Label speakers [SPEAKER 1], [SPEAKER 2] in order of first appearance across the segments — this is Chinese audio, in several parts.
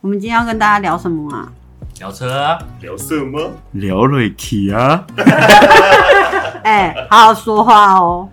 [SPEAKER 1] 我们今天要跟大家聊什么啊？
[SPEAKER 2] 聊车，
[SPEAKER 3] 聊色吗？
[SPEAKER 4] 聊瑞奇啊，
[SPEAKER 1] 哎、好好说话哦。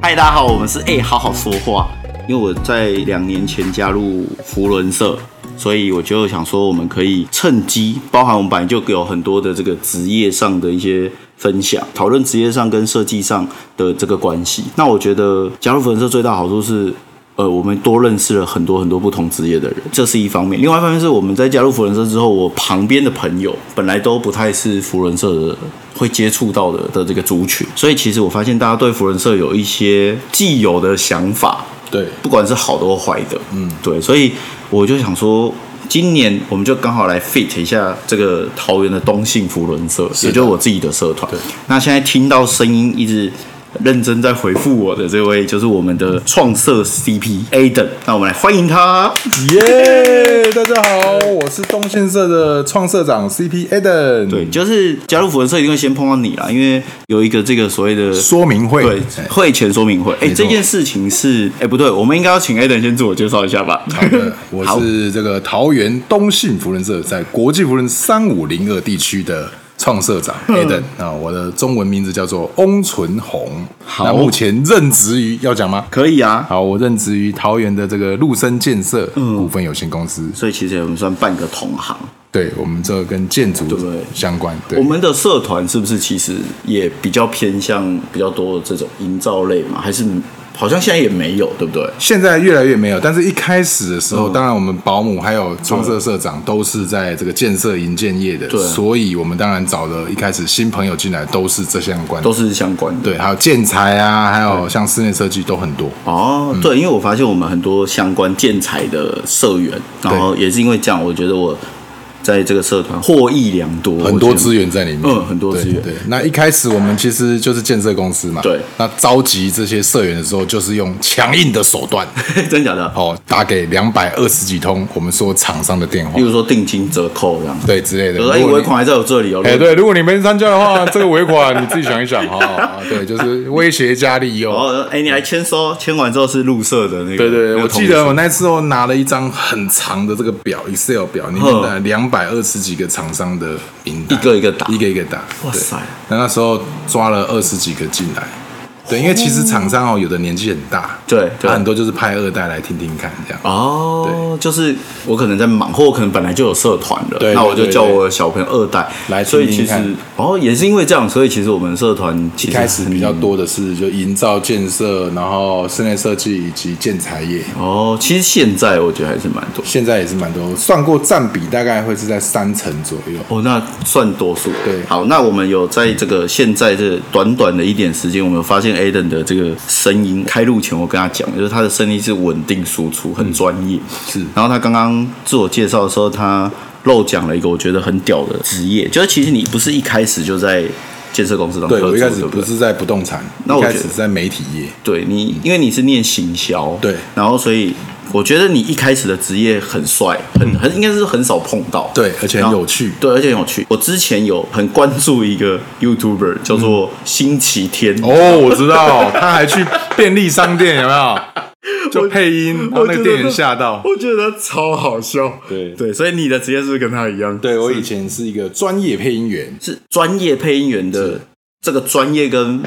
[SPEAKER 4] 嗨，大家好，我们是哎、好好说话。因为我在两年前加入福伦社，所以我就想说，我们可以趁机，包含我们本来就有很多的这个职业上的一些分享，讨论职业上跟设计上的这个关系。那我觉得加入福伦社最大好处是。呃，我们多认识了很多很多不同职业的人，这是一方面。另外一方面是我们在加入福伦社之后，我旁边的朋友本来都不太是福伦社的会接触到的的这个族群，所以其实我发现大家对福伦社有一些既有的想法，
[SPEAKER 3] 对，
[SPEAKER 4] 不管是好的或坏的，嗯，对，所以我就想说，今年我们就刚好来 fit 一下这个桃园的东信福伦社，也就是我自己的社团。那现在听到声音一直。认真在回复我的这位就是我们的创社 CP Aden，那我们来欢迎他。
[SPEAKER 3] 嗯 耶！大家好，我是东信社的创社长 CP Eden。
[SPEAKER 4] 对，，就是加入福伦社一定会先碰到你啦，因为有一个这个所谓的
[SPEAKER 3] 说明会
[SPEAKER 4] 对
[SPEAKER 3] 哎
[SPEAKER 4] 会前说明会。哎、
[SPEAKER 3] 没错
[SPEAKER 4] 这件事情是哎、不对，我们应该要请 Aden 先自我介绍一下吧。
[SPEAKER 3] 好的，呃我
[SPEAKER 4] 好
[SPEAKER 3] 是这个桃园东信福人社在国际福人三五零二地区的创社长
[SPEAKER 4] 嗯
[SPEAKER 3] Eden 啊，我的中文名字叫做翁纯红。
[SPEAKER 4] 好
[SPEAKER 3] 那目前任职于要讲吗？
[SPEAKER 4] 可以嗯啊，
[SPEAKER 3] 好，我任职于桃园的这个陆生建设股份有限公司，
[SPEAKER 4] 所以其实我们算半个同行。
[SPEAKER 3] 对我们这个跟建筑
[SPEAKER 4] 对
[SPEAKER 3] 相关。对
[SPEAKER 4] 我，们的社团是不是其实也比较偏向比较多这种营造类嘛？还是好像现在也没有，对不对？
[SPEAKER 3] 现在越来越没有，但是一开始的时候，
[SPEAKER 4] 嗯
[SPEAKER 3] 当然我们保姆还有创社社长都是在这个建设营建业的，
[SPEAKER 4] 对
[SPEAKER 3] 所以我们当然找的一开始新朋友进来都是这相关，
[SPEAKER 4] 都是相关的。
[SPEAKER 3] 对，还有建材啊，还有像室内设计都很多，
[SPEAKER 4] 哦，
[SPEAKER 3] 嗯
[SPEAKER 4] 对，因为我发现我们很多相关建材的社员，然后也是因为这样，我觉得我在这个社团获益良多，
[SPEAKER 3] 很
[SPEAKER 4] 我觉
[SPEAKER 3] 多
[SPEAKER 4] 得
[SPEAKER 3] 资源在里面，
[SPEAKER 4] 嗯很多资源
[SPEAKER 3] 对，对那一开始我们其实就是建设公司嘛，
[SPEAKER 4] 对
[SPEAKER 3] 那召集这些社员的时候，就是用强硬的手段，
[SPEAKER 4] 真假的？
[SPEAKER 3] 哦，打给两百二十几通我们说厂商的电话
[SPEAKER 4] 例，如说定金折扣这样，
[SPEAKER 3] 对之类的，
[SPEAKER 4] 就是哎，
[SPEAKER 3] 如果
[SPEAKER 4] 尾
[SPEAKER 3] 你
[SPEAKER 4] 款还在我这里哦。
[SPEAKER 3] 哎、对，如果你没参加的话，这个尾款你自己想一想哈、 啊对，就是威胁加利诱。
[SPEAKER 4] 哦，哎，你来签收，签完之后是入社的那个。
[SPEAKER 3] 对对
[SPEAKER 4] 那
[SPEAKER 3] 对，
[SPEAKER 4] 个
[SPEAKER 3] 我
[SPEAKER 4] 同
[SPEAKER 3] 记
[SPEAKER 4] 事
[SPEAKER 3] 得我那次我拿了一张很长的这个表，Excel 表，里面的
[SPEAKER 4] 嗯
[SPEAKER 3] 两百二十几个厂商的名单，
[SPEAKER 4] 一个一个打
[SPEAKER 3] 一个一个打。
[SPEAKER 4] 哇
[SPEAKER 3] 对
[SPEAKER 4] 塞！
[SPEAKER 3] 那那时候抓了二十几个进来，对，因为其实厂商哦，有的年纪很大，
[SPEAKER 4] 对对
[SPEAKER 3] 他很多就是派二代来听听看这样。
[SPEAKER 4] 哦，就是我可能在忙，或我可能本来就有社团了，
[SPEAKER 3] 对
[SPEAKER 4] 那我就
[SPEAKER 3] 对对
[SPEAKER 4] 叫我小朋友二代
[SPEAKER 3] 来
[SPEAKER 4] 所以
[SPEAKER 3] 听
[SPEAKER 4] 其
[SPEAKER 3] 听
[SPEAKER 4] 实
[SPEAKER 3] 看
[SPEAKER 4] 哦也是因为这样，所以其实我们社团其
[SPEAKER 3] 一
[SPEAKER 4] 实
[SPEAKER 3] 开始比较多的是就营造建设，然后室内设计以及建材业。
[SPEAKER 4] 哦，其实现在我觉得还是蛮多
[SPEAKER 3] 现在也是蛮多，算过占比大概会是在三成左右。
[SPEAKER 4] 哦，那算多数。
[SPEAKER 3] 对
[SPEAKER 4] 好，那我们有在这个现在这短短的一点时间，我们有发现 Aden 的这个声音，开录前我跟他讲，就是他的声音是稳定输出，很专业。
[SPEAKER 3] 嗯是
[SPEAKER 4] 然后他刚刚自我介绍的时候，他漏讲了一个我觉得很屌的职业，就是其实你不是一开始就在建设公司当
[SPEAKER 3] 对，
[SPEAKER 4] 特
[SPEAKER 3] 我
[SPEAKER 4] 助
[SPEAKER 3] 一开始
[SPEAKER 4] 对
[SPEAKER 3] 不
[SPEAKER 4] 对
[SPEAKER 3] 是在不动产，
[SPEAKER 4] 那我
[SPEAKER 3] 一
[SPEAKER 4] 觉得
[SPEAKER 3] 开始是在媒体业。
[SPEAKER 4] 对你，因为你是念行销，
[SPEAKER 3] 对
[SPEAKER 4] 然后所以我觉得你一开始的职业很帅，很很应该是很少碰到，
[SPEAKER 3] 嗯对而且很
[SPEAKER 4] 然后
[SPEAKER 3] 有趣
[SPEAKER 4] 对，而且很有趣。我之前有很关注一个 YouTuber 叫做星期天，
[SPEAKER 3] 嗯哦，我知道， 他还去便利商店，有没 有？就配音，
[SPEAKER 4] 我觉得
[SPEAKER 3] 到。
[SPEAKER 4] 我觉得超好笑，
[SPEAKER 3] 对
[SPEAKER 4] 对，所以你的职业是不是跟他一样？
[SPEAKER 3] 对，我以前是一个专业配音员，
[SPEAKER 4] 是专业配音员的这个专业跟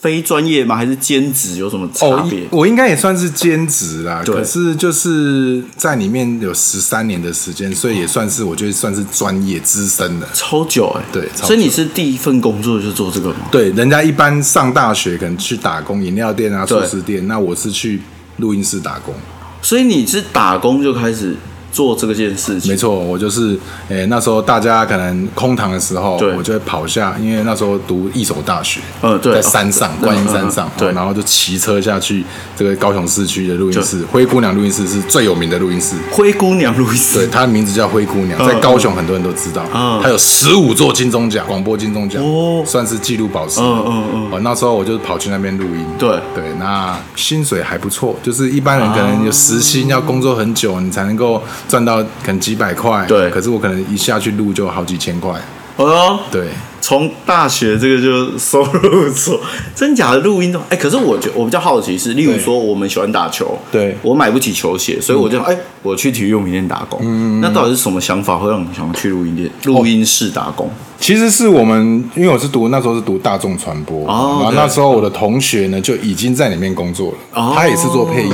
[SPEAKER 4] 非专业吗？还是兼职有什么差
[SPEAKER 3] 哦
[SPEAKER 4] 别？，
[SPEAKER 3] 我应该也算是兼职啦，
[SPEAKER 4] 对
[SPEAKER 3] 可是就是在里面有十三年的时间，所以也算是我觉得算是专业资深的。
[SPEAKER 4] 超久哎、
[SPEAKER 3] 对超久
[SPEAKER 4] 所以你是第一份工作就做这个吗？
[SPEAKER 3] 对，人家一般上大学可能去打工，饮料店啊、
[SPEAKER 4] 对
[SPEAKER 3] 素食店，那我是去录音室打工。
[SPEAKER 4] 所以你是打工就开始做这个件事情，
[SPEAKER 3] 没错，我就是，诶、那时候大家可能空堂的时候
[SPEAKER 4] 对，
[SPEAKER 3] 我就会跑下，因为那时候读一所大学，
[SPEAKER 4] 嗯对
[SPEAKER 3] 在山上，
[SPEAKER 4] 哦
[SPEAKER 3] 观音山上
[SPEAKER 4] 嗯，对
[SPEAKER 3] 哦然后就骑车下去这个高雄市区的录音室，灰姑娘录音室是最有名的录音室。
[SPEAKER 4] 灰姑娘路易
[SPEAKER 3] 对，
[SPEAKER 4] 斯，
[SPEAKER 3] 它的名字叫灰姑娘，
[SPEAKER 4] 嗯
[SPEAKER 3] 在高雄很多人都知道。
[SPEAKER 4] 嗯
[SPEAKER 3] 它有十五座金钟奖，广播金钟奖，
[SPEAKER 4] 哦
[SPEAKER 3] 算是纪录保持。
[SPEAKER 4] 嗯嗯嗯
[SPEAKER 3] 哦，那时候我就跑去那边录音。
[SPEAKER 4] 对
[SPEAKER 3] 对，那薪水还不错，就是一般人可能有时薪要工作很久，你才能够赚到可能几百块。
[SPEAKER 4] 对
[SPEAKER 3] 可是我可能一下去录就好几千块。
[SPEAKER 4] 哦，
[SPEAKER 3] 对，
[SPEAKER 4] 从大学这个就 收入所，真假的录音的话，哎、可是我觉我比较好奇是，例如
[SPEAKER 3] 对
[SPEAKER 4] 说我们喜欢打球，
[SPEAKER 3] 对嗯
[SPEAKER 4] 我买不起球鞋，所以我就哎、我去体育用品店打工。那到底是什么想法会让你想要去录
[SPEAKER 3] 哦
[SPEAKER 4] 音店、录音室打工？
[SPEAKER 3] 其实是我们，因为我是读那时候是读大众传播，
[SPEAKER 4] 哦
[SPEAKER 3] 然后
[SPEAKER 4] 对
[SPEAKER 3] 那时候我的同学呢就已经在里面工作了，
[SPEAKER 4] 哦
[SPEAKER 3] 他也是做配音。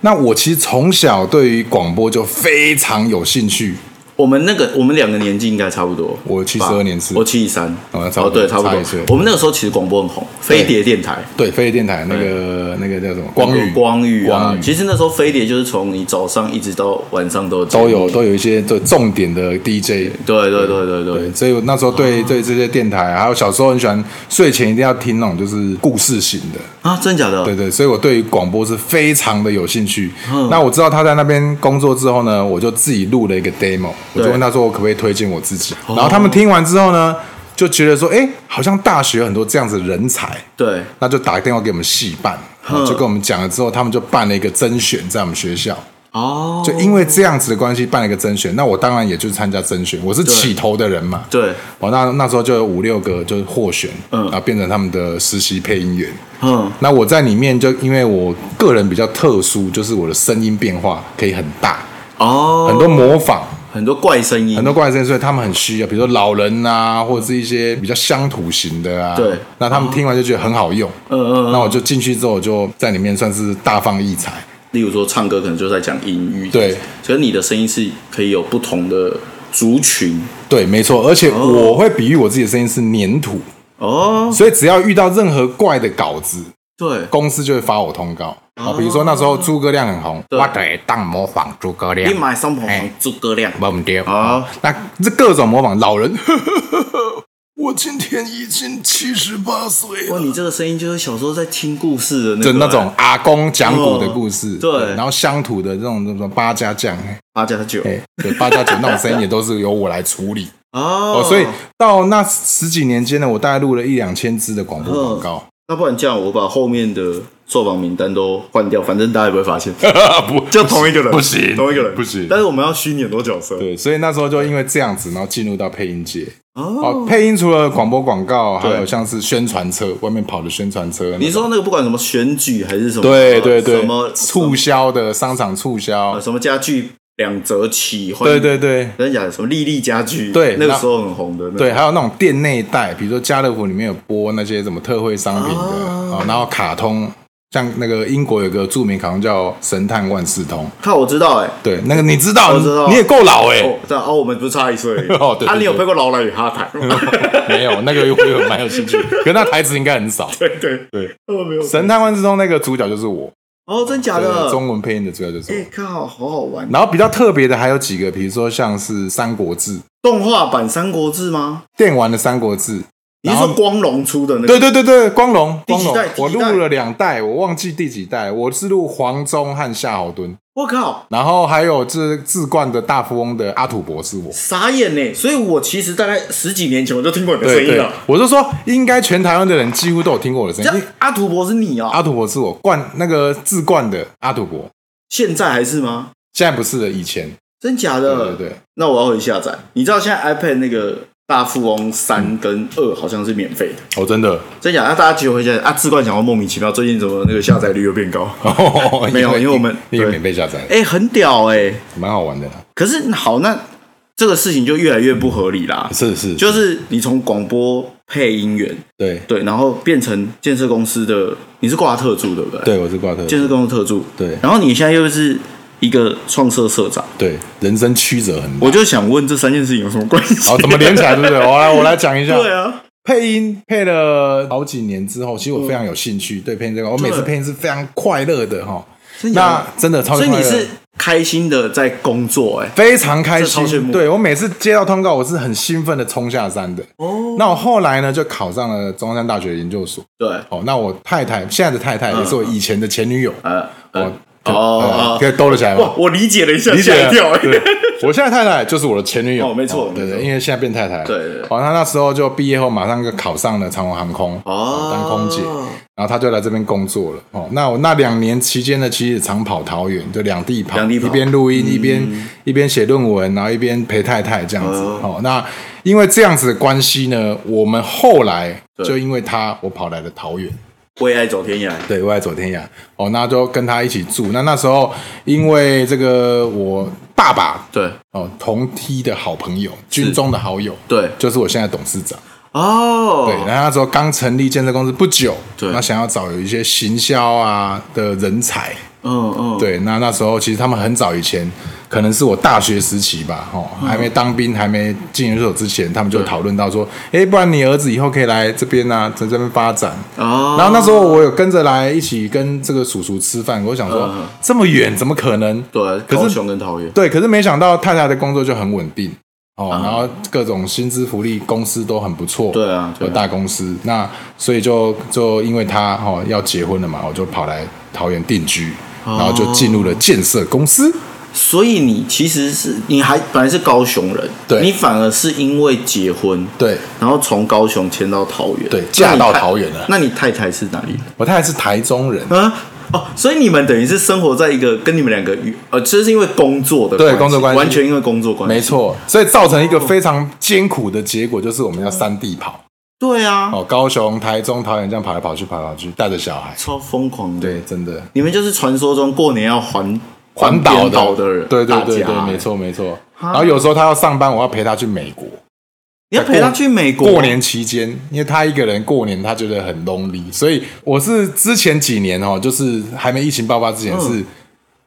[SPEAKER 3] 那我其实从小对于广播就非常有兴趣，
[SPEAKER 4] 我们那个我们两个年纪应该差不多，
[SPEAKER 3] 我72年次
[SPEAKER 4] 我七三，
[SPEAKER 3] 哦差不多
[SPEAKER 4] 对，差不
[SPEAKER 3] 差
[SPEAKER 4] 多
[SPEAKER 3] 一岁。
[SPEAKER 4] 我们那个时候其实广播很红，飞碟电台。
[SPEAKER 3] 对飞碟电台那个那个叫什么光
[SPEAKER 4] 那
[SPEAKER 3] 宇
[SPEAKER 4] 个光宇啊，
[SPEAKER 3] 光宇
[SPEAKER 4] 其实那时候飞碟就是从你早上一直到晚上都有节目
[SPEAKER 3] 都有，都有一些对重点的 DJ。
[SPEAKER 4] 对对对对对
[SPEAKER 3] 对，所以我那时候对对这些电台，还有小时候很喜欢睡前一定要听那种就是故事型的，
[SPEAKER 4] 啊，真假的？
[SPEAKER 3] 对对，所以我对于广播是非常的有兴趣。那我知道他在那边工作之后呢，我就自己录了一个 demo，我就
[SPEAKER 4] 对
[SPEAKER 3] 问他说我可不可以推荐我自己。然后他们听完之后呢，就觉得说，哎，好像大学有很多这样子的人才，
[SPEAKER 4] 对
[SPEAKER 3] 那就打电话给我们系办，然后就跟我们讲了之后，他们就办了一个甄选在我们学校。
[SPEAKER 4] 哦，
[SPEAKER 3] 就因为这样子的关系办了一个甄选，那我当然也就参加甄选，我是起头的人嘛。
[SPEAKER 4] 对，
[SPEAKER 3] 哦，那那时候就有五六个就是获选，
[SPEAKER 4] 嗯
[SPEAKER 3] 然后变成他们的实习配音员。
[SPEAKER 4] 嗯，
[SPEAKER 3] 那我在里面就因为我个人比较特殊，就是我的声音变化可以很大，
[SPEAKER 4] 哦，
[SPEAKER 3] 很多模仿，
[SPEAKER 4] 很多怪声音，
[SPEAKER 3] 很多怪声，所以他们很需要，比如说老人啊，或者是一些比较乡土型的啊。
[SPEAKER 4] 对
[SPEAKER 3] 那他们听完就觉得很好用。
[SPEAKER 4] 嗯嗯嗯
[SPEAKER 3] 那我就进去之后，我就在里面算是大放异彩。
[SPEAKER 4] 例如说唱歌可能就在讲音域，
[SPEAKER 3] 对，
[SPEAKER 4] 所以你的声音是可以有不同的族群
[SPEAKER 3] 对，没错，而且我会比喻我自己的声音是粘土，
[SPEAKER 4] 哦，
[SPEAKER 3] 所以只要遇到任何怪的稿子，
[SPEAKER 4] 对，
[SPEAKER 3] 公司就会发我通告。啊，比如说那时候诸葛亮很红，
[SPEAKER 4] 对
[SPEAKER 3] 我得当模仿诸葛亮
[SPEAKER 4] 你，买三捧
[SPEAKER 3] 哎
[SPEAKER 4] 诸葛亮，
[SPEAKER 3] 我们丢
[SPEAKER 4] 啊，
[SPEAKER 3] 哦那这各种模仿老人。 我今天已经七十八岁
[SPEAKER 4] 哇，
[SPEAKER 3] 了。
[SPEAKER 4] 你这个声音就是小时候在听故事的那
[SPEAKER 3] 就
[SPEAKER 4] 个
[SPEAKER 3] 那种阿公讲古的故事，
[SPEAKER 4] 哦对
[SPEAKER 3] 然后乡土的这种这种八家将，
[SPEAKER 4] 八加九
[SPEAKER 3] 哎，对八家酒那种声音也都是由我来处理
[SPEAKER 4] 哦
[SPEAKER 3] 哦，所以到那十几年间呢，我大概录了一两千支的广播广告，
[SPEAKER 4] 那不然这样，我把后面的受访名单都换掉，反正大家也不会 发现，
[SPEAKER 3] 不
[SPEAKER 4] 就同一个人，
[SPEAKER 3] 不行
[SPEAKER 4] 同一个人
[SPEAKER 3] 不行
[SPEAKER 4] 但是我们要虚拟很多角色，
[SPEAKER 3] 对，所以那时候就因为这样子，然后进入到配音界。
[SPEAKER 4] 哦
[SPEAKER 3] 哦，，配音除了广播广告，还
[SPEAKER 4] 对
[SPEAKER 3] 有像是宣传车，外面跑的宣传车那种。
[SPEAKER 4] 你说那个不管什么选举还是什么，
[SPEAKER 3] 对对
[SPEAKER 4] 什
[SPEAKER 3] 对
[SPEAKER 4] 么，
[SPEAKER 3] 促销的商场促销
[SPEAKER 4] 呃，什么家具两折起，欢
[SPEAKER 3] 对
[SPEAKER 4] 迎
[SPEAKER 3] 对对
[SPEAKER 4] 真的假的？什么丽丽家具，
[SPEAKER 3] 对
[SPEAKER 4] 那个
[SPEAKER 3] 那
[SPEAKER 4] 时候很红的，那个
[SPEAKER 3] 对，还有那种店内带，比如说家乐福里面有播那些什么特惠商品的
[SPEAKER 4] 哦
[SPEAKER 3] 啊，然后卡通，像那个英国有个著名卡通叫《神探万事通》，
[SPEAKER 4] 靠，我知道哎、
[SPEAKER 3] 对，那个你知道，
[SPEAKER 4] 我知道
[SPEAKER 3] 你也够老哎，
[SPEAKER 4] 哦，对啊哦，我们不是差一岁而已
[SPEAKER 3] 哦对对对
[SPEAKER 4] 啊，你有配过《劳兰与哈台》 吗？
[SPEAKER 3] 没有那个我有蛮 有兴趣，可是那台词应该很少。
[SPEAKER 4] 对对
[SPEAKER 3] 对，
[SPEAKER 4] 哦没有
[SPEAKER 3] 《神探万事通》那个主角就是我，
[SPEAKER 4] 哦，真假的
[SPEAKER 3] 对？中文配音的主角就是我
[SPEAKER 4] 哎、。靠，好好玩！
[SPEAKER 3] 然后比较特别的还有几个，比如说像是《三国志》
[SPEAKER 4] 动画版《三国志》吗？
[SPEAKER 3] 电玩的《三国志》，
[SPEAKER 4] 你是
[SPEAKER 3] 然后
[SPEAKER 4] 说光荣出的那个？
[SPEAKER 3] 对对对对，光荣
[SPEAKER 4] 第
[SPEAKER 3] 光
[SPEAKER 4] 几
[SPEAKER 3] 荣
[SPEAKER 4] 代，
[SPEAKER 3] 我
[SPEAKER 4] 第几代
[SPEAKER 3] 录了两代，我忘记第几代，我是录黄忠和夏侯惇，
[SPEAKER 4] 我靠，
[SPEAKER 3] 然后还有这志冠的大富翁的阿土伯是我。
[SPEAKER 4] 傻眼呢！所以我其实大概十几年前我就听过你的声
[SPEAKER 3] 对
[SPEAKER 4] 音啊
[SPEAKER 3] 对
[SPEAKER 4] 了。，
[SPEAKER 3] 我就说应该全台湾的人几乎都有听过我的声
[SPEAKER 4] 这
[SPEAKER 3] 音
[SPEAKER 4] 样。阿图伯是你啊、
[SPEAKER 3] 阿土伯是我冠那个志冠的阿土伯，
[SPEAKER 4] 现在还是吗？
[SPEAKER 3] 现在不是了，以前
[SPEAKER 4] 真假
[SPEAKER 3] 对
[SPEAKER 4] 的？
[SPEAKER 3] 对对，
[SPEAKER 4] 那我要回去下载。你知道现在 iPad 那个大富翁三跟二好像是免费的，
[SPEAKER 3] 哦真的，
[SPEAKER 4] 真假？那、大家集回去啊，志冠想要莫名其妙，最近怎么那个下载率又变高？ 没有因为我们
[SPEAKER 3] 因为
[SPEAKER 4] 对
[SPEAKER 3] 免费下载，
[SPEAKER 4] 哎、很屌哎、
[SPEAKER 3] 蛮好玩的啦，
[SPEAKER 4] 可是好，那这个事情就越来越不合理啦。
[SPEAKER 3] 是是，
[SPEAKER 4] 就是你从广播配音员
[SPEAKER 3] 对
[SPEAKER 4] 对，然后变成建设公司的，你是挂特助对不对？，
[SPEAKER 3] 对，我是挂特的，
[SPEAKER 4] 建设公司特助。
[SPEAKER 3] 对
[SPEAKER 4] 然后你现在又是一个创社社长，
[SPEAKER 3] 对，人生曲折很 大。
[SPEAKER 4] 我就想问这三件事情有什么关系？
[SPEAKER 3] 哦好，怎么连起来，对不对？我来，我来讲一下。
[SPEAKER 4] 对啊，
[SPEAKER 3] 配音配了好几年之后，其实我非
[SPEAKER 4] 嗯
[SPEAKER 3] 常有兴趣对配音这个，我每次配音是非常快乐的哈。
[SPEAKER 4] 真假的
[SPEAKER 3] 那真的超
[SPEAKER 4] 所
[SPEAKER 3] 级
[SPEAKER 4] 以
[SPEAKER 3] 快
[SPEAKER 4] 你
[SPEAKER 3] 乐，
[SPEAKER 4] 是开心的在工作哎、
[SPEAKER 3] 非常开
[SPEAKER 4] 这超羡
[SPEAKER 3] 心。
[SPEAKER 4] 慕
[SPEAKER 3] 对我每次接到通告，我是很兴奋的冲下山的。
[SPEAKER 4] 哦，
[SPEAKER 3] 那我后来呢，就考上了中山大学研究所。
[SPEAKER 4] 对，
[SPEAKER 3] 哦，那我太太现在的太太也是我以前的前女友。
[SPEAKER 4] 呃
[SPEAKER 3] 哦
[SPEAKER 4] 呃哦
[SPEAKER 3] 可以兜得起来
[SPEAKER 4] 哦，
[SPEAKER 3] 吗
[SPEAKER 4] 哇，？我理解了一下，
[SPEAKER 3] 哎理解
[SPEAKER 4] 吓一跳哎、
[SPEAKER 3] 对，我现在太太就是我的前女友。
[SPEAKER 4] 哦没错
[SPEAKER 3] 对
[SPEAKER 4] 没
[SPEAKER 3] 对，
[SPEAKER 4] 错
[SPEAKER 3] 因为现在变太太了。
[SPEAKER 4] 对对对
[SPEAKER 3] 哦，她那时候就毕业后马上就考上了长荣航空，
[SPEAKER 4] 哦，
[SPEAKER 3] 当空姐，然后她就来这边工作了。哦，那我那两年期间呢，其实也常跑桃园，就两地跑，
[SPEAKER 4] 两地跑嗯嗯
[SPEAKER 3] 一边录音一边一边写论文，然后一边陪太太这样子。哦，那因为这样子的关系呢，我们后来
[SPEAKER 4] 对
[SPEAKER 3] 就因为他，我跑来了桃园。
[SPEAKER 4] 为爱走天涯，
[SPEAKER 3] 对，我爱走天涯哦，那就跟他一起住。那那时候，因为这个我爸爸
[SPEAKER 4] 对
[SPEAKER 3] 哦，同梯的好朋友，军中的好友，
[SPEAKER 4] 对
[SPEAKER 3] 就是我现在董事长。
[SPEAKER 4] 哦，
[SPEAKER 3] 对，然后那时候刚成立建设公司不久，
[SPEAKER 4] 对
[SPEAKER 3] 那想要找有一些行销啊的人才，
[SPEAKER 4] 嗯嗯，
[SPEAKER 3] 对，那那时候其实他们很早以前，可能是我大学时期吧，哦，
[SPEAKER 4] 嗯
[SPEAKER 3] 还没当兵，还没进研究所之前，他们就讨论到说，哎，不然你儿子以后可以来这边啊，在这边发展。
[SPEAKER 4] 哦，
[SPEAKER 3] 然后那时候我有跟着来一起跟这个叔叔吃饭，我想说
[SPEAKER 4] 嗯嗯
[SPEAKER 3] 这么远怎么可能？
[SPEAKER 4] 对，
[SPEAKER 3] 可是
[SPEAKER 4] 高雄跟桃园，
[SPEAKER 3] 对，可是没想到太太的工作就很稳定哦，然后各种薪资福利公司都很不错，
[SPEAKER 4] 啊对啊对啊
[SPEAKER 3] 有大公司，那所以就就因为她哦要结婚了嘛，我就跑来桃园定居，
[SPEAKER 4] 哦
[SPEAKER 3] 然后就进入了建设公司。
[SPEAKER 4] 所以你其实是你还本来是高雄人，
[SPEAKER 3] 对
[SPEAKER 4] 你反而是因为结婚，
[SPEAKER 3] 对
[SPEAKER 4] 然后从高雄迁到桃园，
[SPEAKER 3] 对
[SPEAKER 4] 那你
[SPEAKER 3] 嫁到
[SPEAKER 4] 太
[SPEAKER 3] 桃园了
[SPEAKER 4] 那你太太是哪里人？
[SPEAKER 3] 我太太是台中人，
[SPEAKER 4] 啊，哦，所以你们等于是生活在一个跟你们两个与呃，其实是因为工作的
[SPEAKER 3] 对
[SPEAKER 4] 系
[SPEAKER 3] 工作关系
[SPEAKER 4] 完全因为工作关系，
[SPEAKER 3] 没，错，所以造成一个非常艰苦的结果，就是我们要三地跑
[SPEAKER 4] 对啊，
[SPEAKER 3] 哦，高雄、台中、桃园这样跑来跑去，跑来跑去，带着小孩。
[SPEAKER 4] 超疯狂的，
[SPEAKER 3] 对，真的
[SPEAKER 4] 你们就是传说中过年要环
[SPEAKER 3] 环岛
[SPEAKER 4] 边岛的人，
[SPEAKER 3] 对对对
[SPEAKER 4] 大家
[SPEAKER 3] 对，没，错没错。然后有时候他要上班，我要陪他去美国。
[SPEAKER 4] 你要陪他去美国
[SPEAKER 3] 过年期间，因为他一个人过年，他觉得很 lonely，所以我是之前几年哦，就是还没疫情爆发之前
[SPEAKER 4] 嗯
[SPEAKER 3] 是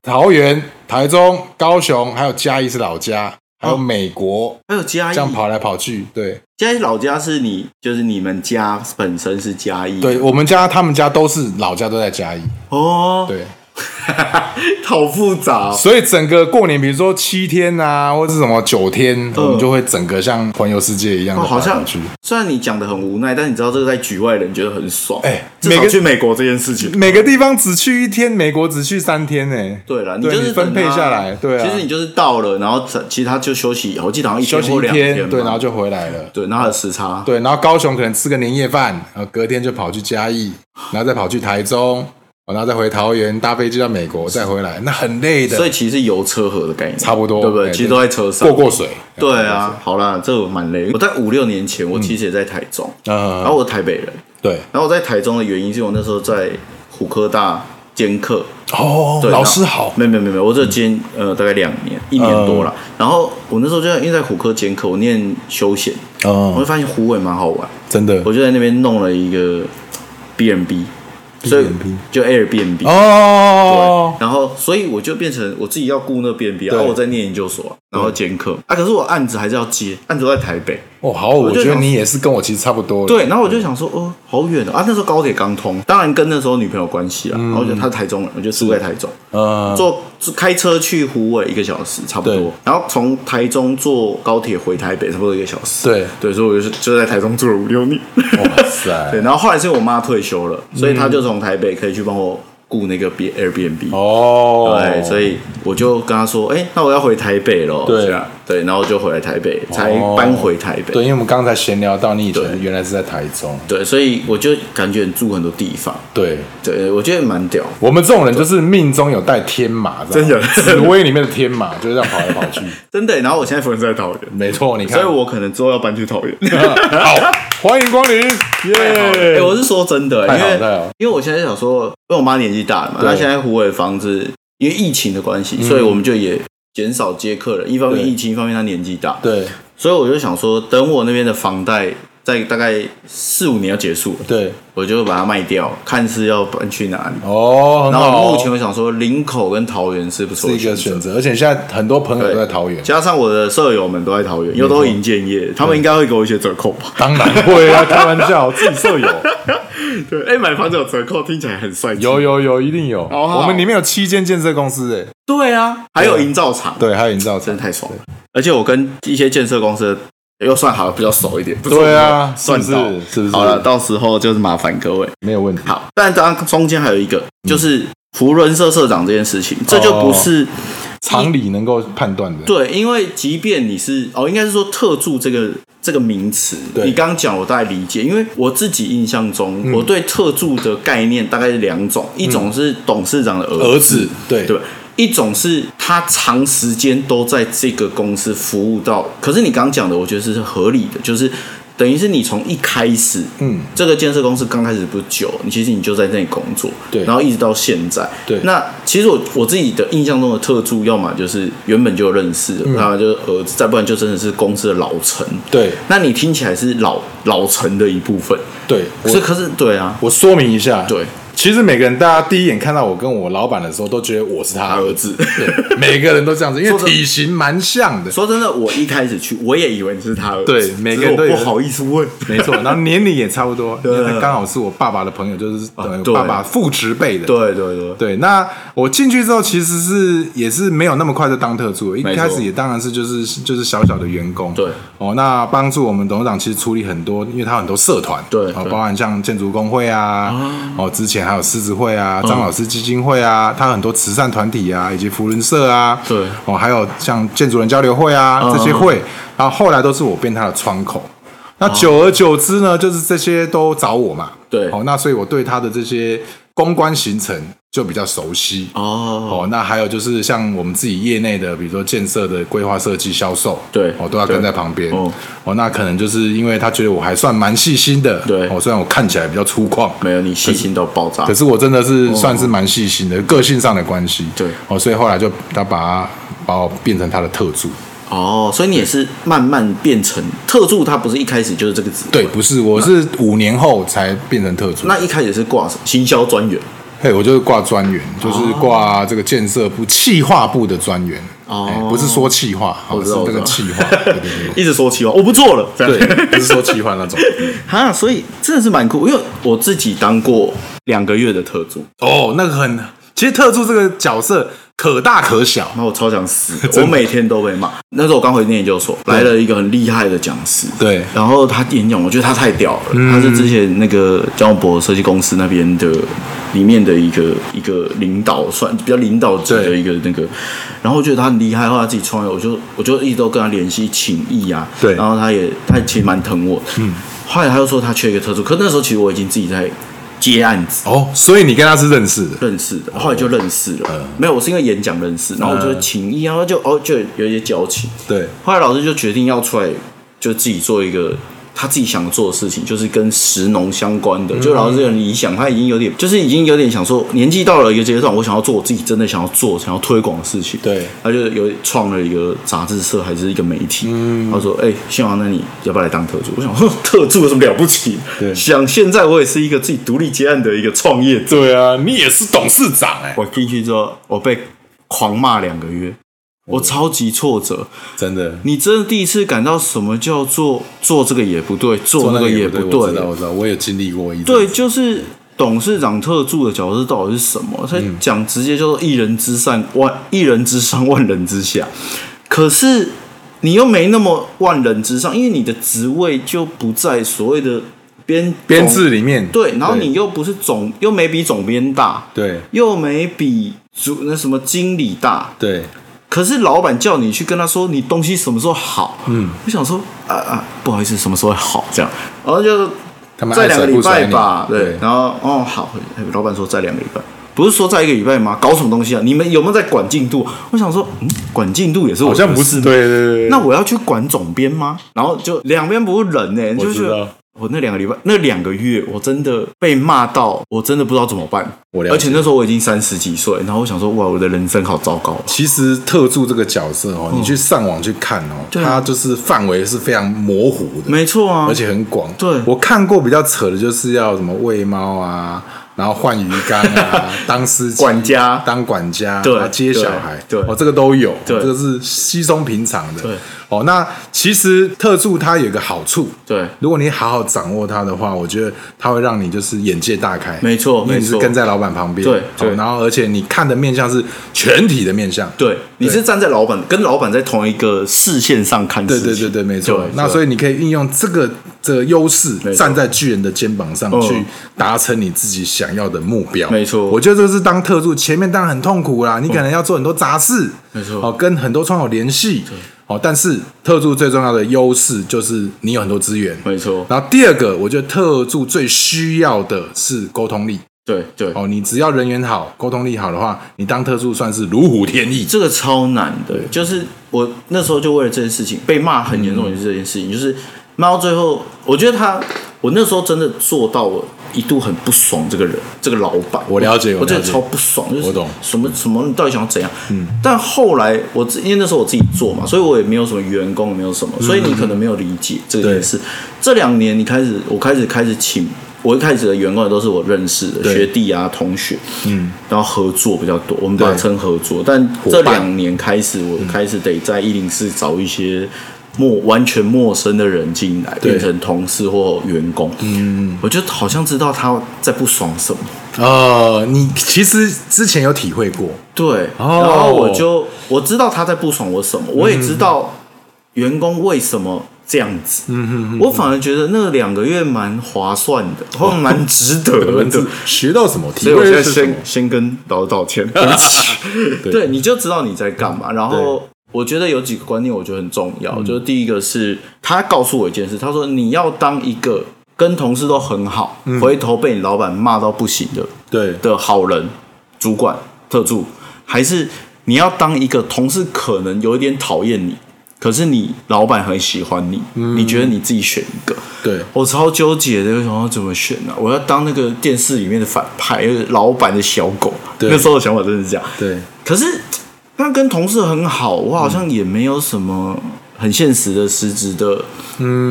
[SPEAKER 3] 桃园、台中、高雄，还有嘉义是老家，还有美国，
[SPEAKER 4] 还有哦嘉义
[SPEAKER 3] 这，样跑来跑去。对
[SPEAKER 4] 嘉义老家是你，就是你们家本身是嘉义，
[SPEAKER 3] 对，我们家他们家都是老家都在嘉义，
[SPEAKER 4] 哦，
[SPEAKER 3] 对，
[SPEAKER 4] 好复杂、哦，
[SPEAKER 3] 所以整个过年，比如说七天啊，或者什么九天，我们就会整个像环游世界一样
[SPEAKER 4] 嗯哦
[SPEAKER 3] 的
[SPEAKER 4] 好像
[SPEAKER 3] 啊去。
[SPEAKER 4] 虽然你讲的很无奈，但你知道这个在局外人觉得很爽，
[SPEAKER 3] 哎
[SPEAKER 4] 至少
[SPEAKER 3] 每个嗯
[SPEAKER 4] 去美国这件事情，
[SPEAKER 3] 每个地方只去一天，美国只去三天呢、欸
[SPEAKER 4] 对了，你
[SPEAKER 3] 对
[SPEAKER 4] 就是
[SPEAKER 3] 你分
[SPEAKER 4] 等
[SPEAKER 3] 配
[SPEAKER 4] 他
[SPEAKER 3] 下来，对啊，
[SPEAKER 4] 其实你就是到了，然后其实他就休息，我记得好像一
[SPEAKER 3] 休
[SPEAKER 4] 天
[SPEAKER 3] 息
[SPEAKER 4] 或
[SPEAKER 3] 一
[SPEAKER 4] 两天吧，
[SPEAKER 3] 对，然后就回来了。
[SPEAKER 4] 对，然后还有时差，
[SPEAKER 3] 对，然后高雄可能吃个年夜饭，然后隔天就跑去嘉义，然后再跑去台中，哦然后再回桃园，搭飞机到美国再回来，那很累的。
[SPEAKER 4] 所以其实是油车河的概念
[SPEAKER 3] 差不多
[SPEAKER 4] 对不对？
[SPEAKER 3] 哎
[SPEAKER 4] 其实都在车上
[SPEAKER 3] 过过。水，
[SPEAKER 4] 对啊，好啦，这个蛮累。我在五六年前，我其实也在台中，然
[SPEAKER 3] 呃
[SPEAKER 4] 后，我台北人，
[SPEAKER 3] 对，
[SPEAKER 4] 然后我在台中的原因是我那时候在虎科大兼课，
[SPEAKER 3] 哦，
[SPEAKER 4] 对
[SPEAKER 3] 老师好，嗯
[SPEAKER 4] 没有没有没有没有，我这兼、呃大概两年一年多了。然后我那时候就因为在虎科兼课，我念休闲，我会
[SPEAKER 3] 嗯，
[SPEAKER 4] 发现虎尾蛮好玩，
[SPEAKER 3] 真的，
[SPEAKER 4] 我就在那边弄了一个 B&B，所以
[SPEAKER 3] B&B
[SPEAKER 4] 就 Airbnb
[SPEAKER 3] 哦，
[SPEAKER 4] 然后，所以我就变成我自己要雇那 B N B，然后我啊在念研究所，然后兼课啊。可是我案子还是要接，案子都在台北。
[SPEAKER 3] 哦，好，我
[SPEAKER 4] 就
[SPEAKER 3] 觉得
[SPEAKER 4] 想
[SPEAKER 3] 你也是跟我其实差不多，，
[SPEAKER 4] 对，然后我就想说，哦，好远哦啊！那时候高铁刚通，当然跟那时候女朋友关系啊。然后我觉得她是台中人，我就住在台中，
[SPEAKER 3] 嗯，
[SPEAKER 4] 坐开车去湖尾一个小时差不
[SPEAKER 3] 对
[SPEAKER 4] 多，然后从台中坐高铁回台北差不多一个小时。
[SPEAKER 3] 对
[SPEAKER 4] 对，所以我就是就在台中住了五六年。
[SPEAKER 3] 哇塞 嗯
[SPEAKER 4] 对，然后后来是因为我妈退休了，所以她就从台北可以去帮我雇那个 B Airbnb。
[SPEAKER 3] 哦，
[SPEAKER 4] 对，所以我就跟他说，哎、那我要回台北咯。
[SPEAKER 3] 对哦
[SPEAKER 4] 这样对，然后就回来台北，才搬回台北。
[SPEAKER 3] 对，因为我们刚才闲聊到你以
[SPEAKER 4] 对
[SPEAKER 3] 前原来是在台中，
[SPEAKER 4] 对，所以我就感觉住很多地方，
[SPEAKER 3] 对，
[SPEAKER 4] 对我觉得蛮屌。
[SPEAKER 3] 我们这种人就是命中有带天马，知道吗
[SPEAKER 4] 真有
[SPEAKER 3] 紫薇里面的天马就是这样跑来跑 去。
[SPEAKER 4] 真的。然后我现在夫人在桃园，
[SPEAKER 3] 没错，你看，
[SPEAKER 4] 所以我可能之后要搬去桃园。
[SPEAKER 3] 好，欢迎光临，
[SPEAKER 4] 哎、
[SPEAKER 3] 耶！
[SPEAKER 4] 我是说真的、
[SPEAKER 3] 太
[SPEAKER 4] 因
[SPEAKER 3] 好
[SPEAKER 4] 为
[SPEAKER 3] 太好
[SPEAKER 4] 因为我现在想说，因为我妈年纪大了嘛，
[SPEAKER 3] 对嗯
[SPEAKER 4] 那现在湖尾房子因为疫情的关系，所以我们就也减少接客人。一方面
[SPEAKER 3] 对
[SPEAKER 4] 疫情，一方面她年纪大，
[SPEAKER 3] 对
[SPEAKER 4] 所以我就想说，等我那边的房贷在大概四五年要结束了，
[SPEAKER 3] 对，
[SPEAKER 4] 我就把它卖掉，看是要搬去哪里。
[SPEAKER 3] 哦，
[SPEAKER 4] 然
[SPEAKER 3] 很好
[SPEAKER 4] 后
[SPEAKER 3] 哦
[SPEAKER 4] 目前我想说，林口跟桃园是不错
[SPEAKER 3] 是
[SPEAKER 4] 的
[SPEAKER 3] 一个选
[SPEAKER 4] 择。
[SPEAKER 3] 择，而且现在很多朋友都在桃园，
[SPEAKER 4] 加上我的舍友们都在桃园，又都营建业，他们应该会给我一些折扣吧？
[SPEAKER 3] 当然会啊，开玩笑，自己舍友
[SPEAKER 4] 对， 哎、买房子有折扣，听起来很帅气。
[SPEAKER 3] 有有有，一定有。
[SPEAKER 4] 好好
[SPEAKER 3] 我们里面有七间建设公司，哎，
[SPEAKER 4] 对啊，还有营造厂，
[SPEAKER 3] 对，还有营造
[SPEAKER 4] 真
[SPEAKER 3] 厂
[SPEAKER 4] 的，太爽了。而且我跟一些建设公司又算好，比较熟一点。不是
[SPEAKER 3] 对啊
[SPEAKER 4] 我算
[SPEAKER 3] 是不
[SPEAKER 4] 到
[SPEAKER 3] 是是不是
[SPEAKER 4] 好了，到时候就是麻烦各位。
[SPEAKER 3] 没有问题。
[SPEAKER 4] 好，但当然中间还有一个
[SPEAKER 3] 嗯
[SPEAKER 4] 就是福伦社社长这件事情，这就
[SPEAKER 3] 哦
[SPEAKER 4] 不是。
[SPEAKER 3] 常理能够判断的，
[SPEAKER 4] 对，因为即便你是哦，应该是说特助这个这个名词，
[SPEAKER 3] 对嗯
[SPEAKER 4] 你刚刚讲我大概理解，因为我自己印象中，我对特助的概念大概是两种，一种是董事长的儿
[SPEAKER 3] 儿子，对
[SPEAKER 4] 对吧？一种是他长时间都在这个公司服务到，可是你刚刚讲的，我觉得是合理的，就是等于是你从一开始，
[SPEAKER 3] 嗯，
[SPEAKER 4] 这个建设公司刚开始不久，你其实你就在那里工作，
[SPEAKER 3] 对
[SPEAKER 4] 然后一直到现在，
[SPEAKER 3] 对
[SPEAKER 4] 那其实我我自己的印象中的特助，要么就是原本就有认识的，要么就是儿子，再不然就真的是公司的老臣。
[SPEAKER 3] 嗯对
[SPEAKER 4] 那你听起来是老老臣的一部分，
[SPEAKER 3] 对，我
[SPEAKER 4] 是可是对啊，
[SPEAKER 3] 我说明一下，
[SPEAKER 4] 对，
[SPEAKER 3] 其实每个人大家第一眼看到我跟我老板的时候，都觉得我是他
[SPEAKER 4] 他
[SPEAKER 3] 儿
[SPEAKER 4] 儿
[SPEAKER 3] 子，
[SPEAKER 4] 子。
[SPEAKER 3] 对，每个人都这样子，因为
[SPEAKER 4] 说真的
[SPEAKER 3] 体型蛮像 的，
[SPEAKER 4] 说真的，我一开始去，我也以为你是他儿子，
[SPEAKER 3] 对每个人都
[SPEAKER 4] 只是
[SPEAKER 3] 有
[SPEAKER 4] 我不好意思问。
[SPEAKER 3] 没 错，然后年龄也差不多，因
[SPEAKER 4] 对
[SPEAKER 3] 为他刚好是我爸爸的朋友，就是等于
[SPEAKER 4] 对
[SPEAKER 3] 爸爸父职辈的，
[SPEAKER 4] 对对对，
[SPEAKER 3] 对，那我进去之后，其实是也是没有那么快就当特助，一
[SPEAKER 4] 没错
[SPEAKER 3] 开始也当然是就是就是小小的员工。
[SPEAKER 4] 对，
[SPEAKER 3] 哦，那帮助我们董事长其实处理很多，因为他有很多社团，
[SPEAKER 4] 对
[SPEAKER 3] 哦，
[SPEAKER 4] 对
[SPEAKER 3] 包含像建筑工会啊，哦，之前还有狮子会啊、
[SPEAKER 4] 嗯
[SPEAKER 3] 张老师基金会啊，他有很多慈善团体啊，以及福伦社啊，
[SPEAKER 4] 对
[SPEAKER 3] 哦，还有像建筑人交流会啊
[SPEAKER 4] 嗯
[SPEAKER 3] 这些会，然后后来都是我变他的窗口。那久而久之呢，就是这些都找我嘛，
[SPEAKER 4] 哦对
[SPEAKER 3] 哦，那所以我对他的这些公关行程就比较熟悉。
[SPEAKER 4] 哦，
[SPEAKER 3] 哦，那还有就是像我们自己业内的，比如说建设的规划设计、销售，
[SPEAKER 4] 对
[SPEAKER 3] 我、哦、都要跟
[SPEAKER 4] 对
[SPEAKER 3] 在旁边。
[SPEAKER 4] 哦
[SPEAKER 3] 哦那可能就是因为他觉得我还算蛮细心的，
[SPEAKER 4] 对
[SPEAKER 3] 哦，虽然我看起来比较粗犷，
[SPEAKER 4] 没有，你细心到爆炸
[SPEAKER 3] 可。是我真的是算是蛮细心的，个性上的关系。
[SPEAKER 4] 对
[SPEAKER 3] 哦，所以后来就他把他把我变成他的特助。
[SPEAKER 4] 哦，所以你也是慢慢变成特助，他不是一开始就是这个职位。
[SPEAKER 3] 对，不是，我是五年后才变成特助。
[SPEAKER 4] 那一开始是挂什么？行销专员。
[SPEAKER 3] 嘿，我就是挂专员，就是挂这个建设部、企划部的专员。
[SPEAKER 4] 哦
[SPEAKER 3] 哎不是说企划，哦
[SPEAKER 4] 我
[SPEAKER 3] 是
[SPEAKER 4] 知道
[SPEAKER 3] 这个
[SPEAKER 4] 我知
[SPEAKER 3] 企
[SPEAKER 4] 道
[SPEAKER 3] 划， 对对对
[SPEAKER 4] 一直说企划，我不做了。这样
[SPEAKER 3] 对，对，不是说企划那种。
[SPEAKER 4] 哈，所以真的是蛮酷，因为我自己当过两个月的特助，
[SPEAKER 3] 哦，那个很，其实特助这个角色可大可小。
[SPEAKER 4] 然后我超想 死的，我每天都被骂。那时候我刚回念研究所，来了一个很厉害的讲师，
[SPEAKER 3] 对
[SPEAKER 4] 然后他演讲，我觉得他太屌了，
[SPEAKER 3] 嗯
[SPEAKER 4] 他是之前那个江博设计公司那边的里面的一个一个领导，算比较领导级的
[SPEAKER 3] 对
[SPEAKER 4] 一个那个，然后我觉得他很厉害，后来他自己创业，我就我就一直都跟他联系请益啊，
[SPEAKER 3] 对
[SPEAKER 4] 然后他也他其实蛮疼我，嗯，后来他又说他缺一个特助，可那时候其实我已经自己在接案子。
[SPEAKER 3] 哦，所以你跟他是认识的。
[SPEAKER 4] 认识的，后来就认识了。
[SPEAKER 3] 嗯
[SPEAKER 4] 没有，我是因为演讲认识，然后我就情谊，然后就哦就有一些交情。
[SPEAKER 3] 对，
[SPEAKER 4] 后来老师就决定要出来，就自己做一个他自己想做的事情，就是跟食农相关的。就老师很理想，他已经有点，就是已经有点想说，年纪到了一个阶段，我想要做我自己真的想要做、想要推广的事情。
[SPEAKER 3] 对
[SPEAKER 4] 他就有创了一个杂志社还是一个媒体。他说：“哎、新王，那你要不要来当特助？”我想 说，特助有什么了不起？
[SPEAKER 3] 对
[SPEAKER 4] 想现在我也是一个自己独立接案的一个创业者。
[SPEAKER 3] 对啊，你也是董事长哎、
[SPEAKER 4] 我进去之后，我被狂骂两个月，我超级挫折。
[SPEAKER 3] 真的。
[SPEAKER 4] 你真的第一次感到什么叫做做这个也不对，做那个也不
[SPEAKER 3] 我知道，
[SPEAKER 4] 对。
[SPEAKER 3] 我知道，我也经历过一阵
[SPEAKER 4] 对，
[SPEAKER 3] 子
[SPEAKER 4] 就是董事长特助的角色到底是什么？他讲直接叫做一人之上万 一人之上万人之下，可是你又没那么万人之上，因为你的职位就不在所谓的编
[SPEAKER 3] 编制里面。
[SPEAKER 4] 对，然后你又不是总又没比总编大，
[SPEAKER 3] 对
[SPEAKER 4] 又没比主那什么经理大，
[SPEAKER 3] 对
[SPEAKER 4] 可是老板叫你去跟他说你东西什么时候好，嗯，我想说啊啊，不好意思，什么时候好这样，然后就
[SPEAKER 3] 他们
[SPEAKER 4] 再
[SPEAKER 3] 爱
[SPEAKER 4] 两
[SPEAKER 3] 甩
[SPEAKER 4] 个
[SPEAKER 3] 不
[SPEAKER 4] 礼
[SPEAKER 3] 甩
[SPEAKER 4] 拜
[SPEAKER 3] 你
[SPEAKER 4] 吧，
[SPEAKER 3] 对
[SPEAKER 4] 对，然后哦好，老板说再两个礼拜，不是说再一个礼拜吗？搞什么东西啊？你们有没有在管进度？我想说，嗯，管进度也是我
[SPEAKER 3] 好像不
[SPEAKER 4] 的
[SPEAKER 3] 是。
[SPEAKER 4] 事
[SPEAKER 3] 对对对。
[SPEAKER 4] 那我要去管总编吗？然后就两边不是人呢、欸你就
[SPEAKER 3] 我
[SPEAKER 4] 觉
[SPEAKER 3] 知道
[SPEAKER 4] 得我那两个礼拜、那两个月，我真的被骂到，我真的不知道怎么办。
[SPEAKER 3] 我了解
[SPEAKER 4] 而且那时候我已经三十几岁，然后我想说，哇，我的人生好糟糕。
[SPEAKER 3] 其实特助这个角色哦，你去上网去看哦，
[SPEAKER 4] 嗯对
[SPEAKER 3] 它
[SPEAKER 4] 啊
[SPEAKER 3] 就是范围是非常模糊的。
[SPEAKER 4] 没错啊，
[SPEAKER 3] 而且很广。
[SPEAKER 4] 对
[SPEAKER 3] 我看过比较扯的，就是要什么喂猫啊，然后换鱼缸 啊，当司机、
[SPEAKER 4] 管家
[SPEAKER 3] 当管家，
[SPEAKER 4] 对
[SPEAKER 3] 然后接小孩，
[SPEAKER 4] 对对
[SPEAKER 3] 哦，这个都有，
[SPEAKER 4] 对
[SPEAKER 3] 这个是稀松平常的。
[SPEAKER 4] 对，
[SPEAKER 3] 哦，那其实特助它有一个好处，
[SPEAKER 4] 对
[SPEAKER 3] 如果你好好掌握它的话，我觉得它会让你就是眼界大开。
[SPEAKER 4] 没错
[SPEAKER 3] 因为你是
[SPEAKER 4] 没错
[SPEAKER 3] 跟在老板旁边，
[SPEAKER 4] 对
[SPEAKER 3] 哦
[SPEAKER 4] 对
[SPEAKER 3] 然后而且你看的面相是全体的面相，
[SPEAKER 4] 对，你是站在老板跟老板在同一个视线上看
[SPEAKER 3] 对
[SPEAKER 4] 事情，
[SPEAKER 3] 对对对，没错
[SPEAKER 4] 对。
[SPEAKER 3] 那所以你可以运用这个这个优势，
[SPEAKER 4] 错
[SPEAKER 3] 站在巨人的肩膀上
[SPEAKER 4] 嗯
[SPEAKER 3] 去达成你自己想要的目标。
[SPEAKER 4] 没错嗯
[SPEAKER 3] 我觉得这个是当特助，前面当然很痛苦啦，你可能要做很多杂事，
[SPEAKER 4] 没错
[SPEAKER 3] 哦，跟很多窗口联系，哦，但是特助最重要的优势就是你有很多资源。
[SPEAKER 4] 没错，
[SPEAKER 3] 然后第二个，我觉得特助最需要的是沟通力。
[SPEAKER 4] 对对，
[SPEAKER 3] 哦，你只要人缘好、沟通力好的话，你当特助算是如虎添翼。
[SPEAKER 4] 这个超难的，就是我那时候就为了这件事情被骂很严重，也是这件事情，就是骂到最后，我觉得他，我那时候真的做到我一度很不爽这个人，这个老板，
[SPEAKER 3] 我了解
[SPEAKER 4] 我
[SPEAKER 3] 我
[SPEAKER 4] 真
[SPEAKER 3] 了
[SPEAKER 4] 的
[SPEAKER 3] 解
[SPEAKER 4] 超不爽，就是
[SPEAKER 3] 我懂嗯
[SPEAKER 4] 什么什么，你到底想要怎样？嗯，但后来我自因为那时候我自己做嘛，所以我也没有什么员工，没有什么，
[SPEAKER 3] 嗯
[SPEAKER 4] 所以你可能没有理解这件事。这两年你开始，我开始开始请。我一开始的员工也都是我认识的
[SPEAKER 3] 对
[SPEAKER 4] 学弟啊、同学，嗯，然后合作比较多，我们把它
[SPEAKER 3] 对
[SPEAKER 4] 称合作。但
[SPEAKER 3] 伙
[SPEAKER 4] 这
[SPEAKER 3] 伴嗯
[SPEAKER 4] 两年开始，我开始得在一零四找一些陌完全陌生的人进来，
[SPEAKER 3] 对
[SPEAKER 4] 变成同事或员工。嗯，我就好像知道他在不爽什么。哦
[SPEAKER 3] 呃，你其实之前有体会过，
[SPEAKER 4] 对，
[SPEAKER 3] 哦嗯
[SPEAKER 4] 然后我就我知道他在不爽我什么，我也知道员工为什么这样子。嗯我反而觉得那两个月蛮划算的，
[SPEAKER 3] 哦
[SPEAKER 4] 或蛮值得 的。
[SPEAKER 3] 学到什么，
[SPEAKER 4] 所
[SPEAKER 3] 体
[SPEAKER 4] 以我
[SPEAKER 3] 会
[SPEAKER 4] 现在
[SPEAKER 3] 是什么
[SPEAKER 4] 先？先跟老师道歉，对不起。 对，你就知道你在干嘛。然后我觉得有几个观念，我觉得很重要。就是第一个是他告诉我一件事，他说你要当一个跟同事都很好，嗯回头被你老板骂到不行的
[SPEAKER 3] 对
[SPEAKER 4] 的好人、主管、特助，还是你要当一个同事可能有一点讨厌你，可是你老板很喜欢你，嗯你觉得你自己选一个。
[SPEAKER 3] 对，
[SPEAKER 4] 我超纠结的，我想要怎么选呢、我要当那个电视里面的反派，就是老板的小狗。啊
[SPEAKER 3] 对
[SPEAKER 4] 那时候的想法真的是这样。
[SPEAKER 3] 对，
[SPEAKER 4] 可是但跟同事很好，我好像也没有什么很现实的实质的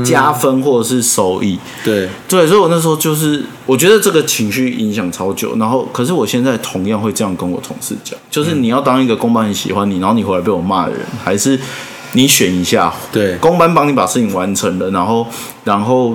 [SPEAKER 4] 加分或者是收益。
[SPEAKER 3] 对，
[SPEAKER 4] 对，所以我那时候就是，我觉得这个情绪影响超久。然后，可是我现在同样会这样跟我同事讲，就是
[SPEAKER 3] 嗯
[SPEAKER 4] 你要当一个公班很喜欢你，然后你回来被我骂的人，还是你选一下，
[SPEAKER 3] 对
[SPEAKER 4] 公班帮你把事情完成了，然后，然后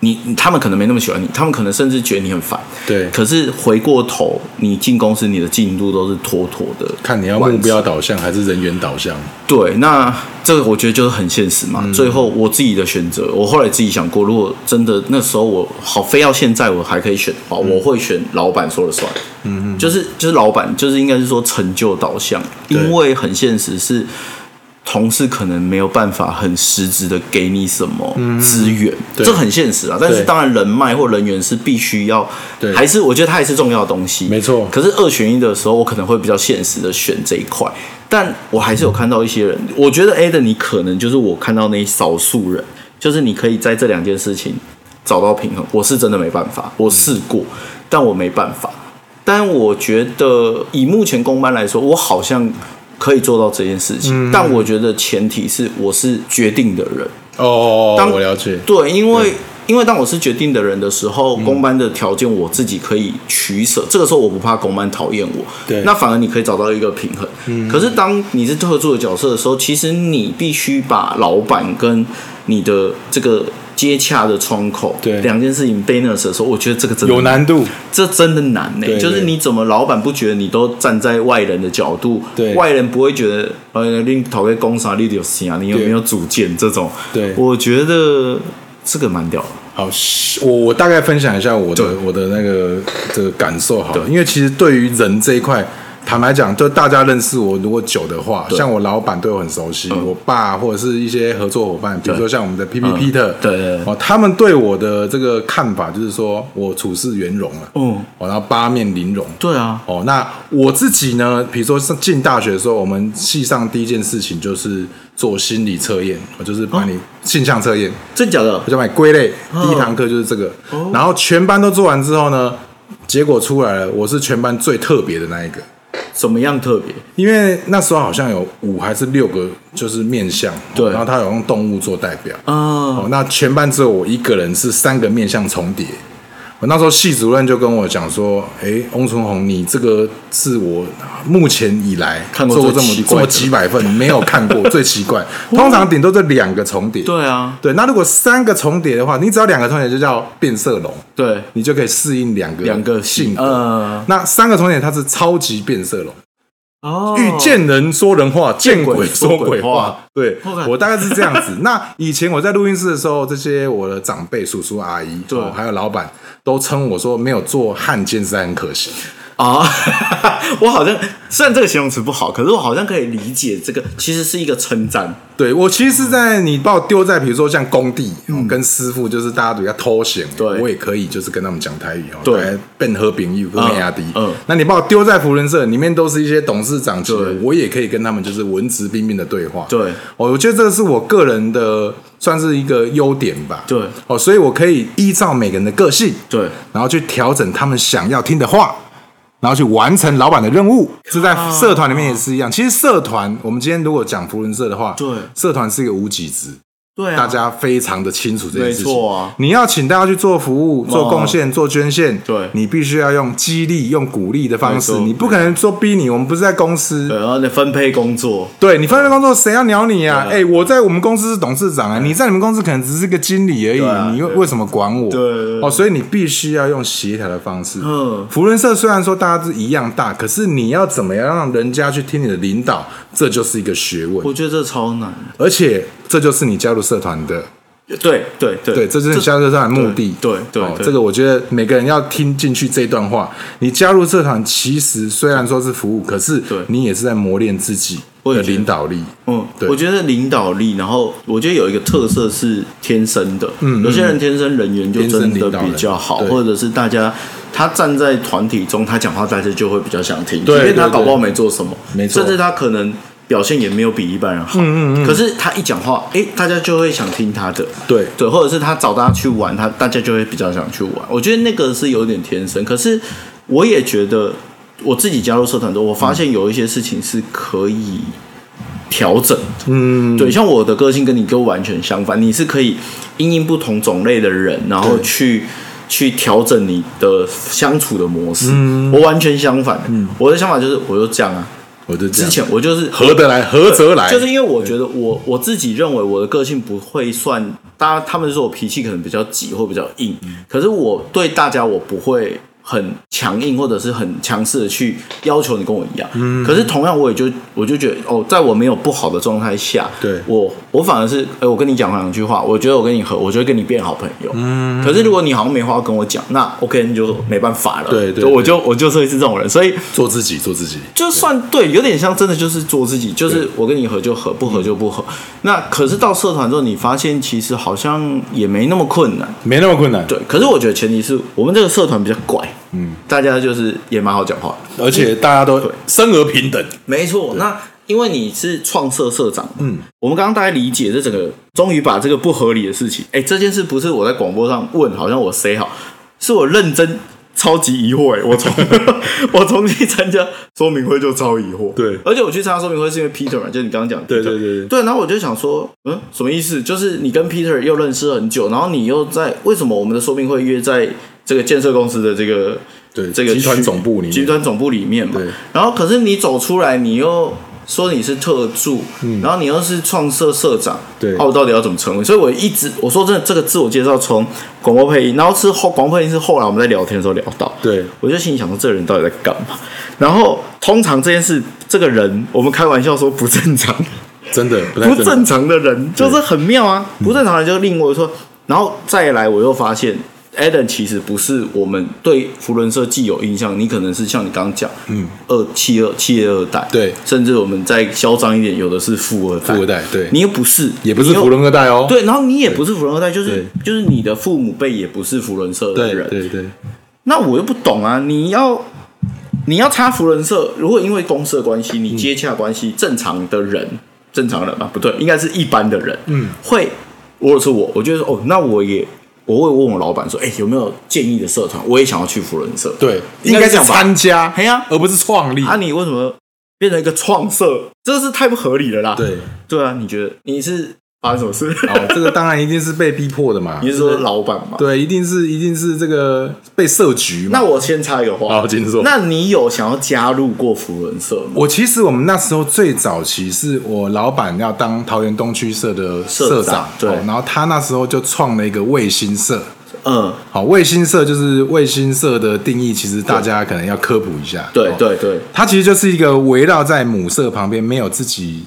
[SPEAKER 4] 你你他们可能没那么喜欢你，他们可能甚至觉得你很烦，
[SPEAKER 3] 对
[SPEAKER 4] 可是回过头，你进公司，你的进度都是妥妥的，
[SPEAKER 3] 看你要目标导向还是人员导向？
[SPEAKER 4] 对，那这个我觉得就是很现实嘛。
[SPEAKER 3] 嗯
[SPEAKER 4] 最后我自己的选择，我后来自己想过，如果真的那时候我好非要现在我还可以选的话，
[SPEAKER 3] 嗯
[SPEAKER 4] 我会选老板说了算。嗯嗯，就是就是老板，就是应该是说成就导向，
[SPEAKER 3] 对
[SPEAKER 4] 因为很现实是。同事可能没有办法很实质的给你什么资源，
[SPEAKER 3] 嗯对
[SPEAKER 4] 这很现实啊。但是
[SPEAKER 3] 对
[SPEAKER 4] 当然，人脉或人员是必须要，
[SPEAKER 3] 对
[SPEAKER 4] 还是我觉得它也是重要的东西。
[SPEAKER 3] 没错
[SPEAKER 4] 可是二选一的时候，我可能会比较现实的选这一块，但我还是有看到一些人，我觉得 Ada 你可能就是我看到那少数人，就是你可以在这两件事情找到平衡。我是真的没办法，我试过，但我没办法。但我觉得以目前公班来说，我好像可以做到这件事情，
[SPEAKER 3] 嗯
[SPEAKER 4] 但我觉得前提是我是决定的人。
[SPEAKER 3] 哦，
[SPEAKER 4] 当
[SPEAKER 3] 我了解。嗯
[SPEAKER 4] 对，因为因为当我是决定的人的时候，公班的条件我自己可以取舍，这个时候我不怕公班讨厌我，
[SPEAKER 3] 对嗯
[SPEAKER 4] 那反而你可以找到一个平衡。可是当你是特助的角色的时候，其实你必须把老板跟你的这个。接洽的窗口，
[SPEAKER 3] 对
[SPEAKER 4] 两件事情 balance 的时候，我觉得这个真的
[SPEAKER 3] 有难度，
[SPEAKER 4] 这真的难呢、
[SPEAKER 3] 对
[SPEAKER 4] 就是
[SPEAKER 3] 对
[SPEAKER 4] 你怎么老板不觉得你都站在外人的角度，
[SPEAKER 3] 对
[SPEAKER 4] 外人不会觉得呃，你讨厌工厂，你有啥，你有
[SPEAKER 3] 对
[SPEAKER 4] 没有主见这种？
[SPEAKER 3] 对
[SPEAKER 4] 我觉得这个蛮屌的。
[SPEAKER 3] 好，我我大概分享一下我的
[SPEAKER 4] 对
[SPEAKER 3] 我的那个这个感受好了，
[SPEAKER 4] 对
[SPEAKER 3] 因为其实对于人这一块，坦白讲，就大家认识我如果久的话，像我老板对我很熟悉，我爸或者是一些合作伙伴，比如说像我们的 P P
[SPEAKER 4] 嗯
[SPEAKER 3] Peter，
[SPEAKER 4] 对对对
[SPEAKER 3] 哦，他们对我的这个看法就是说我处事圆融了，
[SPEAKER 4] 嗯，
[SPEAKER 3] 哦，然后八面玲珑，
[SPEAKER 4] 对啊，
[SPEAKER 3] 哦，那我自己呢，比如说上进大学的时候，我们系上第一件事情就是做心理测验，我就是把
[SPEAKER 4] 哦
[SPEAKER 3] 你性向测验，
[SPEAKER 4] 真假的
[SPEAKER 3] 我？就把你归类。
[SPEAKER 4] 哦
[SPEAKER 3] 第一堂课就是这个，然后全班都做完之后呢，结果出来了，我是全班最特别的那一个，
[SPEAKER 4] 怎么样特别？
[SPEAKER 3] 因为那时候好像有五还是六个就是面相，
[SPEAKER 4] 对
[SPEAKER 3] 然后他有用动物做代表，
[SPEAKER 4] 啊
[SPEAKER 3] 哦，那全班只有我一个人是三个面向重叠。我那时候系主任就跟我讲说：“诶，翁春红，你这个是我目前以来
[SPEAKER 4] 看过
[SPEAKER 3] 做过
[SPEAKER 4] 最
[SPEAKER 3] 这么
[SPEAKER 4] 奇
[SPEAKER 3] 这
[SPEAKER 4] 怪
[SPEAKER 3] 么
[SPEAKER 4] 的
[SPEAKER 3] 几百份没有 看过最奇怪，通常顶多就两个重叠。
[SPEAKER 4] 对啊，
[SPEAKER 3] 对，那如果三个重叠的话，你只要两个重叠就叫变色龙，
[SPEAKER 4] 对，
[SPEAKER 3] 你就可以适应两个
[SPEAKER 4] 两个
[SPEAKER 3] 性格。
[SPEAKER 4] 呃，
[SPEAKER 3] 那三个重叠它是超级变色龙。”
[SPEAKER 4] 哦，
[SPEAKER 3] 遇见人说人话，哦见
[SPEAKER 4] 鬼
[SPEAKER 3] 鬼
[SPEAKER 4] 说
[SPEAKER 3] 说
[SPEAKER 4] 鬼
[SPEAKER 3] 鬼
[SPEAKER 4] 话
[SPEAKER 3] 话。对
[SPEAKER 4] OK
[SPEAKER 3] 我大概是这样子。 那以前我在录音室的时候，这些我的长辈、叔叔、阿姨，
[SPEAKER 4] 对
[SPEAKER 3] 哦还有老板，都称我说没有做汉奸实在很可惜。
[SPEAKER 4] 啊， 我好像虽然这个形容词不好，可是我好像可以理解这个其实是一个称赞。
[SPEAKER 3] 对我其实是在你把我丢在比如说像工地、哦跟师傅，就是大家比较偷闲，
[SPEAKER 4] 嗯对
[SPEAKER 3] 我也可以就是跟他们讲台语哦，
[SPEAKER 4] 对
[SPEAKER 3] 大家变喝饼友跟压低。
[SPEAKER 4] 嗯
[SPEAKER 3] 那你把我丢在福伦社里面，都是一些董事长级的
[SPEAKER 4] 对，
[SPEAKER 3] 我也可以跟他们就是文质彬彬的对话。
[SPEAKER 4] 对
[SPEAKER 3] 哦，我觉得这是我个人的算是一个优点吧。
[SPEAKER 4] 对
[SPEAKER 3] 哦，所以我可以依照每个人的个性，
[SPEAKER 4] 对，
[SPEAKER 3] 然后去调整他们想要听的话，然后去完成老板的任务。这在
[SPEAKER 4] 啊
[SPEAKER 3] 社团里面也是一样。其实社团，我们今天如果讲福伦社的话，
[SPEAKER 4] 对
[SPEAKER 3] 社团是一个无给值，
[SPEAKER 4] 对啊，
[SPEAKER 3] 大家非常的清楚这件事情。
[SPEAKER 4] 没错啊嗯
[SPEAKER 3] 你要请大家去做服务、做贡献、做捐献，
[SPEAKER 4] 对
[SPEAKER 3] 你必须要用激励、用鼓励的方式，
[SPEAKER 4] 没错
[SPEAKER 3] 你不可能说逼你。我们不是在公司，
[SPEAKER 4] 对，然后你分配工作，
[SPEAKER 3] 对你分配工作，谁要鸟你啊？哎、我在我们公司是董事长啊，你在你们公司可能只是个经理而已，
[SPEAKER 4] 对啊
[SPEAKER 3] 你
[SPEAKER 4] 对
[SPEAKER 3] 为什么管我？
[SPEAKER 4] 对啊对对
[SPEAKER 3] 哦，所以你必须要用协调的方式。
[SPEAKER 4] 嗯
[SPEAKER 3] 福伦社虽然说大家是一样大，可是你要怎么样让人家去听你的领导，这就是一个学
[SPEAKER 4] 我
[SPEAKER 3] 问，
[SPEAKER 4] 觉得这超难。
[SPEAKER 3] 而且这就是你加入社团的，
[SPEAKER 4] 对对对
[SPEAKER 3] 对，这就是你加入社团的目的。
[SPEAKER 4] 对对
[SPEAKER 3] 哦
[SPEAKER 4] 对
[SPEAKER 3] 这个我觉得每个人要听进去这段话。你加入社团，其实虽然说是服务，可是
[SPEAKER 4] 对
[SPEAKER 3] 你也是在磨练自己
[SPEAKER 4] 我也
[SPEAKER 3] 的
[SPEAKER 4] 觉得
[SPEAKER 3] 领导力。
[SPEAKER 4] 嗯，
[SPEAKER 3] 对
[SPEAKER 4] 我觉得领导力，然后我觉得有一个特色是天生的，嗯，有些人天生人缘就真的比较好，
[SPEAKER 3] 天生领导人对
[SPEAKER 4] 或者是大家他站在团体中，他讲话大家就会比较想听，
[SPEAKER 3] 对
[SPEAKER 4] 即便他
[SPEAKER 3] 对对
[SPEAKER 4] 搞不好没做什么，
[SPEAKER 3] 没错
[SPEAKER 4] 甚至他可能表现也没有比一般人好，嗯嗯嗯，可是他一讲话，哎、大家就会想听他的，
[SPEAKER 3] 对
[SPEAKER 4] 对，或者是他找大家去玩，他大家就会比较想去玩。我觉得那个是有点天生，可是我也觉得我自己加入社团之后，我发现有一些事情是可以调整的。嗯，对，像我的个性跟你就完全相反，你是可以因应不同种类的人，然后
[SPEAKER 3] 对
[SPEAKER 4] 去。去调整你的相处的模式，
[SPEAKER 3] 嗯
[SPEAKER 4] 我完全相反。我的想法就是，我就这样啊。
[SPEAKER 3] 我就嗯这
[SPEAKER 4] 之
[SPEAKER 3] 样
[SPEAKER 4] 前我就是
[SPEAKER 3] 合得来，合则来，
[SPEAKER 4] 就是因为我觉得我我自己认为我的个性不会算，大家他们说我脾气可能比较急或比较硬，可是我对大家我不会很强硬或者是很强势的去要求你跟我一样。嗯，可是同样我也就我就觉得哦，在我没有不好的状态下，
[SPEAKER 3] 对
[SPEAKER 4] 我我反而是哎、我跟你讲两句话，我觉得我跟你合，我就会跟你变好朋友。嗯，可是如果你好像没话跟我讲，那 OK 你就没办法了。
[SPEAKER 3] 对对
[SPEAKER 4] 我就我就是会是这种人，所以。
[SPEAKER 3] 做自己，做自己。
[SPEAKER 4] 就算对，有点像真的就是做自己，就是我跟你合就合，不合就不合。那可是到社团之后，你发现其实好像也没那么困难。
[SPEAKER 3] 没那么困难，
[SPEAKER 4] 对，可是我觉得前提是我们这个社团比较怪，嗯，大家就是也蛮好讲话。
[SPEAKER 3] 而且大家都生而平等，
[SPEAKER 4] 没错，那因为你是创社社长，嗯，我们刚刚大概理解这整个，终于把这个不合理的事情，哎，这件事不是我在广播上问，好像我 say 好，是我认真。超级疑惑、欸，我 从我从去参加说明会就超疑惑，
[SPEAKER 3] 对
[SPEAKER 4] 而且我去参加说明会是因为 Peter 嘛，就你刚刚讲的 Peter，
[SPEAKER 3] 对对对对
[SPEAKER 4] 对，然后我就想说，嗯，什么意思？就是你跟 Peter 又认识很久，然后你又在为什么我们的说明会约在这个建设公司的这个
[SPEAKER 3] 对
[SPEAKER 4] 这个
[SPEAKER 3] 集团
[SPEAKER 4] 区
[SPEAKER 3] 总部里面
[SPEAKER 4] 集团总部里面嘛
[SPEAKER 3] 对。
[SPEAKER 4] 然后可是你走出来，你又说你是特助，然后你又是创社社长，
[SPEAKER 3] 嗯
[SPEAKER 4] 啊
[SPEAKER 3] 对
[SPEAKER 4] 那我到底要怎么成为？所以我一直我说真的，这个自我介绍从广播配音，然后是后广播配音是后来我们在聊天的时候聊到，
[SPEAKER 3] 对
[SPEAKER 4] 我就心里想说，这个人到底在干嘛？然后通常这件事，这个人我们开玩笑说不正常。
[SPEAKER 3] 真的不太
[SPEAKER 4] 不正常的人就是很妙啊，不正常的人就令我说，然后再来我又发现。Adam 其实不是我们对福伦社既有印象，你可能是像你刚刚讲，嗯，二企二企业二代，
[SPEAKER 3] 对
[SPEAKER 4] 甚至我们再嚣张一点，有的是富二代，
[SPEAKER 3] 富二代对
[SPEAKER 4] 你又不是，
[SPEAKER 3] 也不是
[SPEAKER 4] 你又
[SPEAKER 3] 福伦二代哦。
[SPEAKER 4] 对，然后你也不是福伦二代，就是
[SPEAKER 3] 对
[SPEAKER 4] 就是你的父母辈也不是福伦社的
[SPEAKER 3] 对
[SPEAKER 4] 人，
[SPEAKER 3] 对对，
[SPEAKER 4] 那我又不懂啊，你要你要插福人社，如果因为公社关系，你接洽关系，正常的人，正常人吧，不对，应该是一般的人，嗯，会，如果是我，我就说哦，那我也。我会问我老板说：“哎、有没有建议的社团？我也想要去福人社。”
[SPEAKER 3] 对，
[SPEAKER 4] 应
[SPEAKER 3] 应
[SPEAKER 4] 该
[SPEAKER 3] 该
[SPEAKER 4] 是
[SPEAKER 3] 是
[SPEAKER 4] 这样吧
[SPEAKER 3] 参加，
[SPEAKER 4] 嘿呀
[SPEAKER 3] 而不是创立。
[SPEAKER 4] 啊，你为什么变成一个创社？这是太不合理了啦！
[SPEAKER 3] 对，
[SPEAKER 4] 对啊，你觉得你是发生什么事？
[SPEAKER 3] 哦，这个当然一定是被逼迫的 嘛。
[SPEAKER 4] 你是说老板吗？
[SPEAKER 3] 对，一定是一定是这个被设局嘛。
[SPEAKER 4] 那我先插一个话，
[SPEAKER 3] 好请说
[SPEAKER 4] 那你有想要加入过福人社吗？
[SPEAKER 3] 我其实我们那时候最早期是我老板要当桃园东区社的
[SPEAKER 4] 社长
[SPEAKER 3] 长，
[SPEAKER 4] 对
[SPEAKER 3] 哦然后他那时候就创了一个卫星社。
[SPEAKER 4] 嗯，
[SPEAKER 3] 好，卫星社就是卫星社的定义，其实大家可能要科普一下。
[SPEAKER 4] 对
[SPEAKER 3] 哦
[SPEAKER 4] 对对，
[SPEAKER 3] 它其实就是一个围绕在母社旁边没有自己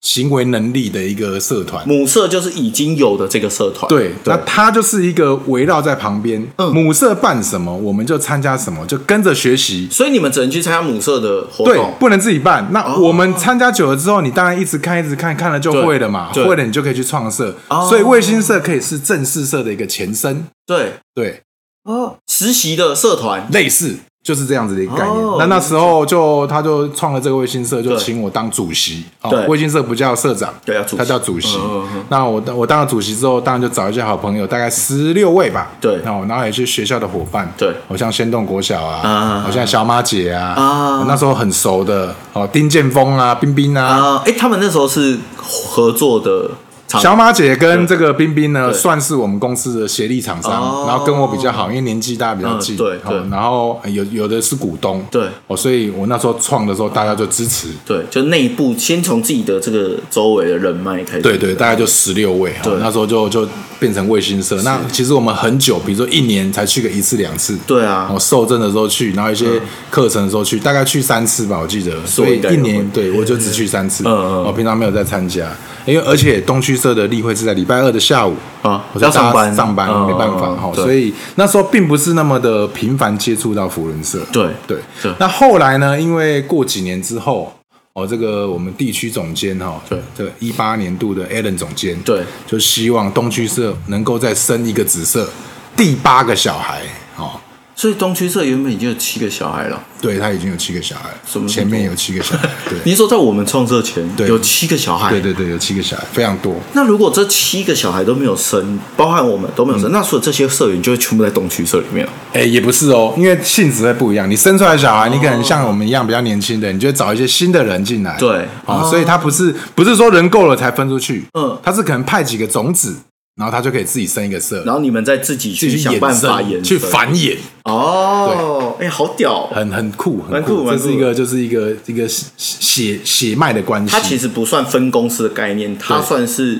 [SPEAKER 3] 行为能力的一个社团。
[SPEAKER 4] 母社就是已经有的这个社团，
[SPEAKER 3] 对，
[SPEAKER 4] 对嗯
[SPEAKER 3] 那它就是一个围绕在旁边，母社办什么我们就参加什么，就跟着学习。
[SPEAKER 4] 所以你们只能去参加母社的活
[SPEAKER 3] 对
[SPEAKER 4] 动，。哦
[SPEAKER 3] 不能自己办。那我们参加久了之后，你当然一直看，一直看，看了就会了嘛，
[SPEAKER 4] 对对
[SPEAKER 3] 会了你就可以去创社。
[SPEAKER 4] 哦
[SPEAKER 3] 所以卫星社可以是正式社的一个前身，
[SPEAKER 4] 对，
[SPEAKER 3] 对，
[SPEAKER 4] 哦，实习的社团，
[SPEAKER 3] 类似就是这样子的一个概念。
[SPEAKER 4] 哦
[SPEAKER 3] 那那时候就他就创了这个卫星社，就
[SPEAKER 4] 对
[SPEAKER 3] 请我当主席。哦
[SPEAKER 4] 对
[SPEAKER 3] 卫星社不叫社长，
[SPEAKER 4] 对啊主席
[SPEAKER 3] 他叫主席
[SPEAKER 4] 嗯嗯嗯。
[SPEAKER 3] 那我当我当了主席之后，当然就找一些好朋友，大概十六位吧。
[SPEAKER 4] 对
[SPEAKER 3] 那我然后也是学校的伙伴。
[SPEAKER 4] 对
[SPEAKER 3] 我像仙洞国小
[SPEAKER 4] 啊
[SPEAKER 3] 啊，我像小马姐啊，
[SPEAKER 4] 啊
[SPEAKER 3] 我那时候很熟的哦，丁建峰啊，冰冰啊，
[SPEAKER 4] 啊，哎，他们那时候是合作的厂，
[SPEAKER 3] 小马姐跟这个冰冰呢，
[SPEAKER 4] 对
[SPEAKER 3] 算是我们公司的协力厂商
[SPEAKER 4] 哦，
[SPEAKER 3] 然后跟我比较好，因为年纪大家比较近，
[SPEAKER 4] 嗯对对
[SPEAKER 3] 哦然后有有的是股东，
[SPEAKER 4] 对
[SPEAKER 3] 哦，所以我那时候创的时候，大家就支持，
[SPEAKER 4] 对，就内部先从自己的这个周围的人脉开始，
[SPEAKER 3] 对对，大概就十六位，
[SPEAKER 4] 对
[SPEAKER 3] 哦那时候就就变成卫星社。那其实我们很久，比如说一年才去个一次两次，
[SPEAKER 4] 对啊
[SPEAKER 3] 哦，受证的时候去，然后一些课程的时候去，大概去三次吧，我记得，所以
[SPEAKER 4] 应该
[SPEAKER 3] 一
[SPEAKER 4] 有
[SPEAKER 3] 年
[SPEAKER 4] 会
[SPEAKER 3] 对我就只去三次，哦
[SPEAKER 4] 嗯嗯
[SPEAKER 3] 我平常没有在参加，因为而且东区社的例会是在礼拜二的下午。
[SPEAKER 4] 啊，
[SPEAKER 3] 我
[SPEAKER 4] 要
[SPEAKER 3] 说大家
[SPEAKER 4] 上班
[SPEAKER 3] 上班
[SPEAKER 4] 嗯
[SPEAKER 3] 没办法
[SPEAKER 4] 嗯嗯
[SPEAKER 3] 哈，
[SPEAKER 4] 对
[SPEAKER 3] 所以那时候并不是那么的频繁接触到福伦社。
[SPEAKER 4] 对
[SPEAKER 3] 对
[SPEAKER 4] 对
[SPEAKER 3] 那后来呢？因为过几年之后，哦，这个我们地区总监哈，
[SPEAKER 4] 对
[SPEAKER 3] 这个一八年度的 Allen 总监，
[SPEAKER 4] 对，
[SPEAKER 3] 就希望东区社能够再生一个紫色第八个小孩哦。
[SPEAKER 4] 所以东区社原本已经有七个小孩了。
[SPEAKER 3] 对他已经有七个小孩
[SPEAKER 4] 什么，
[SPEAKER 3] 前面有七个小孩， 对，
[SPEAKER 4] 您说在我们创社前
[SPEAKER 3] 对
[SPEAKER 4] 有七个小孩，
[SPEAKER 3] 对对对，有七个小孩，非常多。
[SPEAKER 4] 那如果这七个小孩都没有生，包含我们都没
[SPEAKER 3] 嗯
[SPEAKER 4] 有生，那所以这些社员就会全部在东区社里面了。
[SPEAKER 3] 哎、也不是哦，因为性质会不一样。你生出来的小孩，你可能像我们一样比较年轻的，你就会找一些新的人进来。
[SPEAKER 4] 对
[SPEAKER 3] 哦，所以他不是不是说人够了才分出去，
[SPEAKER 4] 嗯
[SPEAKER 3] 他是可能派几个种子，然后他就可以自己生一个色，
[SPEAKER 4] 然后你们再自己
[SPEAKER 3] 自
[SPEAKER 4] 去
[SPEAKER 3] 己
[SPEAKER 4] 想办法
[SPEAKER 3] 衍
[SPEAKER 4] 延
[SPEAKER 3] 生去繁衍，
[SPEAKER 4] 哦，哎、好屌哦、
[SPEAKER 3] 很很酷，很
[SPEAKER 4] 蛮酷蛮
[SPEAKER 3] 这
[SPEAKER 4] 酷
[SPEAKER 3] 是一个就是一个一个血血血脉的关系。
[SPEAKER 4] 它其实不算分公司的概念，它算是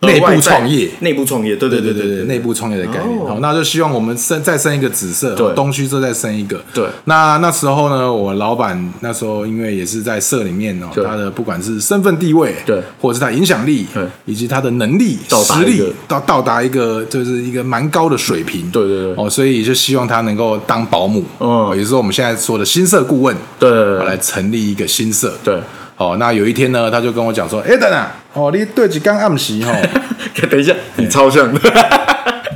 [SPEAKER 4] 呃
[SPEAKER 3] 内部
[SPEAKER 4] 额外在
[SPEAKER 3] 创业
[SPEAKER 4] 内部创业，对
[SPEAKER 3] 对
[SPEAKER 4] 对
[SPEAKER 3] 对对
[SPEAKER 4] 对
[SPEAKER 3] 对，内部创业的概念。
[SPEAKER 4] 哦
[SPEAKER 3] 好，那就希望我们生再生一个紫色，
[SPEAKER 4] 对
[SPEAKER 3] 东区社再生一个。
[SPEAKER 4] 对
[SPEAKER 3] 那那时候呢，我老板那时候因为也是在社里面哦，
[SPEAKER 4] 对
[SPEAKER 3] 他的不管是身份地位，
[SPEAKER 4] 对
[SPEAKER 3] 或者是他影响力，
[SPEAKER 4] 对
[SPEAKER 3] 以及他的能力、
[SPEAKER 4] 到达
[SPEAKER 3] 实
[SPEAKER 4] 一
[SPEAKER 3] 力
[SPEAKER 4] 个，
[SPEAKER 3] 到到达一个就是一个蛮高的水平。
[SPEAKER 4] 对对对
[SPEAKER 3] 哦，所以就希望他能够当保姆，
[SPEAKER 4] 嗯
[SPEAKER 3] 哦，也就是我们现在说的新社顾问，哦
[SPEAKER 4] 对对
[SPEAKER 3] 来
[SPEAKER 4] 对
[SPEAKER 3] 成立一个新社。
[SPEAKER 4] 对
[SPEAKER 3] 哦，那有一天呢，他就跟我讲说：“哎，等啊，哦，你对几刚暗时哦。”
[SPEAKER 4] 对， 等一下，你超 像的，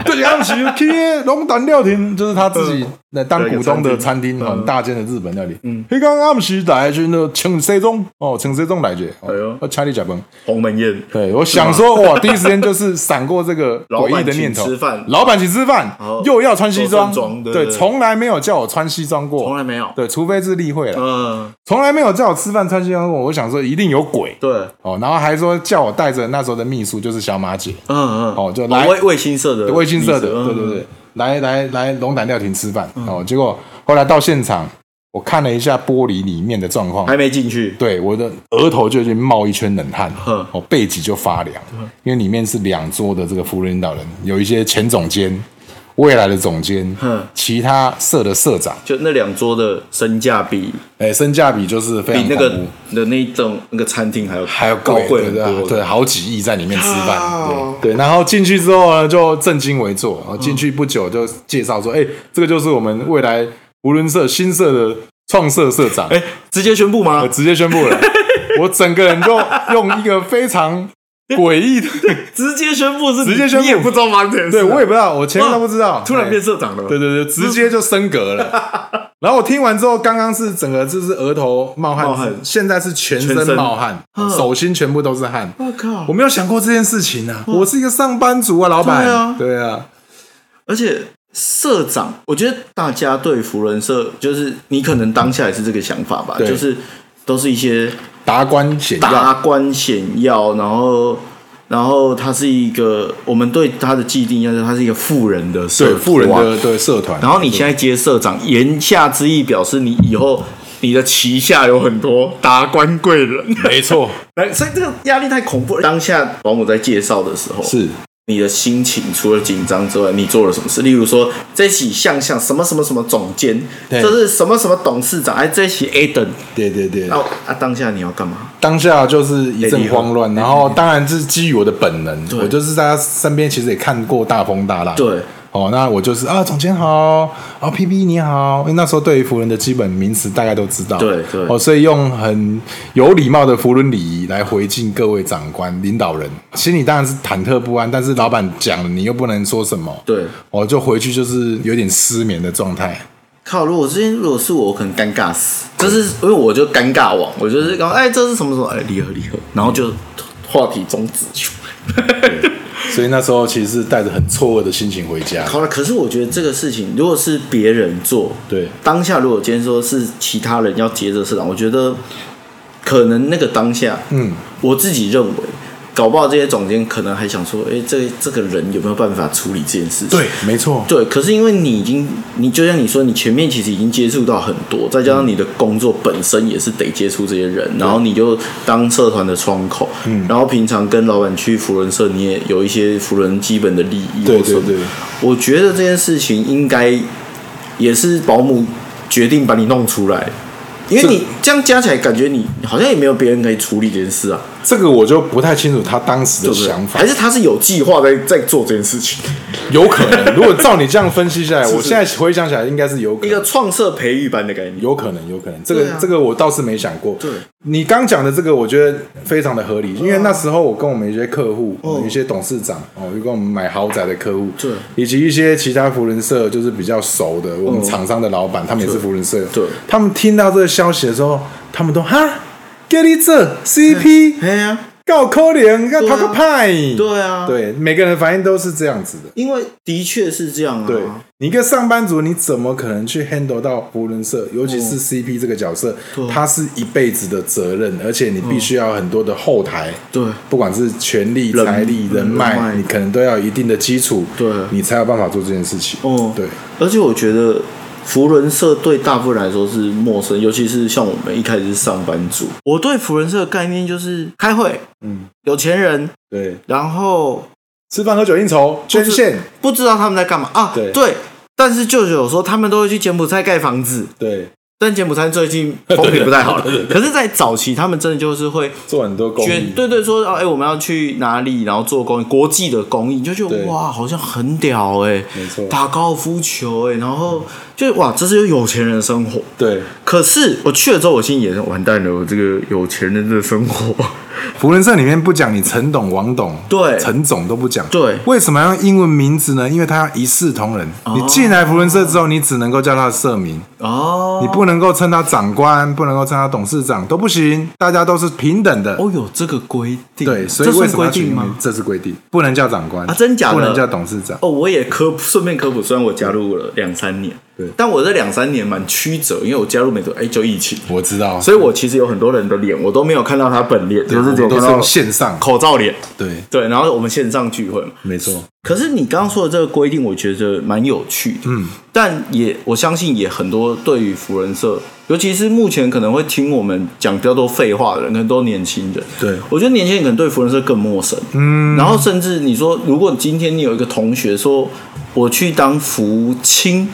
[SPEAKER 3] 对，他们其实去龙胆料亭，就是他自
[SPEAKER 4] 嗯
[SPEAKER 3] 己来当股东的餐厅，很大间的日本料理。嗯，迄刚暗时来去呢，请西中哦，请西中来去，
[SPEAKER 4] 哎呦
[SPEAKER 3] 我请你 食饭。
[SPEAKER 4] 鸿门宴，
[SPEAKER 3] 对，我想说哇，第一时间就是闪过这个
[SPEAKER 4] 老板
[SPEAKER 3] 诡异的念头。
[SPEAKER 4] 请吃饭
[SPEAKER 3] 老板请吃饭
[SPEAKER 4] 哦，
[SPEAKER 3] 又要穿西装
[SPEAKER 4] 做正装，对
[SPEAKER 3] 对，
[SPEAKER 4] 对
[SPEAKER 3] 从来没有叫我穿西装过，
[SPEAKER 4] 从来没有
[SPEAKER 3] 对，除非是例会了，
[SPEAKER 4] 嗯，
[SPEAKER 3] 从来没有叫我吃饭穿西装过。我想说一定有鬼
[SPEAKER 4] 对，
[SPEAKER 3] 哦，然后还说叫我带着那时候的秘书，就是小马姐，
[SPEAKER 4] 嗯嗯，
[SPEAKER 3] 哦就来
[SPEAKER 4] 卫卫星社的，
[SPEAKER 3] 卫星社的，
[SPEAKER 4] 嗯
[SPEAKER 3] 对对，对，来来来龙胆料亭吃饭、哦，结果后来到现场，我看了一下玻璃里面的状况，
[SPEAKER 4] 还没进去，
[SPEAKER 3] 对我的额头就已经冒一圈冷汗
[SPEAKER 4] 哼，
[SPEAKER 3] 哦，背脊就发凉，
[SPEAKER 4] 嗯
[SPEAKER 3] 因为里面是两桌的这个福伦领导人，有一些前总监、未来的总监
[SPEAKER 4] 哼，
[SPEAKER 3] 其他社的社长，
[SPEAKER 4] 就那两桌的身价比
[SPEAKER 3] 哎，身价比就是非
[SPEAKER 4] 比
[SPEAKER 3] 常
[SPEAKER 4] 那
[SPEAKER 3] 恐
[SPEAKER 4] 个
[SPEAKER 3] 怖。
[SPEAKER 4] 的那一种那个餐厅还要
[SPEAKER 3] 还要
[SPEAKER 4] 高贵很
[SPEAKER 3] 对
[SPEAKER 4] 多
[SPEAKER 3] 对，对，好几亿在里面吃饭
[SPEAKER 4] 靠，
[SPEAKER 3] 对对，然后进去之后呢，就正襟危坐，然后进去不久就介绍说，哎，这个就是我们未来无论社新社的创社社长，
[SPEAKER 4] 哎，直接宣布吗
[SPEAKER 3] 我？直接宣 布了，我整个人就用一个非常诡异的，
[SPEAKER 4] 直接宣布是你
[SPEAKER 3] 直接宣布
[SPEAKER 4] 你也不知道忙点事啊，
[SPEAKER 3] 对我也不知道，我前面都不知道，
[SPEAKER 4] 突然变
[SPEAKER 3] 哎
[SPEAKER 4] 社长了，
[SPEAKER 3] 对对对，直接就升格了。 然后我听完之后，刚刚是整个就是额头冒汗，
[SPEAKER 4] 冒汗
[SPEAKER 3] 现在是全
[SPEAKER 4] 全身
[SPEAKER 3] 身冒汗，手心全部都是汗。
[SPEAKER 4] 我靠
[SPEAKER 3] 我！没有想过这件事情啊！我是一个上班族啊，老
[SPEAKER 4] 嗯
[SPEAKER 3] 板。
[SPEAKER 4] 对啊
[SPEAKER 3] 对啊，
[SPEAKER 4] 而且社长，我觉得大家对福人社，就是你可能当下也是这个想法吧，
[SPEAKER 3] 对
[SPEAKER 4] 就是都是一些
[SPEAKER 3] 达官显
[SPEAKER 4] 达
[SPEAKER 3] 要，
[SPEAKER 4] 官显要，然后然后他是一个，我们对他的既定印象是他是一个富人的社
[SPEAKER 3] 对
[SPEAKER 4] 团
[SPEAKER 3] 富人的对社团。
[SPEAKER 4] 然后你现在接社长，言下之意表示你以后你的旗下有很多达官贵人，
[SPEAKER 3] 没错，
[SPEAKER 4] 哎，所以这个压力太恐怖了。当下保姆在介绍的时候，
[SPEAKER 3] 是
[SPEAKER 4] 你的心情除了紧张之外，你做了什么事？例如说，这起项项什么什么什么总监，
[SPEAKER 3] 对
[SPEAKER 4] 这是什么什么董事长，哎，这起 A 等，
[SPEAKER 3] 对对对
[SPEAKER 4] 那，我啊，当下你要干嘛？
[SPEAKER 3] 当下就是一阵慌乱，然后当然是基于我的本能，
[SPEAKER 4] 哎对
[SPEAKER 3] 我就是在他身边，其实也看过大风大浪。
[SPEAKER 4] 对，
[SPEAKER 3] 哦，那我就是啊，总监好，啊，P P 你好，因为那时候对于福伦的基本名词大概都知道，
[SPEAKER 4] 对对
[SPEAKER 3] 哦，所以用很有礼貌的福伦礼仪来回敬各位长官、领导人，心里当然是忐忑不安，但是老板讲了，你又不能说什么，
[SPEAKER 4] 对
[SPEAKER 3] 哦，就回去就是有点失眠的状态，
[SPEAKER 4] 靠！如果之前如果是我，我可能尴尬死。就是因为我就尴尬王，我就是刚哎，这是什么什么哎，离合离合，然后就话题终止。咻
[SPEAKER 3] 所以那时候其实是带着很错愕的心情回家，
[SPEAKER 4] 好了，可是我觉得这个事情如果是别人做，
[SPEAKER 3] 对
[SPEAKER 4] 当下如果今天说是其他人要接这市场，我觉得可能那个当下，
[SPEAKER 3] 嗯，
[SPEAKER 4] 我自己认为，搞不好这些总监可能还想说，哎、这这个人有没有办法处理这件事情？
[SPEAKER 3] 对，没错，
[SPEAKER 4] 对，可是因为你已经，你就像你说，你前面其实已经接触到很多，再
[SPEAKER 3] 嗯
[SPEAKER 4] 加上你的工作本身也是得接触这些人，然后你就当社团的窗口，嗯，然后平常跟老板去福伦社，你也有一些福伦基本的利益，
[SPEAKER 3] 对对
[SPEAKER 4] 或什么
[SPEAKER 3] 对
[SPEAKER 4] 我觉得这件事情应该也是保姆决定把你弄出来，因为
[SPEAKER 3] 这
[SPEAKER 4] 你这样加起来，感觉你好像也没有别人可以处理这件事啊，
[SPEAKER 3] 这个我就不太清楚他当时
[SPEAKER 4] 对
[SPEAKER 3] 的
[SPEAKER 4] 不对哎
[SPEAKER 3] 想？法
[SPEAKER 4] 还，是他是有计划在在做这件事情？
[SPEAKER 3] 有可能。如果照你这样分析下来，
[SPEAKER 4] 是
[SPEAKER 3] 我现在回想起来应该是有可
[SPEAKER 4] 一
[SPEAKER 3] 能
[SPEAKER 4] 个，创社培育班的概念，
[SPEAKER 3] 有可能，有可能。这个、
[SPEAKER 4] 对啊
[SPEAKER 3] 这个我倒是没想过。
[SPEAKER 4] 对啊
[SPEAKER 3] 你刚讲的这个，我觉得非常的合理，因为那时候我跟我们一些客户、有一些董事长哦，就跟我们买豪宅的客户，
[SPEAKER 4] 对
[SPEAKER 3] 以及一些其他福伦社就是比较熟的我们厂商的老板，他们也是福伦社，
[SPEAKER 4] 对
[SPEAKER 3] 他们听到这个消息的时候，他们都哈，get it 这 CP
[SPEAKER 4] 哎呀、
[SPEAKER 3] 告扣脸，要
[SPEAKER 4] 对啊
[SPEAKER 3] 讨个派，
[SPEAKER 4] 对啊，，
[SPEAKER 3] 对，每个人反应都是这样子的。
[SPEAKER 4] 因为的确是这样啊。
[SPEAKER 3] 对你一个上班族，你怎么可能去 handle 到福伦社，尤其
[SPEAKER 4] 哦
[SPEAKER 3] 是 CP 这个角色，他是一辈子的责任，而且你必须要有很多的后台，
[SPEAKER 4] 对
[SPEAKER 3] 不管是权力、
[SPEAKER 4] 人
[SPEAKER 3] 财力、人
[SPEAKER 4] 人
[SPEAKER 3] 脉，
[SPEAKER 4] 脉
[SPEAKER 3] 你可能都要有一定的基础，
[SPEAKER 4] 对
[SPEAKER 3] 你才有办法做这件事情。
[SPEAKER 4] 哦
[SPEAKER 3] 对，
[SPEAKER 4] 而且我觉得福伦社对大部分人来说是陌生，尤其是像我们一开始是上班族。我对福伦社的概念就是开会，
[SPEAKER 3] 嗯，
[SPEAKER 4] 有钱人，
[SPEAKER 3] 对，
[SPEAKER 4] 然后
[SPEAKER 3] 吃饭喝酒应酬捐献，
[SPEAKER 4] 不知道他们在干嘛啊。
[SPEAKER 3] 对
[SPEAKER 4] 但是舅舅有说他们都会去柬埔寨盖房子，
[SPEAKER 3] 对，
[SPEAKER 4] 但柬埔寨最近风评不太好 了。可是，在早期，他们真的就是会
[SPEAKER 3] 做很多公
[SPEAKER 4] 觉
[SPEAKER 3] 益，
[SPEAKER 4] 对对说啊，哎、我们要去哪里，然后做公益，国际的公益，你就觉
[SPEAKER 3] 对
[SPEAKER 4] 得哇，好像很屌哎、
[SPEAKER 3] 没错
[SPEAKER 4] 打高尔夫球哎、然后就哇，这是有钱人的生活。
[SPEAKER 3] 对，
[SPEAKER 4] 可是我去了之后，我心里也是完蛋了，我这个有钱人的生活，
[SPEAKER 3] 福伦社里面不讲你陈董、王董，
[SPEAKER 4] 对
[SPEAKER 3] 陈总都不讲，
[SPEAKER 4] 对
[SPEAKER 3] 为什么要用英文名字呢？因为他要一视同仁。你进来福伦社之后，你只能够叫他的社名，
[SPEAKER 4] 哦，
[SPEAKER 3] 你不能够称他长官，不能够称他董事长，都不行，大家都是平等的。
[SPEAKER 4] 哦有这个规定，
[SPEAKER 3] 对，所以
[SPEAKER 4] 这
[SPEAKER 3] 为
[SPEAKER 4] 算
[SPEAKER 3] 什么
[SPEAKER 4] 规
[SPEAKER 3] 要取
[SPEAKER 4] 定
[SPEAKER 3] 名
[SPEAKER 4] 吗
[SPEAKER 3] 字？？这是规定，不能叫长官
[SPEAKER 4] 啊真假的
[SPEAKER 3] 不能叫董事长。
[SPEAKER 4] 哦，我也科普，顺便科普。虽然我加入了两三年，
[SPEAKER 3] 对
[SPEAKER 4] 但我这两三年蛮曲折，因为我加入没多久，哎，就疫情，
[SPEAKER 3] 我知道，
[SPEAKER 4] 所以我其实有很多人的脸，我都没有看到他本脸，
[SPEAKER 3] 对
[SPEAKER 4] 就是只有
[SPEAKER 3] 我
[SPEAKER 4] 看
[SPEAKER 3] 们都是
[SPEAKER 4] 到
[SPEAKER 3] 用线上。
[SPEAKER 4] 口罩脸。
[SPEAKER 3] 对，
[SPEAKER 4] 对，然后我们线上聚会嘛。
[SPEAKER 3] 没错，
[SPEAKER 4] 可是你刚刚说的这个规定，我觉得蛮有趣的。嗯，但也我相信也很多对于福人社，尤其是目前可能会听我们讲比较多废话的人，可能都是年轻人。
[SPEAKER 3] 对
[SPEAKER 4] 我觉得年轻人可能对福人社更陌生。嗯，然后甚至你说，如果今天你有一个同学说我去当福清，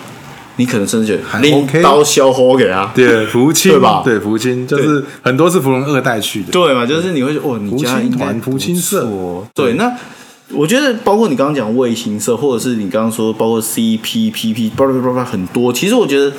[SPEAKER 4] 你可能甚至觉得
[SPEAKER 3] 还
[SPEAKER 4] 拎
[SPEAKER 3] OK
[SPEAKER 4] 刀削火给他。
[SPEAKER 3] 对，福清
[SPEAKER 4] 对吧
[SPEAKER 3] 对，福清就是很多是福伦二代去的。
[SPEAKER 4] 对嘛，就是你会觉得哦，你家
[SPEAKER 3] 福清
[SPEAKER 4] 应该
[SPEAKER 3] 团福清社
[SPEAKER 4] 不错对，那我觉得包括你刚刚讲卫星社，或者是你刚刚说包括 CPPP，叭叭叭叭很多。其实我觉得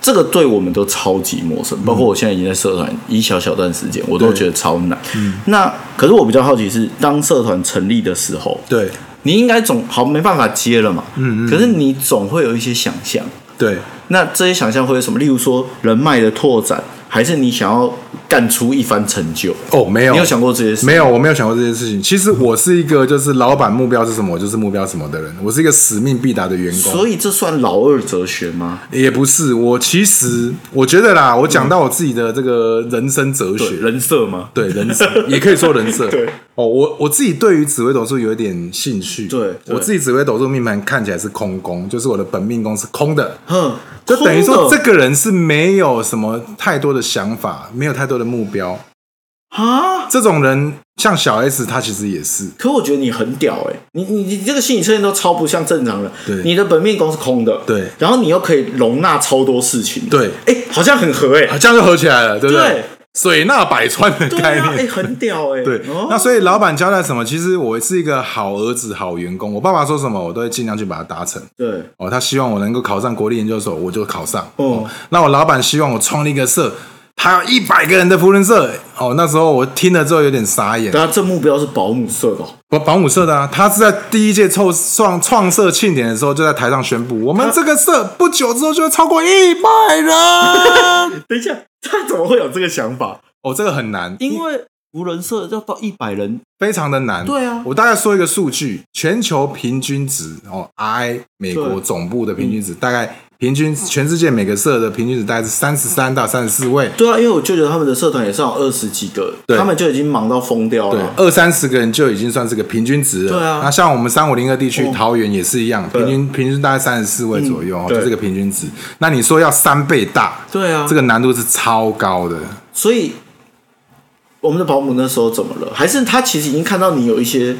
[SPEAKER 4] 这个对我们都超级陌
[SPEAKER 3] 嗯
[SPEAKER 4] 生，包括我现在已经在社团一小小段时间，我都
[SPEAKER 3] 对嗯
[SPEAKER 4] 觉得超难。那可是我比较好奇是，当社团成立的时候，
[SPEAKER 3] 对
[SPEAKER 4] 你应该总好没办法接了嘛，
[SPEAKER 3] 嗯嗯
[SPEAKER 4] 可是你总会有一些想象。
[SPEAKER 3] 对，
[SPEAKER 4] 那这些想象会有什么？例如说人脉的拓展，还是你想要干出一番成就？
[SPEAKER 3] 哦，没有，
[SPEAKER 4] 你有想过这些事？
[SPEAKER 3] 没有，我没有想过这件事情。其实我是一个就是老板目标是什么，我就是目标什么的人。我是一个使命必达的员工，
[SPEAKER 4] 所以这算老二哲学吗？
[SPEAKER 3] 也不是。我其实我觉得啦，我讲到我自己的这个人生哲学，
[SPEAKER 4] 人设吗？
[SPEAKER 3] 对人生 也可以说人设。
[SPEAKER 4] 对
[SPEAKER 3] 哦，我我自己对于紫微斗数有一点兴趣。
[SPEAKER 4] 对对
[SPEAKER 3] 我自己紫微斗数命盘看起来是空宫，就是我的本命宫是空的。
[SPEAKER 4] 哼，
[SPEAKER 3] 就等于说，
[SPEAKER 4] 空的
[SPEAKER 3] 这个人是没有什么太多的想法，没有太多的目标，
[SPEAKER 4] 啊！
[SPEAKER 3] 这种人像小 S，他其实也是，
[SPEAKER 4] 可我觉得你很屌哎、你你你这个心理测验都超不像正常人。
[SPEAKER 3] 对
[SPEAKER 4] 你的本命宫是空的，
[SPEAKER 3] 对
[SPEAKER 4] 然后你又可以容纳超多事情，
[SPEAKER 3] 对啊
[SPEAKER 4] 哎、好像很合哎、
[SPEAKER 3] 这样就合起来了，对不
[SPEAKER 4] 对
[SPEAKER 3] 水纳百川的
[SPEAKER 4] 对
[SPEAKER 3] 概
[SPEAKER 4] 啊，哎、
[SPEAKER 3] 念。
[SPEAKER 4] 很屌哎、
[SPEAKER 3] 对，
[SPEAKER 4] 哦、
[SPEAKER 3] 那所以老板交代什么？其实我是一个好儿子、好员工。我爸爸说什么，我都会尽量去把它达成。
[SPEAKER 4] 对，
[SPEAKER 3] 哦，他希望我能够考上国立研究所，我就考上。
[SPEAKER 4] 哦
[SPEAKER 3] 哦，那我老板希望我创立一个社，他要一百个人的福伦社。哦，那时候我听了之后有点傻眼。
[SPEAKER 4] 然后啊这目标是保姆社的、哦，
[SPEAKER 3] 保保姆社的啊，他是在第一届创创创社庆典的时候就在台上宣布，我们这个社不久之后就会超过一百 人。
[SPEAKER 4] 等一下，他怎么会有这个想法？
[SPEAKER 3] 哦，这个很难，
[SPEAKER 4] 因为无人社要到一百人，
[SPEAKER 3] 非常的难。
[SPEAKER 4] 对啊
[SPEAKER 3] 我大概说一个数据，全球平均值哦，I 美国
[SPEAKER 4] 对嗯
[SPEAKER 3] 总部的平均值大概平均全世界每个社的平均值大概是三十三到三十四位。
[SPEAKER 4] 对啊，因为我舅舅他们的社团也上有二十几个，
[SPEAKER 3] 对
[SPEAKER 4] 他们就已经忙到疯掉
[SPEAKER 3] 对
[SPEAKER 4] 了，。
[SPEAKER 3] 二三十个人就已经算是个平均值了。
[SPEAKER 4] 对啊哦
[SPEAKER 3] 那像我们三五零二地区，桃园也是一样，
[SPEAKER 4] 对嗯
[SPEAKER 3] 平均平均大概三十四位左右，哦，
[SPEAKER 4] 对
[SPEAKER 3] 就是个平均值。那你说要三倍大，
[SPEAKER 4] 对啊，
[SPEAKER 3] 这个难度是超高的。
[SPEAKER 4] 所以我们的保姆那时候怎么了？还是他其实已经看到你有一些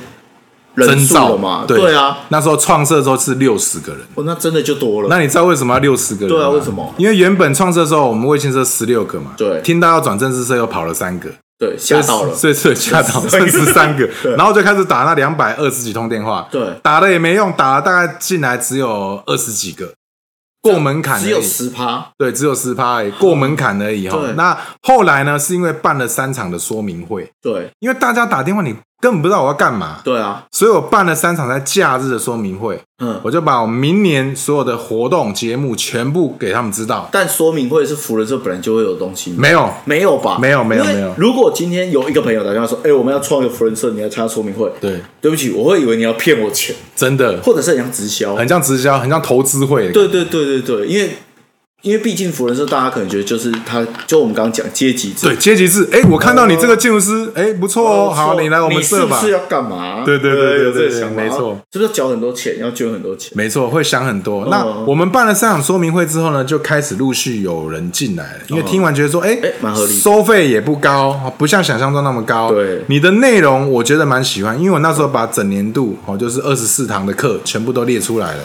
[SPEAKER 4] 人
[SPEAKER 3] 征
[SPEAKER 4] 数
[SPEAKER 3] 兆
[SPEAKER 4] 了嘛？
[SPEAKER 3] 对
[SPEAKER 4] 啊，，
[SPEAKER 3] 那时候创设的时候是六十个人。
[SPEAKER 4] 哦，那真的就多了。
[SPEAKER 3] 那你知道为什么要六十个人吗？
[SPEAKER 4] 对啊为什么
[SPEAKER 3] 因为原本创设的时候，我们卫星社十六个嘛，
[SPEAKER 4] 对
[SPEAKER 3] 听到要转正式社又跑了三个，
[SPEAKER 4] 对吓到了，
[SPEAKER 3] 所以 所以吓到，
[SPEAKER 4] 所以
[SPEAKER 3] 剩十三个
[SPEAKER 4] 对，
[SPEAKER 3] 然后就开始打那两百二十几通电话，
[SPEAKER 4] 对
[SPEAKER 3] 打了也没用，打了大概进来只有二十几个，过门槛
[SPEAKER 4] 只
[SPEAKER 3] 而
[SPEAKER 4] 有
[SPEAKER 3] 已
[SPEAKER 4] 十趴，
[SPEAKER 3] 对，只有十趴而已，过门槛而已哈
[SPEAKER 4] 对。
[SPEAKER 3] 那后来呢，是因为办了三场的说明会，
[SPEAKER 4] 对
[SPEAKER 3] 因为大家打电话你根本不知道我要干嘛，
[SPEAKER 4] 对啊，
[SPEAKER 3] 所以我办了三场在假日的说明会，
[SPEAKER 4] 嗯。
[SPEAKER 3] 我就把我明年所有的活动节目全部给他们知道。
[SPEAKER 4] 但说明会是福人社本来就会有东西，
[SPEAKER 3] 没有，
[SPEAKER 4] 没有吧？
[SPEAKER 3] 没有没有
[SPEAKER 4] 因为
[SPEAKER 3] 没有
[SPEAKER 4] 如果今天有一个朋友打电话说：“哎、我们要创一个福人社，你来参加说明会。”
[SPEAKER 3] 对，
[SPEAKER 4] 对不起，我会以为你要骗我钱，
[SPEAKER 3] 真的
[SPEAKER 4] 或者是很像直销。
[SPEAKER 3] 很像直销，很像投资会。
[SPEAKER 4] 对对对对对，因为因为毕竟福人社，大家可能觉得就是他，就我们刚刚讲阶级制，
[SPEAKER 3] 对，阶级制。哎，我看
[SPEAKER 4] 哦
[SPEAKER 3] 到你这个建筑师，哎，不错哦，好，
[SPEAKER 4] 说
[SPEAKER 3] 你来我们
[SPEAKER 4] 你
[SPEAKER 3] 社吧
[SPEAKER 4] 是不。是要干嘛？
[SPEAKER 3] 对对对对
[SPEAKER 4] 有这个
[SPEAKER 3] 对对
[SPEAKER 4] 想法哦
[SPEAKER 3] 没错，
[SPEAKER 4] 是不是要缴很多钱，要捐很多钱？
[SPEAKER 3] 没错，会想很多。那
[SPEAKER 4] 嗯
[SPEAKER 3] 我们办了三场说明会之后呢，就开始陆续有人进来了，因为听完觉得说，哎
[SPEAKER 4] 嗯哎，蛮合理
[SPEAKER 3] 收费也不高，哦不像想象中那么高。
[SPEAKER 4] 对
[SPEAKER 3] 你的内容我觉得蛮喜欢，因为我那时候把整年度哦，就是二十四堂的课全部都列出来了。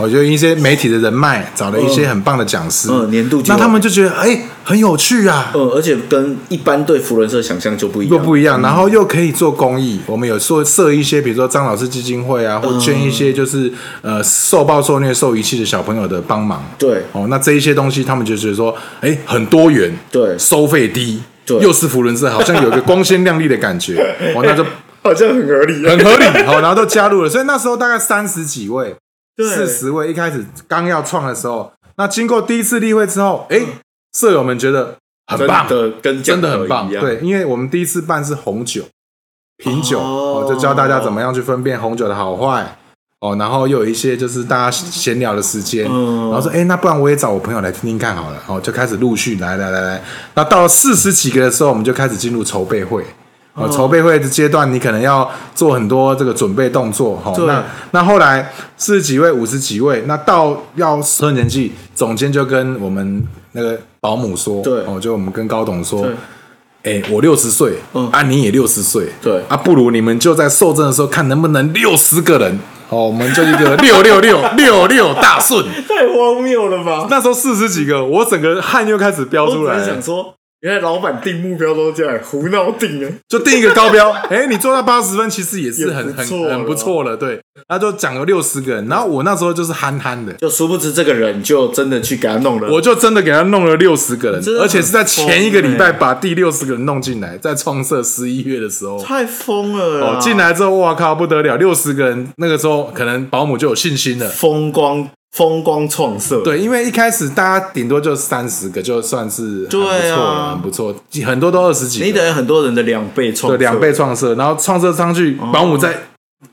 [SPEAKER 3] 我就一些媒体的人脉，找了一些很棒的讲师，
[SPEAKER 4] 嗯年度计划
[SPEAKER 3] 那他们就觉得哎、很有趣啊，
[SPEAKER 4] 嗯，而且跟一般对福人社想象就不一
[SPEAKER 3] 又
[SPEAKER 4] 样，
[SPEAKER 3] 不一样，然后又可以做公益。我们有做设一些，比如说张老师基金会
[SPEAKER 4] 嗯
[SPEAKER 3] 啊，或捐一些就是、呃受暴、受虐、受遗弃的小朋友的帮忙。
[SPEAKER 4] 对
[SPEAKER 3] 哦，那这一些东西他们就觉得说，哎，很多元，
[SPEAKER 4] 对
[SPEAKER 3] 收费低，
[SPEAKER 4] 对
[SPEAKER 3] 又是福伦社，好像有一个光鲜亮丽的 感觉。哦，那就
[SPEAKER 4] 好像很合理。啊
[SPEAKER 3] 很合 理。好，然后都加入了，所以那时候大概三十几位，
[SPEAKER 4] 对
[SPEAKER 3] 四十位，一开始刚要创的时候，那经过第一次例会之后，哎，舍友们觉得很棒，
[SPEAKER 4] 嗯真的跟
[SPEAKER 3] 真的
[SPEAKER 4] 讲
[SPEAKER 3] 很棒。
[SPEAKER 4] 一样，
[SPEAKER 3] 对，因为我们第一次办是红酒、品酒，
[SPEAKER 4] 哦
[SPEAKER 3] 哦，就教大家怎么样去分辨红酒的好坏。哦，然后又有一些就是大家闲聊的时间，
[SPEAKER 4] 嗯
[SPEAKER 3] 然后说，哎，那不然我也找我朋友来听听看好了，哦，就开始陆续来来来来，那到了四十几个的时候，我们就开始进入筹备会，哦，
[SPEAKER 4] 嗯
[SPEAKER 3] 筹备会的阶段，你可能要做很多这个准备动作，哈、
[SPEAKER 4] 对
[SPEAKER 3] 哦，那那后来四十几位、五十几位，那到要成年纪，总监就跟我们那个保姆说，
[SPEAKER 4] 对
[SPEAKER 3] 哦，就我们跟高董说
[SPEAKER 4] 对，
[SPEAKER 3] 哎、我六十岁，
[SPEAKER 4] 嗯
[SPEAKER 3] 啊，你也六十岁，
[SPEAKER 4] 对
[SPEAKER 3] 啊，不如你们就在受证的时候看能不能六十个人，哦，我们就一 个六六六六六大顺。
[SPEAKER 4] 太荒谬了吧？
[SPEAKER 3] 那时候四十几个，我整个汗又开始飙
[SPEAKER 4] 我
[SPEAKER 3] 出
[SPEAKER 4] 只
[SPEAKER 3] 来
[SPEAKER 4] 是想
[SPEAKER 3] 了，
[SPEAKER 4] 说，原来老板定目标都这样胡闹定哎，
[SPEAKER 3] 就定一个高标，哎、你做到八十分，其实也是
[SPEAKER 4] 也
[SPEAKER 3] 很
[SPEAKER 4] 不
[SPEAKER 3] 很
[SPEAKER 4] 错了
[SPEAKER 3] 很不错了，对。那就讲了六十个人，然后我那时候就是憨憨的，
[SPEAKER 4] 就殊不知这个人就真的去给他弄 了。
[SPEAKER 3] 我就真的给他弄了六十个人
[SPEAKER 4] 真的，很
[SPEAKER 3] 而且是在前一个礼拜
[SPEAKER 4] 疯欸
[SPEAKER 3] 把第六十个人弄进来，在创社十一月的时候。
[SPEAKER 4] 太疯了
[SPEAKER 3] 哦
[SPEAKER 4] 啦，，
[SPEAKER 3] 进来之后，哇靠，不得了！六十个人，那个时候可能保姆就有信心了。
[SPEAKER 4] 风光风光创社，
[SPEAKER 3] 对，因为一开始大家顶多就三十个，就算是很不错
[SPEAKER 4] 对
[SPEAKER 3] 了，
[SPEAKER 4] 啊
[SPEAKER 3] 很不错，很多都二十几个，
[SPEAKER 4] 你等于很多人的两倍创哦
[SPEAKER 3] 对
[SPEAKER 4] 社，
[SPEAKER 3] 两倍创设，然后创设上去，保姆再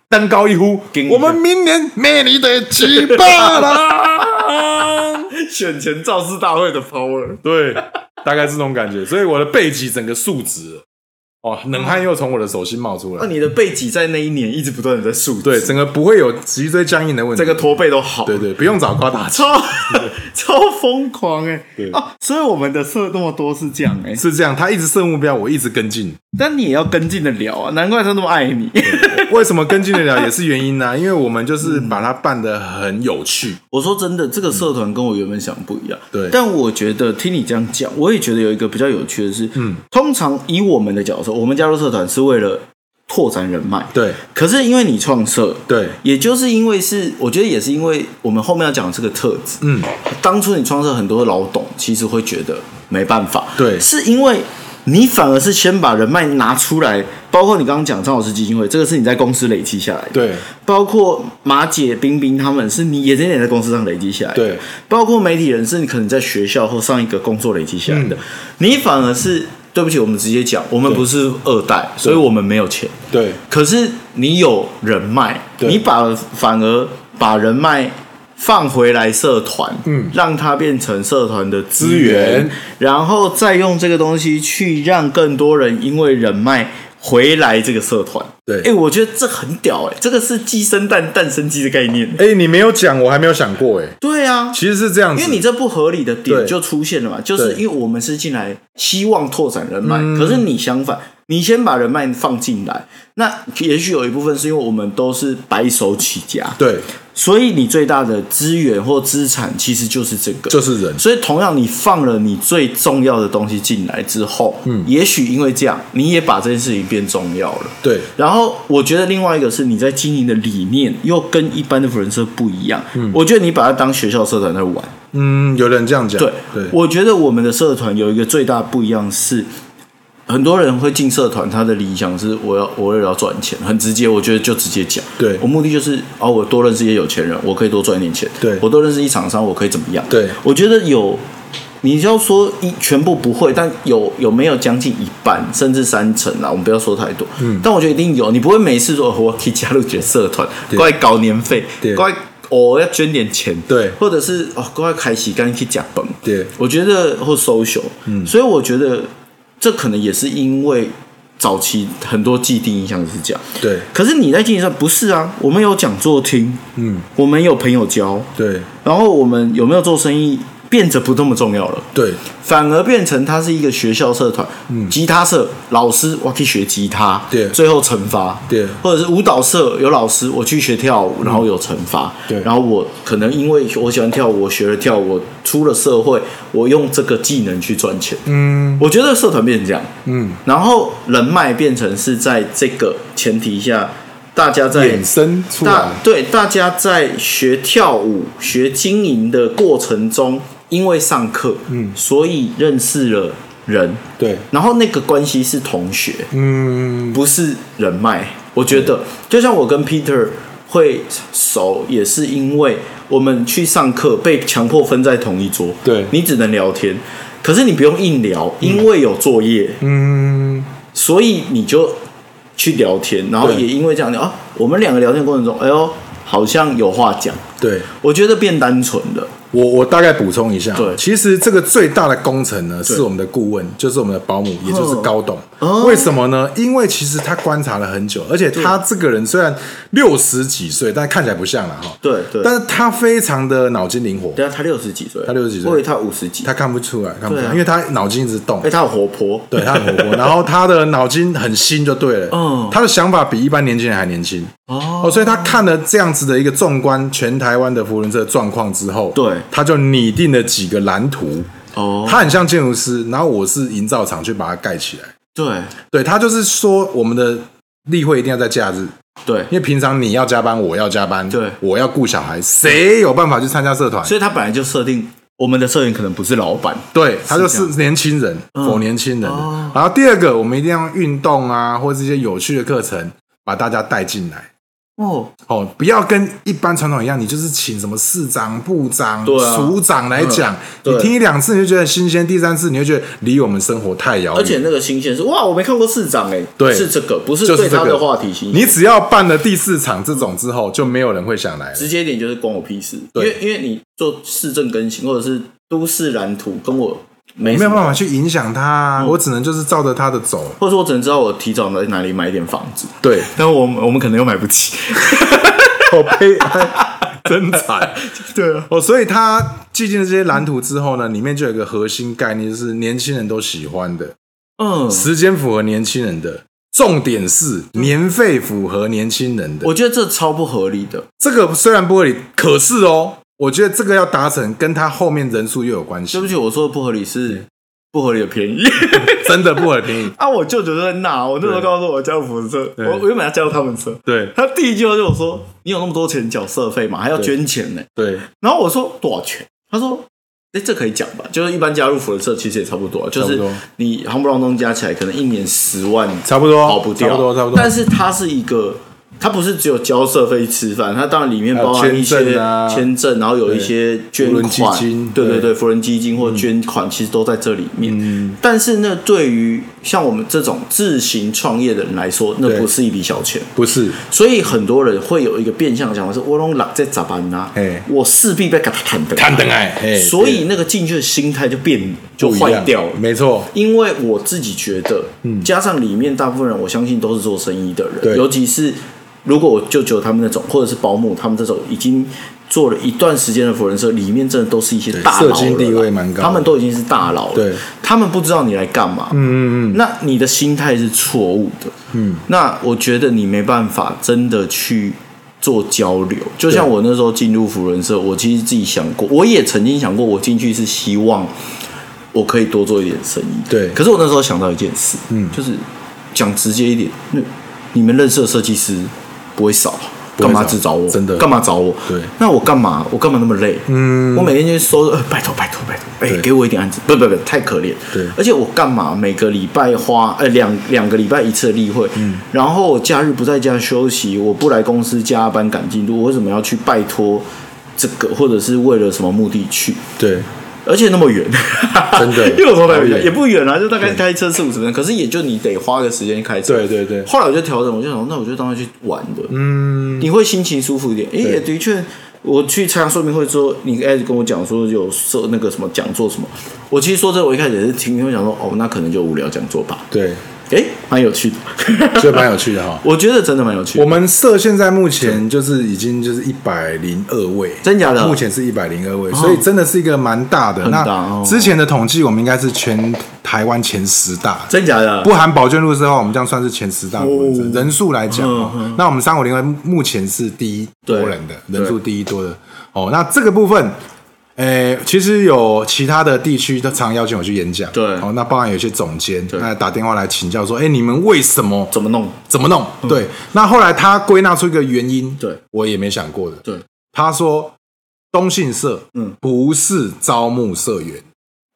[SPEAKER 3] 登高一呼
[SPEAKER 4] 给你，
[SPEAKER 3] 我们明年魅力的几百 了。
[SPEAKER 4] 选前造势大会的 power。
[SPEAKER 3] 对，大概是这种感觉。所以我的背脊整个竖直了。哦，冷汗又从我的手心冒出
[SPEAKER 4] 那
[SPEAKER 3] 来，
[SPEAKER 4] 哦你的背脊在那一年一直不断的在竖直，
[SPEAKER 3] 对，整个不会有脊椎僵硬的问
[SPEAKER 4] 整
[SPEAKER 3] 题。
[SPEAKER 4] 个驼背都好，
[SPEAKER 3] 对对，不用找高打气，
[SPEAKER 4] 超 超疯狂哎、
[SPEAKER 3] 对
[SPEAKER 4] 啊！所以我们的射那么多是这样哎、
[SPEAKER 3] 是这样。他一直设目标，我一直 跟进。
[SPEAKER 4] 但你也要跟进的了啊，难怪他那么爱你。
[SPEAKER 3] 为什么跟进得了，也是原因呢、因为我们就是把它办得很有趣。
[SPEAKER 4] 我说真的，这个社团跟我原本想不一样。
[SPEAKER 3] 嗯对
[SPEAKER 4] 但我觉得听你这样讲，我也觉得有一个比较有趣的是，嗯，通常以我们的角色，我们加入社团是为了拓展人脉，。
[SPEAKER 3] 对
[SPEAKER 4] 可是因为你创社，
[SPEAKER 3] 对，
[SPEAKER 4] 也就是因为是，我觉得也是因为我们后面要讲的这个特质，
[SPEAKER 3] 嗯，
[SPEAKER 4] 当初你创设很多老董，其实会觉得没办法，
[SPEAKER 3] 对
[SPEAKER 4] 是因为你反而是先把人脉拿出来，包括你刚刚讲张老师基金会，这个是你在公司累积下来的，
[SPEAKER 3] 对，
[SPEAKER 4] 包括马姐、冰冰他们是你也真的在公司上累积下来的，
[SPEAKER 3] 对，
[SPEAKER 4] 包括媒体人是你可能在学校或上一个工作累积下来的，你反而是对不起，我们直接讲，我们
[SPEAKER 3] 嗯对
[SPEAKER 4] 不是二代，所以我们没有钱，
[SPEAKER 3] 对，
[SPEAKER 4] 可是你有人脉，
[SPEAKER 3] 对
[SPEAKER 4] 你把反而把人脉放回来社团，
[SPEAKER 3] 嗯
[SPEAKER 4] 让它变成社团的资
[SPEAKER 3] 资
[SPEAKER 4] 源
[SPEAKER 3] 源，
[SPEAKER 4] 然后再用这个东西去让更多人因为人脉回来这个社团。
[SPEAKER 3] 对
[SPEAKER 4] 哎、我觉得这很屌哎、这个是鸡生蛋，蛋生鸡的概念。
[SPEAKER 3] 哎、你没有讲，我还没有想过、哎，
[SPEAKER 4] 对啊，
[SPEAKER 3] 其实是这样子，
[SPEAKER 4] 因为你这不合理的点
[SPEAKER 3] 对
[SPEAKER 4] 就出现了嘛，就是
[SPEAKER 3] 对嗯
[SPEAKER 4] 因为我们是进来希望拓展人脉，可是你相反，你先把人脉放进来，那也许有一部分是因为我们都是白手起家，
[SPEAKER 3] 对，
[SPEAKER 4] 所以你最大的资源或资产其实就是这个，
[SPEAKER 3] 就是人，
[SPEAKER 4] 所以同样你放了你最重要的东西进来之后，嗯，也许因为这样，你也把这件事情变重要了。
[SPEAKER 3] 对
[SPEAKER 4] 然后我觉得另外一个是你在经营的理念又跟一般的福人社不一样，嗯，我觉得你把它当学校社团在玩，
[SPEAKER 3] 嗯，有人这样讲，
[SPEAKER 4] 对，
[SPEAKER 3] 对，
[SPEAKER 4] 我觉得我们的社团有一个最大不一样是，很多人会进社团，他的理想是我要我也要赚钱，很直接，我觉得就直接讲。
[SPEAKER 3] 对
[SPEAKER 4] 我目的就是哦，我多认识一些有钱人，我可以多赚一点钱。
[SPEAKER 3] 对
[SPEAKER 4] 我多认识一厂商，我可以怎么样？
[SPEAKER 3] 对
[SPEAKER 4] 我觉得有。你要说一全部不会，但有有没有将近一半甚至三成啦？我们不要说太多，嗯，但我觉得一定有。你不会每次说哦我可以加入你的社团，过来搞年费，
[SPEAKER 3] 对
[SPEAKER 4] 过来哦要捐点钱，
[SPEAKER 3] 对
[SPEAKER 4] 或者是哦过来开洗干去假崩，
[SPEAKER 3] 对
[SPEAKER 4] 我觉得或 social，嗯，所以我觉得这可能也是因为早期很多既定印象是这样。
[SPEAKER 3] 对，
[SPEAKER 4] 可是你在经营上不是啊，我们有讲座听，
[SPEAKER 3] 嗯，
[SPEAKER 4] 我们有朋友交，
[SPEAKER 3] 对，
[SPEAKER 4] 然后我们有没有做生意变得不那么重要了，
[SPEAKER 3] 对，
[SPEAKER 4] 反而变成它是一个学校社团，
[SPEAKER 3] 嗯
[SPEAKER 4] 吉他社老师我可以学吉他，
[SPEAKER 3] 对
[SPEAKER 4] 最后惩罚，
[SPEAKER 3] 对嗯
[SPEAKER 4] 或者是舞蹈社有老师我去学跳舞，然后有惩罚，
[SPEAKER 3] 对
[SPEAKER 4] 然后我可能因为我喜欢跳舞，我学了跳舞，我出了社会，我用这个技能去赚钱，
[SPEAKER 3] 嗯
[SPEAKER 4] 我觉得社团变成这样，
[SPEAKER 3] 嗯，
[SPEAKER 4] 然后人脉变成是在这个前提下，大家在
[SPEAKER 3] 衍生出
[SPEAKER 4] 大
[SPEAKER 3] 来，
[SPEAKER 4] 对大家在学跳舞、学经营的过程中，因为上课，
[SPEAKER 3] 嗯
[SPEAKER 4] 所以认识了人，
[SPEAKER 3] 对，
[SPEAKER 4] 然后那个关系是同学，
[SPEAKER 3] 嗯，
[SPEAKER 4] 不是人脉。我觉得，就像我跟 Peter 会熟，也是因为我们去上课被强迫分在同一桌，
[SPEAKER 3] 对
[SPEAKER 4] 你只能聊天，可是你不用硬聊，因为有作业，
[SPEAKER 3] 嗯，
[SPEAKER 4] 所以你就去聊天，然后
[SPEAKER 3] 对
[SPEAKER 4] 也因为这样聊啊，我们两个聊天过程中，哎呦，好像有话讲，
[SPEAKER 3] 对。
[SPEAKER 4] 我觉得变单纯了。
[SPEAKER 3] 我我大概补充一下，啊
[SPEAKER 4] 对
[SPEAKER 3] 其实这个最大的工程呢，
[SPEAKER 4] 对
[SPEAKER 3] 是我们的顾问，就是我们的保姆，也就是高董。
[SPEAKER 4] 哦
[SPEAKER 3] 为什么呢？因为其实他观察了很久，而且他这个人虽然六十几岁，但看起来不像了哈。
[SPEAKER 4] 对对
[SPEAKER 3] 但是他非常的脑筋灵活，
[SPEAKER 4] 等一下他六十几岁，
[SPEAKER 3] 他60几岁
[SPEAKER 4] 我以为他五十几，
[SPEAKER 3] 他看不出来，看不出
[SPEAKER 4] 对
[SPEAKER 3] 来，
[SPEAKER 4] 啊
[SPEAKER 3] 因为他脑筋一直动
[SPEAKER 4] 哎、。他很活泼，
[SPEAKER 3] 对他很活泼，然后他的脑筋很新就对了，
[SPEAKER 4] 嗯
[SPEAKER 3] 他的想法比一般年轻人还年轻
[SPEAKER 4] 哦
[SPEAKER 3] 哦，所以他看了这样子的一个纵观全台湾的福伦社状况之后，
[SPEAKER 4] 对
[SPEAKER 3] 他就拟定了几个蓝图，
[SPEAKER 4] 哦，
[SPEAKER 3] 他很像建筑师，然后我是营造厂去把它盖起来。
[SPEAKER 4] 对
[SPEAKER 3] 对他就是说，我们的例会一定要在假日，
[SPEAKER 4] 对
[SPEAKER 3] 因，为平常你要加班，我要加班，
[SPEAKER 4] 对
[SPEAKER 3] 我要顾小孩，谁有办法去参加社团？
[SPEAKER 4] 所以他本来就设定我们的社员可能不是老板，
[SPEAKER 3] 对他就是
[SPEAKER 4] 这
[SPEAKER 3] 是
[SPEAKER 4] 样嗯
[SPEAKER 3] 年轻人，否年轻人。
[SPEAKER 4] 哦
[SPEAKER 3] 然后第二个，我们一定要运动啊，或者一些有趣的课程，把大家带进来。
[SPEAKER 4] 哦，
[SPEAKER 3] 哦，不要跟一般传统一样，你就是请什么市长、部长、
[SPEAKER 4] 对啊
[SPEAKER 3] 署长来讲，
[SPEAKER 4] 嗯
[SPEAKER 3] 你
[SPEAKER 4] 对
[SPEAKER 3] 听一两次你就觉得很新鲜，第三次你就觉得离我们生活太遥
[SPEAKER 4] 而
[SPEAKER 3] 远。
[SPEAKER 4] 且那个新鲜是哇，我没看过市长哎、
[SPEAKER 3] 对
[SPEAKER 4] 是这个，不是
[SPEAKER 3] 就是
[SPEAKER 4] 对他
[SPEAKER 3] 这
[SPEAKER 4] 的
[SPEAKER 3] 个
[SPEAKER 4] 话题新鲜。
[SPEAKER 3] 你只要办了第四场这种之后，就没有人会想来了。
[SPEAKER 4] 直接一点就是关我屁事，因
[SPEAKER 3] 对
[SPEAKER 4] 为因为你做市政更新或者是都市蓝图跟我没
[SPEAKER 3] 没
[SPEAKER 4] 什
[SPEAKER 3] 有
[SPEAKER 4] 么
[SPEAKER 3] 办法去影响他啊、
[SPEAKER 4] 嗯
[SPEAKER 3] 我只能就是照着他的走。
[SPEAKER 4] 或者说我只能知道我提早在哪里买一点房子，
[SPEAKER 3] 对，
[SPEAKER 4] 但我们我们可能又买不起，
[SPEAKER 3] 好悲哀，哦哎真惨。
[SPEAKER 4] 对啊，
[SPEAKER 3] 哦，所以他记进了这些蓝图之后呢，里面就有一个核心概念，就是年轻人都喜欢的，
[SPEAKER 4] 嗯，
[SPEAKER 3] 时间符合年轻人的，重点是年费符合年轻人的。
[SPEAKER 4] 我觉得这超不合理的，
[SPEAKER 3] 这个虽然不合理，可是哦，我觉得这个要达成跟他后面人数又有关系
[SPEAKER 4] 对不，起，我说的不合理是不合理的便宜。。
[SPEAKER 3] 真的不合便宜
[SPEAKER 4] 啊！我舅舅就在那，我那时候告诉我加入福伦社，我我原本要加入他们社，
[SPEAKER 3] 对
[SPEAKER 4] 他第一句话就说：“你有那么多钱缴社费嘛，还要捐钱呢、
[SPEAKER 3] 对，
[SPEAKER 4] 然后我说：“多少钱？”他说：“哎、这可以讲吧？就是一般加入福伦社其实也差不多，啊就
[SPEAKER 3] 差
[SPEAKER 4] 是
[SPEAKER 3] 不多
[SPEAKER 4] 你夯不啷当加起来可能一年十万，
[SPEAKER 3] 差不多
[SPEAKER 4] 跑不掉，
[SPEAKER 3] 差不多差不多
[SPEAKER 4] 但是它是一个。”它不是只有交社费吃饭，它当然里面包
[SPEAKER 3] 还有
[SPEAKER 4] 含一
[SPEAKER 3] 签
[SPEAKER 4] 些
[SPEAKER 3] 证啊
[SPEAKER 4] 签证，然后有一些捐款，
[SPEAKER 3] 福伦基金
[SPEAKER 4] 对对
[SPEAKER 3] 对嗯
[SPEAKER 4] 对，福人基金或捐款其实都在这里面。但是呢，对于像我们这种自行创业的人来说，那
[SPEAKER 3] 对
[SPEAKER 4] 不是一笔小钱。
[SPEAKER 3] 不是
[SPEAKER 4] 所以很多人会有一个变相的想法是，我拢落在咋办呐
[SPEAKER 3] 嘿？
[SPEAKER 4] 我势必被给他谈的，
[SPEAKER 3] 谈得来嘿
[SPEAKER 4] 所以那个进去的心态就变就
[SPEAKER 3] 不一
[SPEAKER 4] 坏
[SPEAKER 3] 样
[SPEAKER 4] 掉了。
[SPEAKER 3] 没错，
[SPEAKER 4] 因为我自己觉得，加上里面大部分人，我相信都是做生意的人，
[SPEAKER 3] 嗯对
[SPEAKER 4] 尤其是如果我舅舅他们那种，或者是保姆他们这种已经做了一段时间的福人社，里面真的都是一些大佬了啦，啊
[SPEAKER 3] 社经地位蛮高的
[SPEAKER 4] 他们都已经是大佬了，
[SPEAKER 3] 对，
[SPEAKER 4] 他们不知道你来干嘛，嗯嗯嗯，那你的心态是错误的，嗯，那我觉得你没办法真的去。做交流，就像我那时候进入福人社，我其实自己想过，我也曾经想过，我进去是希望我可以多做一点生意。
[SPEAKER 3] 对
[SPEAKER 4] 可是我那时候想到一件事，嗯，就是讲直接一点，那你们认识的设计师不会少，
[SPEAKER 3] 会
[SPEAKER 4] 干嘛
[SPEAKER 3] 少
[SPEAKER 4] 只找我？
[SPEAKER 3] 真的
[SPEAKER 4] 干嘛找我？
[SPEAKER 3] 对
[SPEAKER 4] 那我干嘛？我干嘛那么累？嗯，我每天就收，呃、拜托拜托拜托，哎、
[SPEAKER 3] 对
[SPEAKER 4] 给我一点案子，不不不，太可怜。
[SPEAKER 3] 对
[SPEAKER 4] 而且我干嘛每个礼拜花呃两两个礼拜一次的例会，嗯，然后我假日不在家休息，我不来公司加班赶进度，我为什么要去拜托这个，或者是为了什么目的去？
[SPEAKER 3] 对
[SPEAKER 4] 而且那么远，
[SPEAKER 3] 真的
[SPEAKER 4] 因为我从台北
[SPEAKER 3] 好
[SPEAKER 4] 家
[SPEAKER 3] 远
[SPEAKER 4] 也不远啊，就大概开车四五十分钟，可是也就你得花个时间开车。
[SPEAKER 3] 对对对
[SPEAKER 4] 后来我就调整，我就想，那我就当然去玩的，嗯，你会心情舒服一点。诶，也的确，我去参加说明会之后，你一开始跟我讲说有设那个什么讲座什么，我其实说真的，我一开始也是听听会想说，哦，那可能就无聊讲座吧。
[SPEAKER 3] 对，
[SPEAKER 4] 诶，蛮有趣的，。
[SPEAKER 3] 所以蛮有趣的哈
[SPEAKER 4] 我觉得真的蛮有趣
[SPEAKER 3] 我
[SPEAKER 4] 的。
[SPEAKER 3] 们社现在目前就是已经就是一百零二位，
[SPEAKER 4] 真假的哦
[SPEAKER 3] 目前是一百零二位，所以真的是一个蛮大的。
[SPEAKER 4] 很大哦
[SPEAKER 3] 那之前的统计，我们应该是全台湾前十大，
[SPEAKER 4] 真假的？
[SPEAKER 3] 不含保健入之后，我们这样算是前十大国人、人数来
[SPEAKER 4] 嗯
[SPEAKER 3] 讲哦。那我们三五零二目前是第一多人的
[SPEAKER 4] 对
[SPEAKER 3] 人数第一多的哦。那这个部分，诶，其实有其他的地区都常邀请我去演讲，
[SPEAKER 4] 对
[SPEAKER 3] 哦，那包含有些总监，
[SPEAKER 4] 对
[SPEAKER 3] 那打电话来请教说，哎，你们为什么
[SPEAKER 4] 怎么弄？
[SPEAKER 3] 怎么弄？对，那后来他归纳出一个原因，
[SPEAKER 4] 嗯对
[SPEAKER 3] 我也没想过的，
[SPEAKER 4] 对，
[SPEAKER 3] 他说东信社，
[SPEAKER 4] 嗯
[SPEAKER 3] 不是招募社员，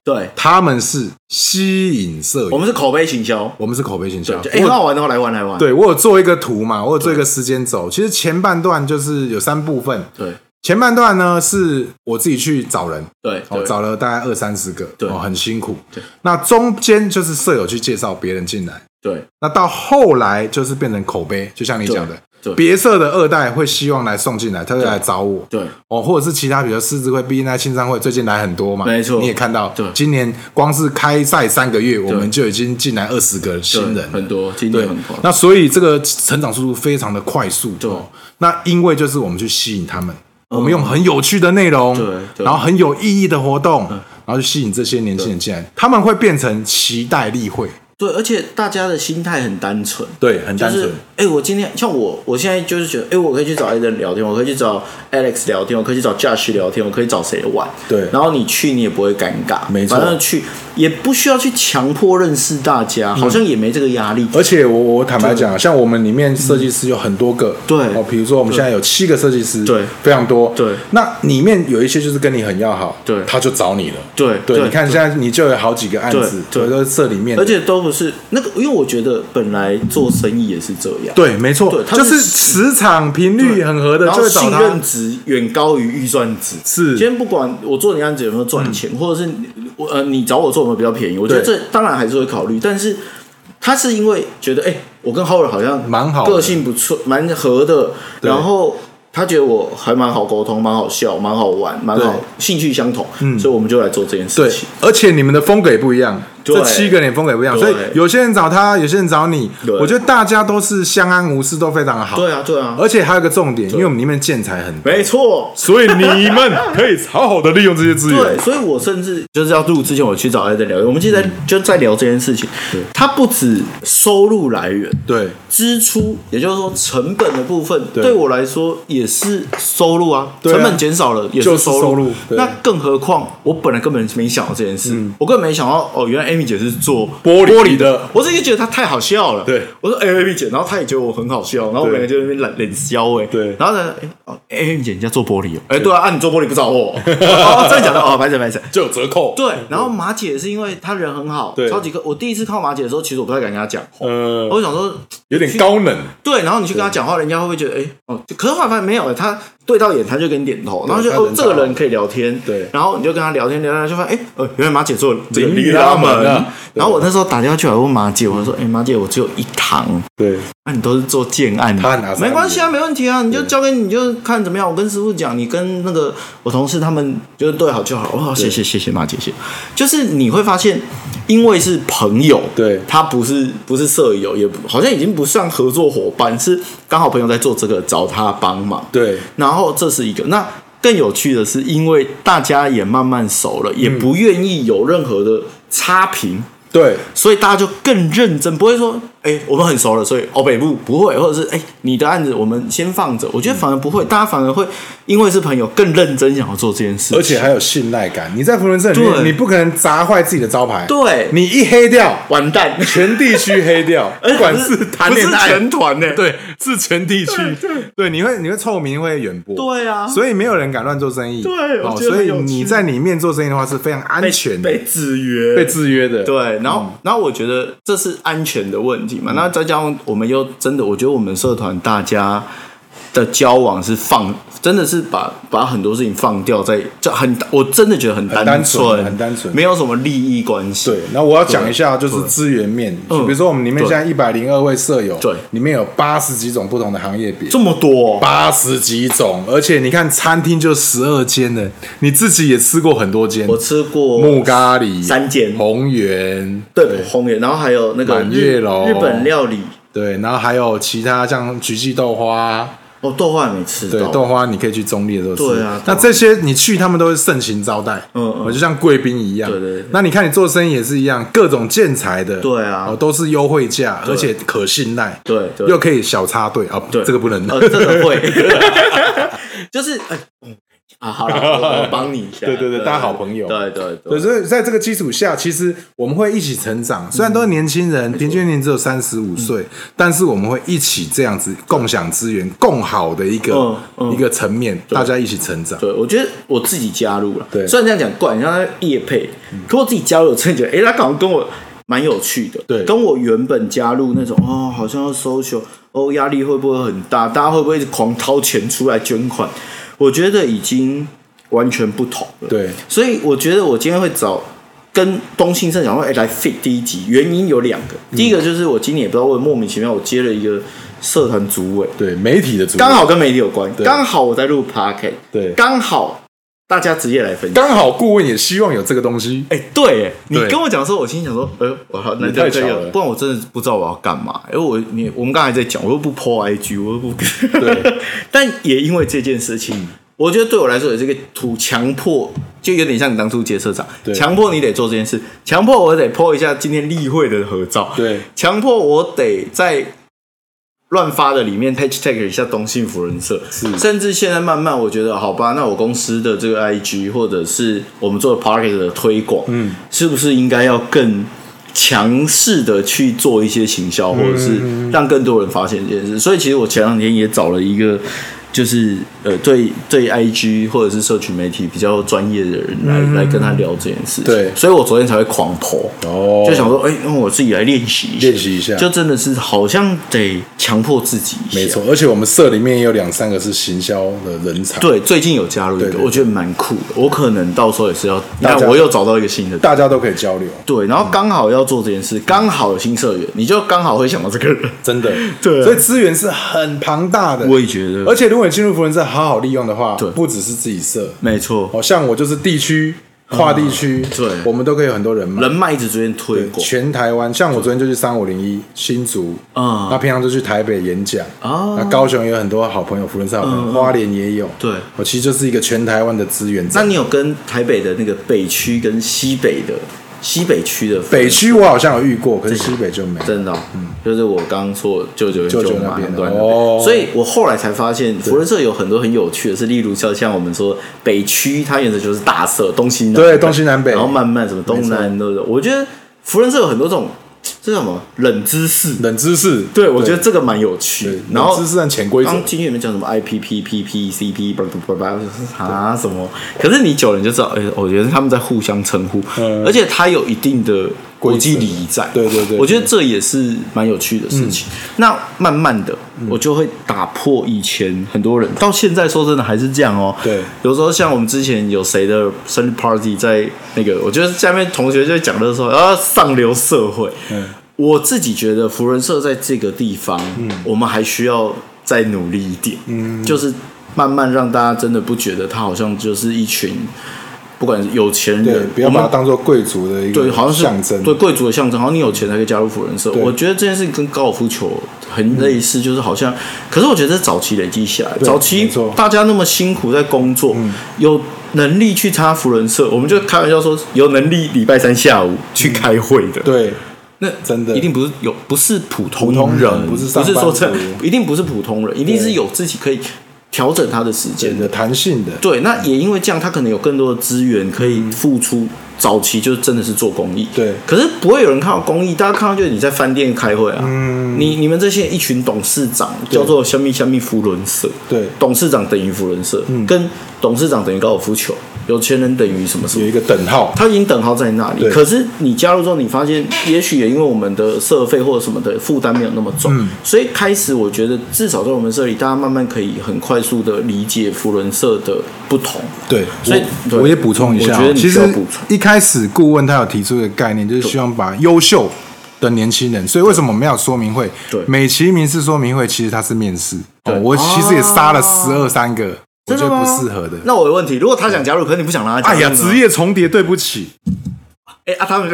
[SPEAKER 4] 对，
[SPEAKER 3] 他们是吸引社
[SPEAKER 4] 我
[SPEAKER 3] 员。
[SPEAKER 4] 们是口碑行销，
[SPEAKER 3] 我们是口碑形象
[SPEAKER 4] 对，就，诶，很好玩的话来玩来玩。
[SPEAKER 3] 啊 对我有做一个图嘛，我有做一个时间轴。其实前半段就是有三部分，
[SPEAKER 4] 对
[SPEAKER 3] 前半段呢是我自己去找人，
[SPEAKER 4] 对
[SPEAKER 3] 我、
[SPEAKER 4] 对
[SPEAKER 3] 找了大概二三十个，
[SPEAKER 4] 对
[SPEAKER 3] 哦，很辛苦。
[SPEAKER 4] 对，
[SPEAKER 3] 那中间就是舍友去介绍别人进来，
[SPEAKER 4] 对
[SPEAKER 3] 那到后来就是变成口碑，就像你讲的
[SPEAKER 4] 对对，
[SPEAKER 3] 别社的二代会希望来送进来，他就来找我。
[SPEAKER 4] 对。
[SPEAKER 3] 哦，或者是其他，比如狮子会、B N I 青商会，最近来很多嘛，
[SPEAKER 4] 没错
[SPEAKER 3] 你也看到，
[SPEAKER 4] 对
[SPEAKER 3] 今年光是开赛三个月，我们就已经进来二十个新人
[SPEAKER 4] 对
[SPEAKER 3] 了，
[SPEAKER 4] 很多，今
[SPEAKER 3] 对
[SPEAKER 4] 年很多。
[SPEAKER 3] 那所以这个成长速度非常的快速。
[SPEAKER 4] 对嗯
[SPEAKER 3] 哦那因为就是我们去吸引他们，我们用很有趣的内容，
[SPEAKER 4] 对对嗯
[SPEAKER 3] 然后很有意义的活动，然后去吸引这些年轻人进来，他们会变成期待例会，
[SPEAKER 4] 对，而且大家的心态很单纯，
[SPEAKER 3] 对，很
[SPEAKER 4] 就是哎、我今天像我，我现在就是觉得，哎、我可以去找 Eden 聊天，我可以去找 Alex 聊天，我可以去找 Josh 聊天，我可以找谁玩。
[SPEAKER 3] 对
[SPEAKER 4] 然后你去，你也不会尴尬，
[SPEAKER 3] 没错
[SPEAKER 4] 反正去也不需要去强迫认识大家，好像也没这个压力。
[SPEAKER 3] 嗯而且我我坦白讲，像我们里面设计师有很多个，
[SPEAKER 4] 对
[SPEAKER 3] 哦，比如说我们现在有七个设计师，
[SPEAKER 4] 对
[SPEAKER 3] 非常多，
[SPEAKER 4] 对
[SPEAKER 3] 那里面有一些就是跟你很要好，
[SPEAKER 4] 对
[SPEAKER 3] 他就找你了，
[SPEAKER 4] 对
[SPEAKER 3] 对，
[SPEAKER 4] 对
[SPEAKER 3] 你看现在你就有好几个案子，
[SPEAKER 4] 对对
[SPEAKER 3] 都是社里面的，
[SPEAKER 4] 而且都不是那个，因为我觉得本来做生意也是这样，
[SPEAKER 3] 对，没错
[SPEAKER 4] 对，他
[SPEAKER 3] 就是是磁场频率很合的，
[SPEAKER 4] 然
[SPEAKER 3] 就
[SPEAKER 4] 后
[SPEAKER 3] 会找
[SPEAKER 4] 信
[SPEAKER 3] 他
[SPEAKER 4] 任。值远高于预算值。
[SPEAKER 3] 是嗯
[SPEAKER 4] 今天不管我做你案子有没有赚钱，或者是你我呃你找我做有没有比较便宜，我觉得
[SPEAKER 3] 对
[SPEAKER 4] 这当然还是会考虑，但是他是因为觉得哎、我跟 Howard 好像
[SPEAKER 3] 蛮好的
[SPEAKER 4] 个性不错，蛮合的，然后。他觉得我还蛮好沟通，蛮好笑，蛮好玩，蛮好
[SPEAKER 3] 对嗯
[SPEAKER 4] 兴趣相同，所以我们就来做这件事
[SPEAKER 3] 对
[SPEAKER 4] 情。，
[SPEAKER 3] 而且你们的风格也不一样，
[SPEAKER 4] 对
[SPEAKER 3] 这七个人风格也不一样，
[SPEAKER 4] 对
[SPEAKER 3] 所以有些人找他，有些人找你
[SPEAKER 4] 对，
[SPEAKER 3] 我觉得大家都是相安无事，都非常好。
[SPEAKER 4] 对啊，对啊，
[SPEAKER 3] 而且还有一个重点，因为我们里面建材很多，
[SPEAKER 4] 没错。
[SPEAKER 3] 所以你们可以好好的利用这些资
[SPEAKER 4] 对，。所以我甚至就是要录之前，我去找艾登聊，我们现
[SPEAKER 3] 嗯
[SPEAKER 4] 在就在聊这件事情。他不止收入来源，
[SPEAKER 3] 对
[SPEAKER 4] 支出，也就是说成本的部分，
[SPEAKER 3] 对
[SPEAKER 4] 对我来说也是收入啊，
[SPEAKER 3] 对啊
[SPEAKER 4] 成本减少了也
[SPEAKER 3] 就是
[SPEAKER 4] 收
[SPEAKER 3] 收入对嗯
[SPEAKER 4] 那更何况我本来根本没想到这件事，我根本没想到哦，原来 Amy 姐是做
[SPEAKER 3] 玻璃的
[SPEAKER 4] 我是因为觉得她太好笑了。
[SPEAKER 3] 对，
[SPEAKER 4] 我说哎、a m y 姐，然后她也觉得我很好笑，然后我们两个就在那边冷冷笑哎、
[SPEAKER 3] 对
[SPEAKER 4] 然后呢，哎、哦哎 Amy 姐你家做玻璃哦，哎、对啊，啊你做玻璃不找 我，哦，真的假的？哦，白扯白扯。
[SPEAKER 3] 就有折扣。
[SPEAKER 4] 对，然后马姐是因为她人很好，
[SPEAKER 3] 对
[SPEAKER 4] 超级客。我第一次看到马姐的时候，其实我不太敢跟她讲话，
[SPEAKER 3] 呃，
[SPEAKER 4] 我想说
[SPEAKER 3] 有点高冷，
[SPEAKER 4] 对，然后你去跟他讲话，人家会不会觉得，哎、哦，可是后来发现没有，他对到眼他就给你点头，然后就
[SPEAKER 3] 他
[SPEAKER 4] 哦
[SPEAKER 3] 人，
[SPEAKER 4] 这
[SPEAKER 3] 超
[SPEAKER 4] 个
[SPEAKER 3] 好
[SPEAKER 4] 人可以聊天，
[SPEAKER 3] 对
[SPEAKER 4] 然后你就跟他聊天聊聊，就发现，哎、呃，原来马姐做这个
[SPEAKER 3] 淋浴
[SPEAKER 4] 驴
[SPEAKER 3] 拉
[SPEAKER 4] 拉
[SPEAKER 3] 门啊
[SPEAKER 4] 门
[SPEAKER 3] 对，
[SPEAKER 4] 然后我那时候打电话去我还问马姐，我说，哎、马姐，我只有一堂，
[SPEAKER 3] 对，
[SPEAKER 4] 那、你都是做建案的，
[SPEAKER 3] 他拿三
[SPEAKER 4] 没关系啊，没问题啊，你就交给你，你就看怎么样。我跟师傅讲，你跟那个我同事他们就是对好就好。哇，谢谢谢谢马姐，谢谢。就是你会发现，因为是朋友，
[SPEAKER 3] 对
[SPEAKER 4] 他不是不是舍友，也不好像已经不算合作伙伴，是刚好朋友在做这个，找他帮忙。
[SPEAKER 3] 对，
[SPEAKER 4] 然后这是一个那。更有趣的是，因为大家也慢慢熟了，也
[SPEAKER 3] 嗯
[SPEAKER 4] 不愿意有任何的差评，
[SPEAKER 3] 对，
[SPEAKER 4] 所以大家就更认真，不会说，哎、我们很熟了，所以哦北部不会，或者是哎、你的案子我们先放着。我觉得反而不会，大家反而会因为是朋友更认真想要做这件事情，
[SPEAKER 3] 而且还有信赖感。你在福伦社里
[SPEAKER 4] 对
[SPEAKER 3] 面，你不可能砸坏自己的招牌，
[SPEAKER 4] 对
[SPEAKER 3] 你一黑掉，
[SPEAKER 4] 完蛋， 哎
[SPEAKER 3] 全地区黑掉，不管是谈恋
[SPEAKER 4] 不是
[SPEAKER 3] 爱
[SPEAKER 4] 全。团呢、，欸
[SPEAKER 3] 对，是全地区，对，你会你会臭名会远播，
[SPEAKER 4] 对啊
[SPEAKER 3] 所以没有人敢乱做生意，
[SPEAKER 4] 对我
[SPEAKER 3] 哦，
[SPEAKER 4] 觉得
[SPEAKER 3] 所
[SPEAKER 4] 很
[SPEAKER 3] 以
[SPEAKER 4] 有趣
[SPEAKER 3] 你在里面做生意的话是非常安
[SPEAKER 4] 被
[SPEAKER 3] 全的，
[SPEAKER 4] 被制约，
[SPEAKER 3] 被制约的，
[SPEAKER 4] 对，然
[SPEAKER 3] 嗯
[SPEAKER 4] 后，然后我觉得这是安全的问题嘛。那再加上我们又真的，我觉得我们社团大家的交往是放，真的是把把很多事情放掉在，这很，我真的觉得很单
[SPEAKER 3] 单纯很单纯
[SPEAKER 4] 没有什么利益关系。
[SPEAKER 3] 对，那我要讲一下就是资源面，
[SPEAKER 4] 嗯
[SPEAKER 3] 比如说我们里面
[SPEAKER 4] 对
[SPEAKER 3] 现在一百零二位舍友，
[SPEAKER 4] 对
[SPEAKER 3] 里面有八十几种不同的行业别
[SPEAKER 4] 这。么多哦、
[SPEAKER 3] 八十几种，而且你看餐厅就十二间了，你自己也吃过很多间，
[SPEAKER 4] 我吃过
[SPEAKER 3] 木咖喱
[SPEAKER 4] 三间
[SPEAKER 3] 红园，
[SPEAKER 4] 对红园，然后还有那个
[SPEAKER 3] 满
[SPEAKER 4] 日
[SPEAKER 3] 月楼
[SPEAKER 4] 日本料理，
[SPEAKER 3] 对，然后还有其他像菊苣豆花，
[SPEAKER 4] 哦，豆花也没吃
[SPEAKER 3] 对
[SPEAKER 4] 到，
[SPEAKER 3] 豆花你可以去中立的时候吃。
[SPEAKER 4] 对啊对
[SPEAKER 3] 那
[SPEAKER 4] 啊
[SPEAKER 3] 这些你去他们都会盛情招待，哦
[SPEAKER 4] 嗯嗯
[SPEAKER 3] 就像贵宾一样。
[SPEAKER 4] 对对对
[SPEAKER 3] 那你看你做生意也是一样，各种建材的，
[SPEAKER 4] 对啊
[SPEAKER 3] 哦都是优惠价，而且可信赖，
[SPEAKER 4] 对对
[SPEAKER 3] 又可以小插队啊，
[SPEAKER 4] 对
[SPEAKER 3] 这个不能。
[SPEAKER 4] 呃，这 个会， 就是哎、嗯啊，好了，我我帮你一下，
[SPEAKER 3] 对对对大家好朋友
[SPEAKER 4] 对对
[SPEAKER 3] 对，
[SPEAKER 4] 对，
[SPEAKER 3] 所以在这个基础下，其实我们会一起成长。虽然都是年轻
[SPEAKER 4] 嗯
[SPEAKER 3] 人，平均年龄只有三十五岁，但是我们会一起这样子共享资源，共好的一个
[SPEAKER 4] 嗯嗯
[SPEAKER 3] 一个层面，大家一起成长。
[SPEAKER 4] 对，我觉得我自己加入了，
[SPEAKER 3] 对嗯
[SPEAKER 4] 虽然这样讲怪，你像他叶配，可我自己加入，我真的觉得，哎、他好像跟我蛮有趣的，
[SPEAKER 3] 对
[SPEAKER 4] 跟我原本加入那种，哦，好像要 social，哦，压力会不会很大？大家会不会一直狂掏钱出来捐款？我觉得已经完全不同了，
[SPEAKER 3] 对
[SPEAKER 4] 所以我觉得我今天会找跟东兴盛讲说，哎、来 fit 第一集，原因有两个，
[SPEAKER 3] 嗯
[SPEAKER 4] 第一个就是我今年也不知道为什么莫名其妙我接了一个社团主委，
[SPEAKER 3] 对，媒体的主
[SPEAKER 4] 刚好跟媒体有关，
[SPEAKER 3] 对
[SPEAKER 4] 刚好我在录 p o c a s t
[SPEAKER 3] 对
[SPEAKER 4] 刚好大家直接来分享。
[SPEAKER 3] 刚好顾问也希望有这个东西。
[SPEAKER 4] 哎、对，哎，你
[SPEAKER 3] 对
[SPEAKER 4] 跟我讲的时候，我心里想说，呃，我好，那
[SPEAKER 3] 你
[SPEAKER 4] 就
[SPEAKER 3] 太
[SPEAKER 4] 这
[SPEAKER 3] 巧
[SPEAKER 4] 个
[SPEAKER 3] 了，
[SPEAKER 4] 不然我真的不知道我要干嘛。因为我你我们刚才在讲，我又不 po IG，我又 不，
[SPEAKER 3] 对，
[SPEAKER 4] 但也因为这件事情，我觉得对我来说也是一个图强迫，就有点像你当初接社长
[SPEAKER 3] 对，
[SPEAKER 4] 强迫你得做这件事，强迫我得 po 一下今天例会的合照，
[SPEAKER 3] 对，
[SPEAKER 4] 强迫我得在乱发的里面 hashtag 一下东信福人社，甚至现在慢慢我觉得，好吧，那我公司的这个 IG 或者是我们做的 Parket 的推广，嗯，是不是应该要更强势的去做一些行销，或者是让更多人发现这件事？所以其实我前两天也找了一个。就是呃，对对，IG 或者是社群媒体比较专业的人来、来跟他聊这件事情，
[SPEAKER 3] 对
[SPEAKER 4] 所以我昨天才会狂投，
[SPEAKER 3] 哦
[SPEAKER 4] 就想说，哎、那我自己来练习一下，
[SPEAKER 3] 练习一下
[SPEAKER 4] 就真的是好像得强迫自己一下。
[SPEAKER 3] 没错，，而且我们社里面也有两三个是行销的人才，，
[SPEAKER 4] 对，最近有加入一
[SPEAKER 3] 对
[SPEAKER 4] 个，
[SPEAKER 3] 对
[SPEAKER 4] 我觉得蛮酷的。我可能到时候也是要，
[SPEAKER 3] 大家
[SPEAKER 4] 那我又找到一个新的。
[SPEAKER 3] 大嗯家都可以交流，
[SPEAKER 4] 对，然后刚好要做这件事，刚好有新社 员，你就刚好会想到这个人。
[SPEAKER 3] 真的，
[SPEAKER 4] 对啊
[SPEAKER 3] 所以资源是很庞大的。呃
[SPEAKER 4] 我也觉得
[SPEAKER 3] 而且如如果你进入福人社好好利用的话
[SPEAKER 4] 对，
[SPEAKER 3] 不只是自己社，
[SPEAKER 4] 没错，
[SPEAKER 3] 哦，像我就是地区跨地区，
[SPEAKER 4] 对
[SPEAKER 3] 我们都可以有很多人脉。
[SPEAKER 4] 人脉一直逐渐推广
[SPEAKER 3] 全台湾，像我昨天就去三五零一新竹，
[SPEAKER 4] 啊
[SPEAKER 3] 那平常就去台北演讲
[SPEAKER 4] 啊
[SPEAKER 3] 那高雄也有很多好朋友，福伦社好朋友，花莲也有，
[SPEAKER 4] 嗯对
[SPEAKER 3] 我其实就是一个全台湾的资源
[SPEAKER 4] 那
[SPEAKER 3] 站。
[SPEAKER 4] 你有跟台北的那个北区跟西北的西北区的
[SPEAKER 3] 北区我好像有遇过，可是西北就没。
[SPEAKER 4] 真的哦、就是我刚刚说的舅舅
[SPEAKER 3] 嗯舅舅
[SPEAKER 4] 嘛
[SPEAKER 3] 那边的
[SPEAKER 4] 对
[SPEAKER 3] 哦
[SPEAKER 4] 所以我后来才发现，福人社有很多很有趣的是，例如像像我们说北区，它原则就是大社东西南
[SPEAKER 3] 对东西南北
[SPEAKER 4] 然后慢慢什么东南都有。我觉得福人社有很多这种这叫什么冷知识，
[SPEAKER 3] 冷知识，
[SPEAKER 4] 对我觉得这个蛮有趣
[SPEAKER 3] 对
[SPEAKER 4] 的。然后
[SPEAKER 3] 冷知识和潜规则嗯
[SPEAKER 4] 刚进去里面讲什么 I P P P P C P 叭叭叭叭啊什么，可是你久了你就知道，哎、我觉得他们在互相称呼，
[SPEAKER 3] 嗯
[SPEAKER 4] 而且它有一定的国际礼仪在。
[SPEAKER 3] 对对对嗯
[SPEAKER 4] 我觉得这也是蛮有趣的事情。那慢慢的，我就会打破以前很多人到现在说真的还是这样哦。
[SPEAKER 3] 对
[SPEAKER 4] 有时候像我们之前有谁的生日 party 在那个，我觉得下面同学就会讲的说啊，上流社会。
[SPEAKER 3] 嗯
[SPEAKER 4] 我自己觉得福人社在这个地方，我们还需要再努力一点，
[SPEAKER 3] 嗯
[SPEAKER 4] 就是慢慢让大家真的不觉得他好像就是一群不管是有钱
[SPEAKER 3] 对
[SPEAKER 4] 人，，
[SPEAKER 3] 不要
[SPEAKER 4] 我们
[SPEAKER 3] 把它当做贵族的一
[SPEAKER 4] 对，
[SPEAKER 3] 个
[SPEAKER 4] 好像是
[SPEAKER 3] 象征。
[SPEAKER 4] 对贵族的象征，好像你有钱才可以加入福人社。
[SPEAKER 3] 对
[SPEAKER 4] 我觉得这件事情跟高尔夫球很类似，就是好像，可是我觉得早期累积起来，
[SPEAKER 3] 对
[SPEAKER 4] 早期
[SPEAKER 3] 没错嗯
[SPEAKER 4] 大家那么辛苦在工作，有能力去插福人社，我们就开玩笑说有能力礼拜三下午去开会的，
[SPEAKER 3] 对
[SPEAKER 4] 那
[SPEAKER 3] 真的
[SPEAKER 4] 一定不是有不是普通
[SPEAKER 3] 普通人
[SPEAKER 4] 人，
[SPEAKER 3] 不是
[SPEAKER 4] 不
[SPEAKER 3] 上
[SPEAKER 4] 是
[SPEAKER 3] 班
[SPEAKER 4] 说这
[SPEAKER 3] 族
[SPEAKER 4] 一定不是普通人，一定是
[SPEAKER 3] 对
[SPEAKER 4] 有自己可以调整他的时间
[SPEAKER 3] 对
[SPEAKER 4] 的
[SPEAKER 3] 的，弹性的，
[SPEAKER 4] 对，那也因为这样，他可能有更多的资源可以付出。早期就真的是做公益，
[SPEAKER 3] 对
[SPEAKER 4] 可是不会有人看到公益，大家看到就是你在饭店开会啊，嗯，你你们这些一群董事长叫做香蜜香蜜福伦社，
[SPEAKER 3] 对
[SPEAKER 4] 董事长等于福伦社，
[SPEAKER 3] 嗯
[SPEAKER 4] 跟董事长等于高尔夫球，有钱人等于什么什么
[SPEAKER 3] 有，一个等号。
[SPEAKER 4] 他已经等号在那里。
[SPEAKER 3] 对
[SPEAKER 4] 可是你加入之后，你发现也许也因为我们的社费或者什么的负担没有那么重，
[SPEAKER 3] 嗯
[SPEAKER 4] 所以开始我觉得至少在我们这里，大家慢慢可以很快速的理解福伦社的不同。
[SPEAKER 3] 对，
[SPEAKER 4] 所以对
[SPEAKER 3] 我我也补充一下
[SPEAKER 4] 我觉得
[SPEAKER 3] 哦，
[SPEAKER 4] 你
[SPEAKER 3] 其
[SPEAKER 4] 需要
[SPEAKER 3] 实
[SPEAKER 4] 补充
[SPEAKER 3] 一开始顾问他有提出一个概念，就是希望把优秀的年轻人，所以为什么我们要有说明会？
[SPEAKER 4] 对
[SPEAKER 3] 美其名是说明会，其实它是面试。
[SPEAKER 4] 对
[SPEAKER 3] 哦，我其实也杀了十二三个，我
[SPEAKER 4] 真
[SPEAKER 3] 觉
[SPEAKER 4] 的
[SPEAKER 3] 得
[SPEAKER 4] 吗
[SPEAKER 3] 不适合的。
[SPEAKER 4] 那我有问题，如果他想加入，可是你不想让他加
[SPEAKER 3] 哎
[SPEAKER 4] 入
[SPEAKER 3] 呀，
[SPEAKER 4] 呢
[SPEAKER 3] 职业重叠，对不起。
[SPEAKER 4] 哎、啊， 他们，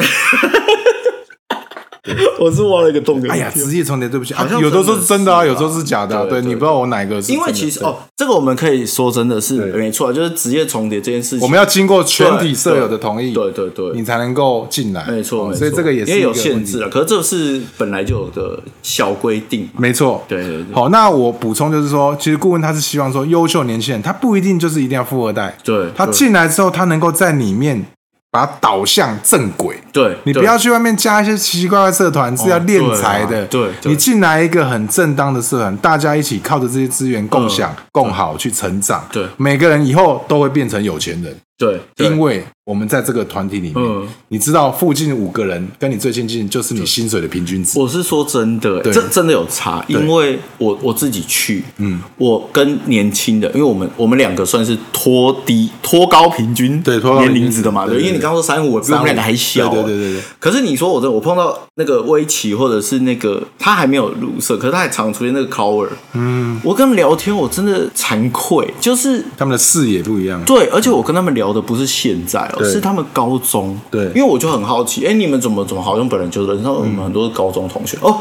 [SPEAKER 4] 我是挖了一个洞给你
[SPEAKER 3] 哎呀，职业重叠，对不起。啊
[SPEAKER 4] 好像
[SPEAKER 3] 有的时
[SPEAKER 4] 真
[SPEAKER 3] 候
[SPEAKER 4] 的是
[SPEAKER 3] 是真的啊，
[SPEAKER 4] 吧
[SPEAKER 3] 有时候是假的啊。
[SPEAKER 4] 对
[SPEAKER 3] 对
[SPEAKER 4] 对
[SPEAKER 3] 你不知道我哪个是真
[SPEAKER 4] 因
[SPEAKER 3] 的。
[SPEAKER 4] 为其实
[SPEAKER 3] 对
[SPEAKER 4] 哦，，这个我们可以说真的是
[SPEAKER 3] 对
[SPEAKER 4] 没错，就是职业重叠这件事情，
[SPEAKER 3] 我们要经过全体
[SPEAKER 4] 对
[SPEAKER 3] 舍友的同意，
[SPEAKER 4] 对对对
[SPEAKER 3] 你才能够进来。
[SPEAKER 4] 没错，
[SPEAKER 3] 哦
[SPEAKER 4] 没错
[SPEAKER 3] 所以这个也是
[SPEAKER 4] 因为
[SPEAKER 3] 一
[SPEAKER 4] 有
[SPEAKER 3] 个
[SPEAKER 4] 限
[SPEAKER 3] 问题
[SPEAKER 4] 制了，啊可是这是本来就有的小规定嘛。
[SPEAKER 3] 没错，
[SPEAKER 4] 对对对
[SPEAKER 3] 好，那我补充就是说，其实顾问他是希望说，优秀年轻人他不一定就是一定要富二代，
[SPEAKER 4] 对
[SPEAKER 3] 他
[SPEAKER 4] 对
[SPEAKER 3] 进来之后，他能够在里面把它导向正轨。
[SPEAKER 4] 对，
[SPEAKER 3] 你不
[SPEAKER 4] 对哦
[SPEAKER 3] 要去外面加一些奇奇怪怪的社团，是要练财
[SPEAKER 4] 对
[SPEAKER 3] 的。
[SPEAKER 4] 啊对对
[SPEAKER 3] 你进来一个很正当的社团，大家一起靠着这些资源共享、共好去成长。
[SPEAKER 4] 嗯对
[SPEAKER 3] 每个人以后都会变成有钱人，
[SPEAKER 4] 对，对
[SPEAKER 3] 因为我们在这个团体里面，
[SPEAKER 4] 嗯
[SPEAKER 3] 你知道附近五个人跟你最亲近，就是你薪水的平均值。
[SPEAKER 4] 我是说真的、欸，
[SPEAKER 3] 对
[SPEAKER 4] 这真的有差，
[SPEAKER 3] 对
[SPEAKER 4] 因为我我自己去，嗯，我跟年轻的，因为我们我们两个算是脱低脱高平均
[SPEAKER 3] 对脱高
[SPEAKER 4] 年
[SPEAKER 3] 平均
[SPEAKER 4] 龄值的嘛，
[SPEAKER 3] 对
[SPEAKER 4] 对，
[SPEAKER 3] 对
[SPEAKER 4] 因为你刚刚说三五，我比我
[SPEAKER 3] 三五
[SPEAKER 4] 们两个还小、
[SPEAKER 3] 对对对对对。
[SPEAKER 4] 可是你说我这，我碰到那个威奇或者是那个他还没有入社，可是他还常出现那个 cover，嗯，我跟他们聊天，我真的惭愧，就是
[SPEAKER 3] 他们的视野不一样。
[SPEAKER 4] 对，而且我跟他们聊的不是现在哦，
[SPEAKER 3] 对
[SPEAKER 4] 是他们高中。
[SPEAKER 3] 对
[SPEAKER 4] 因为我就很好奇，哎，你们怎么怎么好像本来就认识？然后我们很多高中同学、哦，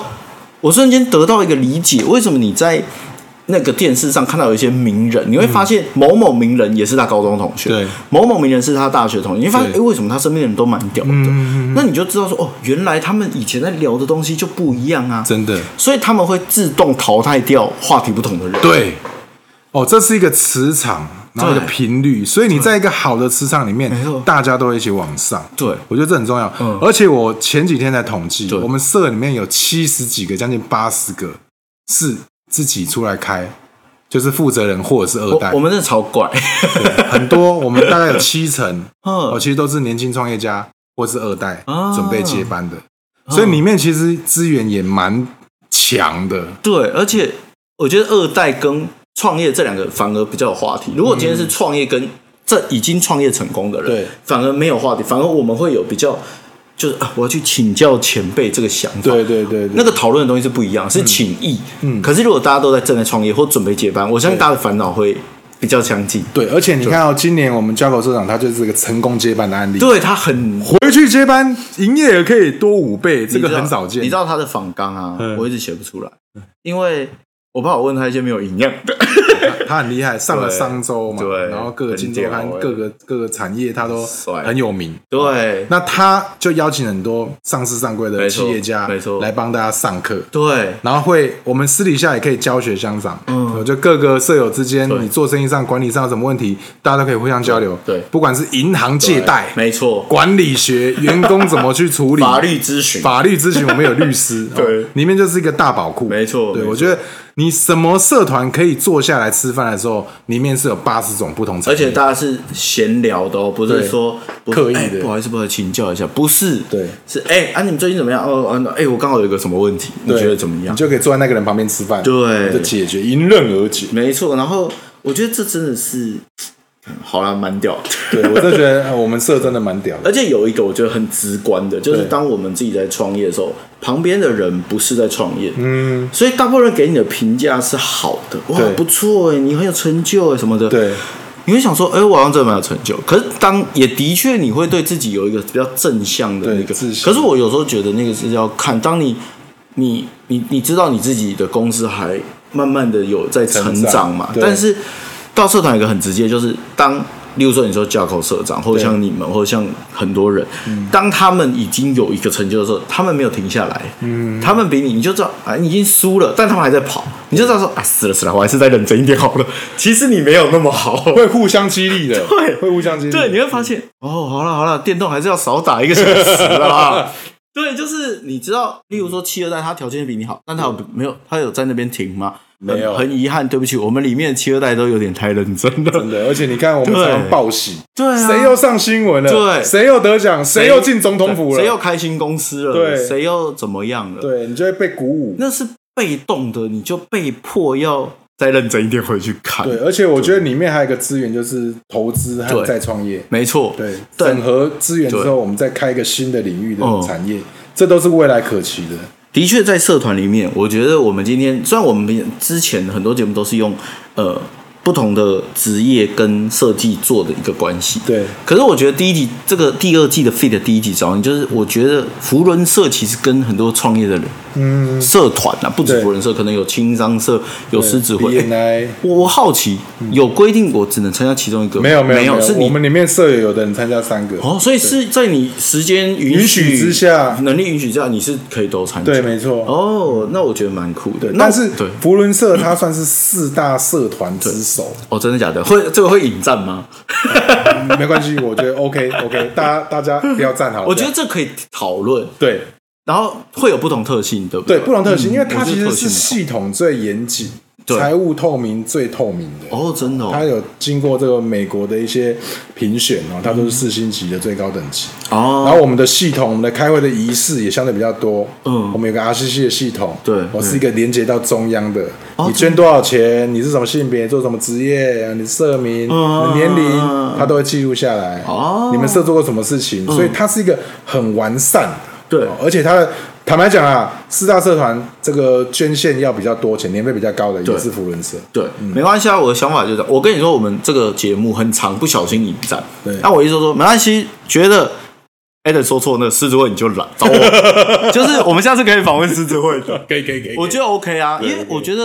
[SPEAKER 4] 我瞬间得到一个理解，为什么你在那个电视上看到有一些名人，你会发现某某名人也是他高中同学，
[SPEAKER 3] 嗯对，
[SPEAKER 4] 某某名人是他大学同学，你会发现哎，
[SPEAKER 3] 对
[SPEAKER 4] 为什么他身边的人都蛮屌的？
[SPEAKER 3] 嗯
[SPEAKER 4] 那你就知道说哦，原来他们以前在聊的东西就不一样啊，
[SPEAKER 3] 真的，
[SPEAKER 4] 所以他们会自动淘汰掉话题不同的人。
[SPEAKER 3] 对，哦，这是一个磁场，然后一个
[SPEAKER 4] 对
[SPEAKER 3] 频率，所以你在一个好的磁场里面
[SPEAKER 4] 没错，
[SPEAKER 3] 大家都会一起往上。
[SPEAKER 4] 对
[SPEAKER 3] 我觉得这很重要。
[SPEAKER 4] 嗯
[SPEAKER 3] 而且我前几天才统计，
[SPEAKER 4] 对
[SPEAKER 3] 我们社里面有七十几个，将近八十个是自己出来开，就是负责人或者是二
[SPEAKER 4] 我
[SPEAKER 3] 代
[SPEAKER 4] 我。们真的超怪，
[SPEAKER 3] 对很多，我们大概有七成，
[SPEAKER 4] 嗯
[SPEAKER 3] 哦，其实都是年轻创业家或是二代
[SPEAKER 4] 啊
[SPEAKER 3] 准备接班的，所以
[SPEAKER 4] 嗯
[SPEAKER 3] 里面其实资源也蛮强的。
[SPEAKER 4] 对，而且我觉得二代跟创业这两个反而比较有话题。如果今天是创业跟这已经创业成功的人，
[SPEAKER 3] 嗯对，
[SPEAKER 4] 反而没有话题，反而我们会有比较就是啊，我要去请教前辈这个想法。
[SPEAKER 3] 对对对对
[SPEAKER 4] 那个讨论的东西是不一样，是请益。嗯，可是如果大家都在正在创业或准备接班，我相信大家的烦恼会比较相近。
[SPEAKER 3] 对，而且你看哦，今年我们交口社长他就是个成功接班的案例，
[SPEAKER 4] 对他很
[SPEAKER 3] 回去接班营业额可以多五倍，这个很少见。
[SPEAKER 4] 你知道他的仿纲啊
[SPEAKER 3] 嗯，
[SPEAKER 4] 我一直写不出来，因为我怕我问他一些没有营养的。
[SPEAKER 3] 嗯他很厉害，上了
[SPEAKER 4] 对
[SPEAKER 3] 商周嘛，
[SPEAKER 4] 对
[SPEAKER 3] 然后各个
[SPEAKER 4] 很
[SPEAKER 3] 金周刊
[SPEAKER 4] 屌、欸
[SPEAKER 3] 各个各个产业他都
[SPEAKER 4] 帅
[SPEAKER 3] 很有名。
[SPEAKER 4] 对
[SPEAKER 3] 那他就邀请很多上市上柜的
[SPEAKER 4] 没错
[SPEAKER 3] 企业家，
[SPEAKER 4] 没错
[SPEAKER 3] 来帮大家上课。
[SPEAKER 4] 对，
[SPEAKER 3] 然后会，我们私底下也可以教学相长，嗯，就各个舍友之间，
[SPEAKER 4] 对
[SPEAKER 3] 你做生意上、管理上有什么问题，大家都可以互相交流。
[SPEAKER 4] 对对
[SPEAKER 3] 不管是银行借贷、
[SPEAKER 4] 没错，
[SPEAKER 3] 管理学、员工怎么去处理、
[SPEAKER 4] 法律咨询，
[SPEAKER 3] 法律咨询，我们有 律师，
[SPEAKER 4] 对
[SPEAKER 3] 哦里面就是一个大宝库，
[SPEAKER 4] 没错没
[SPEAKER 3] 对
[SPEAKER 4] 错
[SPEAKER 3] 我觉得你什么社团可以坐下来吃饭的时候，里面是有八十种不同产
[SPEAKER 4] 而
[SPEAKER 3] 业，
[SPEAKER 4] 且大家是闲聊的哦，不
[SPEAKER 3] 对
[SPEAKER 4] 是说不是
[SPEAKER 3] 刻意
[SPEAKER 4] 哎
[SPEAKER 3] 的
[SPEAKER 4] 不好意思，不好意思，请教一下，不是，
[SPEAKER 3] 对，
[SPEAKER 4] 是哎、啊，你们最近怎么样？哦，啊那哎、我刚好有一个什么问题，你
[SPEAKER 3] 对
[SPEAKER 4] 觉得怎么样
[SPEAKER 3] 你？就可以坐在那个人旁边吃饭，
[SPEAKER 4] 对
[SPEAKER 3] 就解决，迎刃 而解。
[SPEAKER 4] 没错，然后我觉得这真的是，嗯好啦，蛮屌的。
[SPEAKER 3] 对我真的觉得呃我们社真的蛮屌的，
[SPEAKER 4] 而且有一个我觉得很直观的，就是
[SPEAKER 3] 对
[SPEAKER 4] 当我们自己在创业的时候，旁边的人不是在创业，
[SPEAKER 3] 嗯，
[SPEAKER 4] 所以大部分人给你的评价是好的，哇
[SPEAKER 3] 对，
[SPEAKER 4] 不错哎，你很有成就哎什么的，
[SPEAKER 3] 对，
[SPEAKER 4] 你会想说，哎、我好像真的蛮有成就。可是当也的确，你会对自己有一个比较正向的那
[SPEAKER 3] 对
[SPEAKER 4] 个。
[SPEAKER 3] 自信
[SPEAKER 4] 可是我有时候觉得那个是要看，当你你你你知道你自己的公司还慢慢的有在成
[SPEAKER 3] 成
[SPEAKER 4] 长
[SPEAKER 3] 长
[SPEAKER 4] 嘛，
[SPEAKER 3] 对
[SPEAKER 4] 但是到社团有一个很直接，就是当例如说你说架口社长，或者
[SPEAKER 3] 对嗯
[SPEAKER 4] 像你们，或者像很多人，当他们已经有一个成就的时候，他们没有停下来，嗯，他们比你，你就知道啊，你已经输了，但他们还在跑，你就知道说啊，死了死了，我还是再认真一点好了。其实你没有那么 好，
[SPEAKER 3] 会互相激励的，
[SPEAKER 4] 对
[SPEAKER 3] 会互相激励，
[SPEAKER 4] 对，你会发现哦，好了好了，电动还是要少打一个小时啦。 对，就是你知道，例如说七二代，他条件比你好，但他有没有他有在那边停吗？
[SPEAKER 3] 没有
[SPEAKER 4] 很很遗憾，对不起，我们里面的七二代都有点太认真了。
[SPEAKER 3] 真的，而且你看我们
[SPEAKER 4] 对
[SPEAKER 3] 常常报喜，
[SPEAKER 4] 对啊，
[SPEAKER 3] 谁又上新闻了？
[SPEAKER 4] 对
[SPEAKER 3] 谁又得奖？谁又进总统府了？
[SPEAKER 4] 谁又开新公司了？
[SPEAKER 3] 对
[SPEAKER 4] 谁又怎么样了？，
[SPEAKER 3] 对你就会被鼓舞。
[SPEAKER 4] 那是被动的，你就被迫要再认真一点回去看。
[SPEAKER 3] 对，，而且我觉得里面还有一个资源就是投资和
[SPEAKER 4] 对
[SPEAKER 3] 再创业，
[SPEAKER 4] 没错，
[SPEAKER 3] 对，
[SPEAKER 4] 对
[SPEAKER 3] 整合资源之
[SPEAKER 4] 对
[SPEAKER 3] 后，我们再开一个新的领域的
[SPEAKER 4] 哦
[SPEAKER 3] 产业，这都是未来可期的。
[SPEAKER 4] 的确，在社团里面，我觉得我们今天虽然我们之前很多节目都是用呃不同的职业跟设计做的一个关系，
[SPEAKER 3] 对
[SPEAKER 4] 可是我觉得第一集这个第二季的 Fit 第一集找你，就是我觉得福伦社其实跟很多创业的人，嗯，社团啊，不止
[SPEAKER 3] 对
[SPEAKER 4] 福伦社，可能有青商社，有狮子会。欸
[SPEAKER 3] ，BNI
[SPEAKER 4] 我我好奇，有规定我只能参加其中一个吗？
[SPEAKER 3] 嗯没有
[SPEAKER 4] 没
[SPEAKER 3] 没有，
[SPEAKER 4] 是
[SPEAKER 3] 我
[SPEAKER 4] 你
[SPEAKER 3] 们里面舍友有的人参加三个，
[SPEAKER 4] 哦，所以是在你时间允
[SPEAKER 3] 允许之下
[SPEAKER 4] 能力允许之下，你是可以都参加。
[SPEAKER 3] 对，没错。
[SPEAKER 4] 哦，那我觉得蛮酷的。
[SPEAKER 3] 对，
[SPEAKER 4] 那
[SPEAKER 3] 但
[SPEAKER 4] 我
[SPEAKER 3] 是
[SPEAKER 4] 对，
[SPEAKER 3] 福伦社它算是四大社团之首，
[SPEAKER 4] 哦，真的假的？会这个会引战吗？
[SPEAKER 3] 嗯没关系，我觉得 OK OK，大家大家不要站好。
[SPEAKER 4] 我觉得这可以讨论，
[SPEAKER 3] 对
[SPEAKER 4] 然后会有不同特性，对不
[SPEAKER 3] 对，
[SPEAKER 4] 对，
[SPEAKER 3] 不同特性，因为
[SPEAKER 4] 嗯
[SPEAKER 3] 它
[SPEAKER 4] 我觉
[SPEAKER 3] 其
[SPEAKER 4] 得
[SPEAKER 3] 实
[SPEAKER 4] 特
[SPEAKER 3] 是
[SPEAKER 4] 性
[SPEAKER 3] 系统最严谨、
[SPEAKER 4] 对
[SPEAKER 3] 财务透明最透明的。
[SPEAKER 4] 哦，真的
[SPEAKER 3] 它
[SPEAKER 4] 哦，
[SPEAKER 3] 有经过这个美国的一些评选哦，它都是四星级的最高等级。然
[SPEAKER 4] 哦，
[SPEAKER 3] 后我们的系统，我们的开会的仪式也相对比较多。
[SPEAKER 4] 嗯
[SPEAKER 3] 我们有个 RCC 的系统，
[SPEAKER 4] 对嗯
[SPEAKER 3] 我是一个连接到中央的。
[SPEAKER 4] 哦
[SPEAKER 3] 你捐多少钱？你是什么性别？做什么职业？你社名、
[SPEAKER 4] 嗯
[SPEAKER 3] 你年龄，它都会记录下来。
[SPEAKER 4] 哦嗯
[SPEAKER 3] 你们社做过什么事情？所以它是一个很完善的。
[SPEAKER 4] 对
[SPEAKER 3] 哦而且它的坦白讲啊，四大社团这个捐献要比较多钱，年费比较高的也
[SPEAKER 4] 对
[SPEAKER 3] 是福伦社。
[SPEAKER 4] 对，没关系啊。我的想法就是，我跟你说，我们这个节目很长，不小心引战。
[SPEAKER 3] 对
[SPEAKER 4] 那我一说说没关系，觉得 a d 说错那个狮子会你就懒，哦找我，就是我们下次可以访问狮子会的。
[SPEAKER 3] 可以可以可以
[SPEAKER 4] 我觉得 OK 啊，因为
[SPEAKER 3] 对
[SPEAKER 4] 我觉得，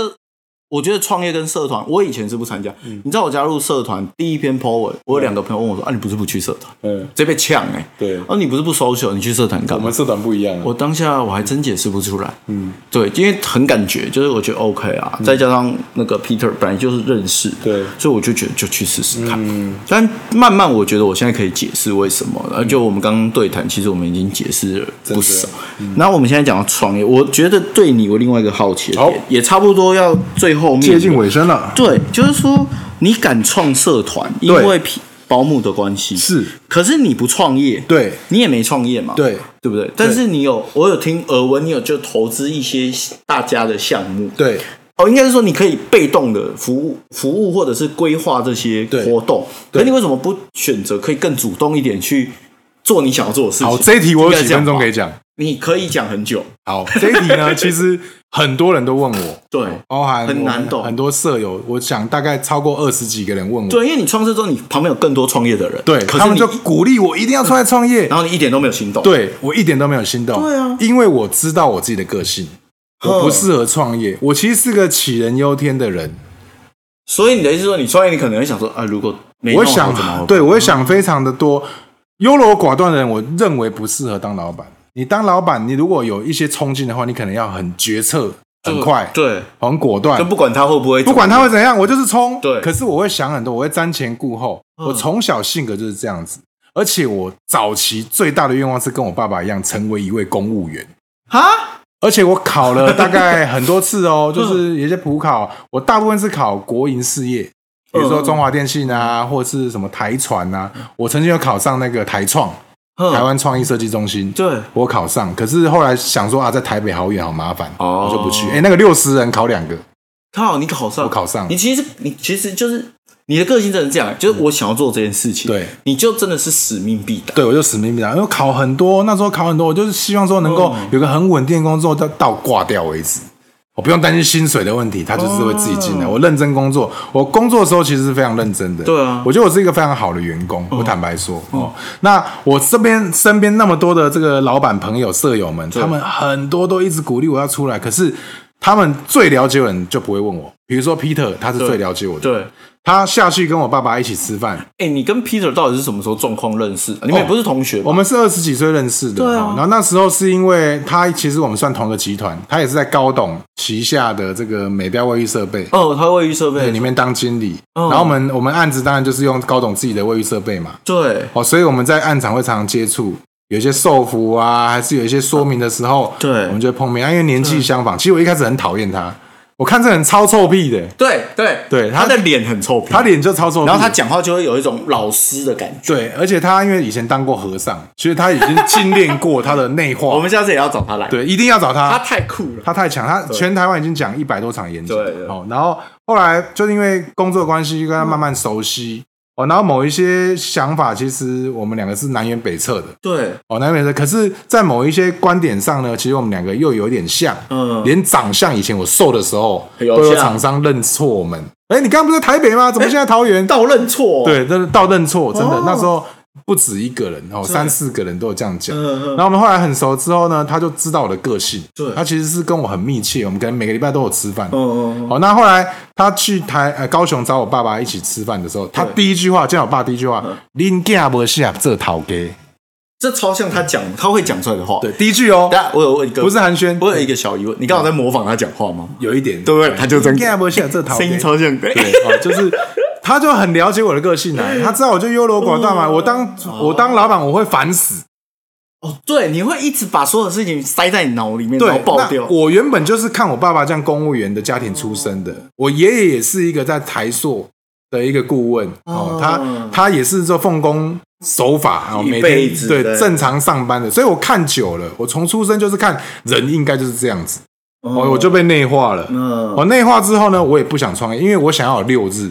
[SPEAKER 4] 我觉得创业跟社团，我以前是不参加。
[SPEAKER 3] 嗯
[SPEAKER 4] 你知道我加入社团第一篇 po 文，我有两个朋友问我说：“啊，你不是不去社团？”
[SPEAKER 3] 嗯，
[SPEAKER 4] 直接被呛哎、欸。
[SPEAKER 3] 对
[SPEAKER 4] 哦、你不是不 social，你去社团干
[SPEAKER 3] 我
[SPEAKER 4] 嘛
[SPEAKER 3] 们？社团不一样啊。
[SPEAKER 4] 我当下我还真解释不出来。
[SPEAKER 3] 嗯，
[SPEAKER 4] 对，因为很感觉，就是我觉得 OK 啊，再加上那个 Peter 本来就是认识，
[SPEAKER 3] 对嗯
[SPEAKER 4] 所以我就觉得就去试试看。但慢慢我觉得我现在可以解释为什么了。就我们刚刚对谈，其实我们已经解释了
[SPEAKER 3] 啊
[SPEAKER 4] 不少。
[SPEAKER 3] 嗯
[SPEAKER 4] 然后我们现在讲到创业，我觉得对你有另外一个好奇的
[SPEAKER 3] 好
[SPEAKER 4] 点，也差不多要最后面了
[SPEAKER 3] 接近尾声了，
[SPEAKER 4] 对，就是说你敢创社团，因
[SPEAKER 3] 对
[SPEAKER 4] 为保姆的关系
[SPEAKER 3] 是，
[SPEAKER 4] 可是你不创业，
[SPEAKER 3] 对
[SPEAKER 4] 你也没创业嘛，
[SPEAKER 3] 对
[SPEAKER 4] 对不对？但是你有，我有听耳闻，你有就投资一些大家的项目，
[SPEAKER 3] 对。
[SPEAKER 4] 哦，应该是说你可以被动的服务服务或者是规划这些
[SPEAKER 3] 对
[SPEAKER 4] 活动，
[SPEAKER 3] 对
[SPEAKER 4] 可你为什么不选择可以更主动一点去做你想要做的事情。
[SPEAKER 3] 好，这一题我有
[SPEAKER 4] 应该
[SPEAKER 3] 几
[SPEAKER 4] 这样
[SPEAKER 3] 分钟
[SPEAKER 4] 吧
[SPEAKER 3] 可以讲。
[SPEAKER 4] 你可以讲很久，
[SPEAKER 3] 好，这一题 呢，其实很多人都问我，
[SPEAKER 4] 对
[SPEAKER 3] 包含
[SPEAKER 4] 很
[SPEAKER 3] 我
[SPEAKER 4] 难懂
[SPEAKER 3] 很多舍友，我想大概超过二十几个人问我，
[SPEAKER 4] 对，因为你创业之后，你旁边有更多创业的人，
[SPEAKER 3] 对，
[SPEAKER 4] 可
[SPEAKER 3] 他
[SPEAKER 4] 是
[SPEAKER 3] 们
[SPEAKER 4] 你
[SPEAKER 3] 就，鼓励我一定要出来创业，
[SPEAKER 4] 然后你一点都没有行动，，
[SPEAKER 3] 对我一点都没有心动。
[SPEAKER 4] 对啊嗯
[SPEAKER 3] 因为我知道我自己的个性，我不适合创业。我其实是个杞人忧天的人，
[SPEAKER 4] 所以你的意思是说，你创业，你可能会想说啊，如果没
[SPEAKER 3] 我
[SPEAKER 4] 弄好
[SPEAKER 3] 想
[SPEAKER 4] 怎么办，
[SPEAKER 3] 对我会想非常的多。优柔寡断的人，我认为不适合当老板。你当老板，你如果有一些冲劲的话，你可能要很决策、很快、
[SPEAKER 4] 对，
[SPEAKER 3] 很果断
[SPEAKER 4] 就，不管他会不会，
[SPEAKER 3] 不管他会，怎样，我就是冲。
[SPEAKER 4] 对
[SPEAKER 3] 可是我会想很多，我会瞻前顾后。
[SPEAKER 4] 嗯
[SPEAKER 3] 我从小性格就是这样子，而且我早期最大的愿望是跟我爸爸一样，成为一位公务员。
[SPEAKER 4] 哈，
[SPEAKER 3] 而且我考了大概很多 次哦，就是
[SPEAKER 4] 嗯
[SPEAKER 3] 有一些普考，我大部分是考国营事业，比如说中华电信啊，或是什么台船啊。我曾经有考上那个台创台
[SPEAKER 4] 台
[SPEAKER 3] 湾创意设计中心，
[SPEAKER 4] 对，
[SPEAKER 3] 我考上，可是后来想说啊，在台北好远好麻烦，
[SPEAKER 4] 哦
[SPEAKER 3] 我就不去。哎，那个六十人考两个，
[SPEAKER 4] 他好，你考上，
[SPEAKER 3] 我考上
[SPEAKER 4] 你其实你其实就是你的个性真的是这样，就是我想要做这件事情，
[SPEAKER 3] 嗯对，
[SPEAKER 4] 你就真的是使命必达，
[SPEAKER 3] 对我就死命命达，因为考很多，那时候考很多，我就是希望说能够
[SPEAKER 4] 嗯
[SPEAKER 3] 有个很稳定的工作，到到挂掉为止。我不用担心薪水的问题，他就是会自己进来。
[SPEAKER 4] 哦
[SPEAKER 3] 我认真工作，我工作的时候其实是非常认真的。
[SPEAKER 4] 对啊嗯
[SPEAKER 3] 我觉得我是一个非常好的员工。我坦白说，哦，那我这边身边那么多的这个老板朋友、舍友们，他们很多都一直鼓励我要出来，可是他们最了解我的人就不会问我。比如说 Peter，他是最了解我的，
[SPEAKER 4] 对。
[SPEAKER 3] 他下去跟我爸爸一起吃饭，
[SPEAKER 4] 哎、你跟 Peter 到底是什么时候状况认识？你们
[SPEAKER 3] 哦
[SPEAKER 4] 也不是同学吧，
[SPEAKER 3] 我们是二十几岁认识的，
[SPEAKER 4] 对啊
[SPEAKER 3] 然后那时候是因为他其实我们算同个集团，他也是在高董旗下的这个美标卫浴设备。
[SPEAKER 4] 哦，他卫浴设备
[SPEAKER 3] 对，里面当经理，
[SPEAKER 4] 哦
[SPEAKER 3] 然后我们我们案子当然就是用高董自己的卫浴设备嘛，
[SPEAKER 4] 对
[SPEAKER 3] 哦，所以我们在案场会常常接触，有一些售服啊，还是有一些说明的时候，
[SPEAKER 4] 对嗯
[SPEAKER 3] 我们就会碰面，啊因为年纪相仿。其实我一开始很讨厌他，我看这人超臭屁的，
[SPEAKER 4] 对对
[SPEAKER 3] 对
[SPEAKER 4] 他
[SPEAKER 3] 他
[SPEAKER 4] 的脸很臭屁，
[SPEAKER 3] 他脸就超臭屁，
[SPEAKER 4] 嗯然后他讲话就会有一种老师的感觉。
[SPEAKER 3] 对，而且他因为以前当过和尚，所以他已经精炼过他的内化，
[SPEAKER 4] 我们下次也要找他来，
[SPEAKER 3] 嗯对，一定要找他，
[SPEAKER 4] 他太酷了。
[SPEAKER 3] 他太强，他全台湾已经讲一百多场演讲，
[SPEAKER 4] 对对
[SPEAKER 3] 哦，然后后来就是因为工作关系，跟他慢慢熟悉、哦，然后某一些想法，其实我们两个是南辕北辙的
[SPEAKER 4] 对，
[SPEAKER 3] 哦，南辕北辙。可是，在某一些观点上呢，其实我们两个又有点像，
[SPEAKER 4] 嗯
[SPEAKER 3] 连长相，以前我瘦的时候，
[SPEAKER 4] 有
[SPEAKER 3] 都有
[SPEAKER 4] 像
[SPEAKER 3] 厂商认错我们，哎，你刚刚不是在台北吗？怎么现在桃园？
[SPEAKER 4] 到认错、，
[SPEAKER 3] 对，真的到认错，真的、
[SPEAKER 4] 哦
[SPEAKER 3] 那时候不止一个人哦，三四个人都有这样讲。
[SPEAKER 4] 嗯
[SPEAKER 3] 然后我们后来很熟之后呢，他就知道我的个性，
[SPEAKER 4] 对
[SPEAKER 3] 他其实是跟我很密切，我们可能每个礼拜都有吃饭。
[SPEAKER 4] 嗯嗯，
[SPEAKER 3] 好，那后来他去台呃高雄找我爸爸一起吃饭的时候，他第一句话见到我爸第一句话
[SPEAKER 4] 嗯，
[SPEAKER 3] 恁囝无下这头家，
[SPEAKER 4] 这超像他讲，他会讲出来的话。
[SPEAKER 3] 对，，第一句哦，
[SPEAKER 4] 但我有问一个，
[SPEAKER 3] 不是寒暄，
[SPEAKER 4] 我有一个小疑问，你刚好在模仿他讲话吗？
[SPEAKER 3] 有一点
[SPEAKER 4] 对不对？他就真
[SPEAKER 3] 恁囝无下这头
[SPEAKER 4] 声音
[SPEAKER 3] 家，
[SPEAKER 4] 超像，
[SPEAKER 3] 对，哦，就是。他就很了解我的个性啊，他知道我就优柔寡断
[SPEAKER 4] 嗯
[SPEAKER 3] 嘛。我当我当老板，我会烦死。
[SPEAKER 4] 哦，对，你会一直把所有事情塞在你脑里面，
[SPEAKER 3] 对
[SPEAKER 4] 然后，爆掉
[SPEAKER 3] 那。我原本就是看我爸爸这样公务员的家庭出身的，我爷爷也是一个在台塑的一个顾问哦
[SPEAKER 4] 哦，
[SPEAKER 3] 他他也是做奉公守法哦，
[SPEAKER 4] 一
[SPEAKER 3] 每
[SPEAKER 4] 辈
[SPEAKER 3] 天
[SPEAKER 4] 子
[SPEAKER 3] 对
[SPEAKER 4] 的
[SPEAKER 3] 正常上班的，所以我看久了，我从出生就是看人应该就是这样子，哦，我就被内化了。
[SPEAKER 4] 嗯
[SPEAKER 3] 我内化之后呢，我也不想创业，因为我想要有六日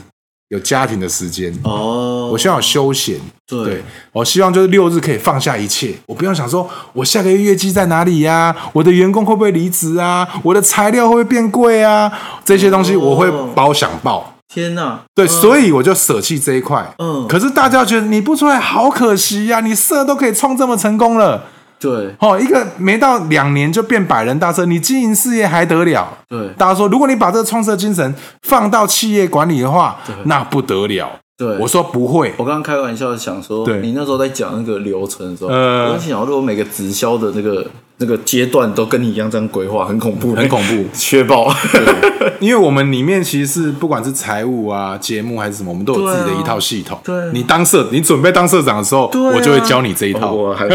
[SPEAKER 3] 有家庭的时间，
[SPEAKER 4] 哦，
[SPEAKER 3] 我希望有休闲。
[SPEAKER 4] 对
[SPEAKER 3] 对，我希望就是六日可以放下一切，我不用想说我下个月业绩在哪里呀、我的员工会不会离职啊，我的材料会不会变贵啊，这些东
[SPEAKER 4] 哦
[SPEAKER 3] 西我会包想爆。
[SPEAKER 4] 天哪，
[SPEAKER 3] 对，所以我就舍弃这一块。
[SPEAKER 4] 嗯
[SPEAKER 3] 可是大家觉得你不出来好可惜呀、你社都可以创这么成功了，
[SPEAKER 4] 对
[SPEAKER 3] 哦，一个没到两年就变百人大社，你经营事业还得了？
[SPEAKER 4] 对
[SPEAKER 3] 大家说，如果你把这个创社精神放到企业管理的话，那不得了。
[SPEAKER 4] 对，
[SPEAKER 3] 我说不会，
[SPEAKER 4] 我刚刚开玩笑想说，
[SPEAKER 3] 对
[SPEAKER 4] 你那时候在讲那个流程的时候，
[SPEAKER 3] 呃
[SPEAKER 4] 我在想，如果每个直销的那个那个阶段都跟你一样这样规划，很恐怖，
[SPEAKER 3] 很恐怖
[SPEAKER 4] 缺爆。
[SPEAKER 3] 因为我们里面其实是不管是财务啊、节目还是什么，我们都有自己的一套系统。
[SPEAKER 4] 对啊对啊
[SPEAKER 3] 你当社，你准备当社长的时候，
[SPEAKER 4] 对啊
[SPEAKER 3] 我就会教你这一套。
[SPEAKER 4] 我 还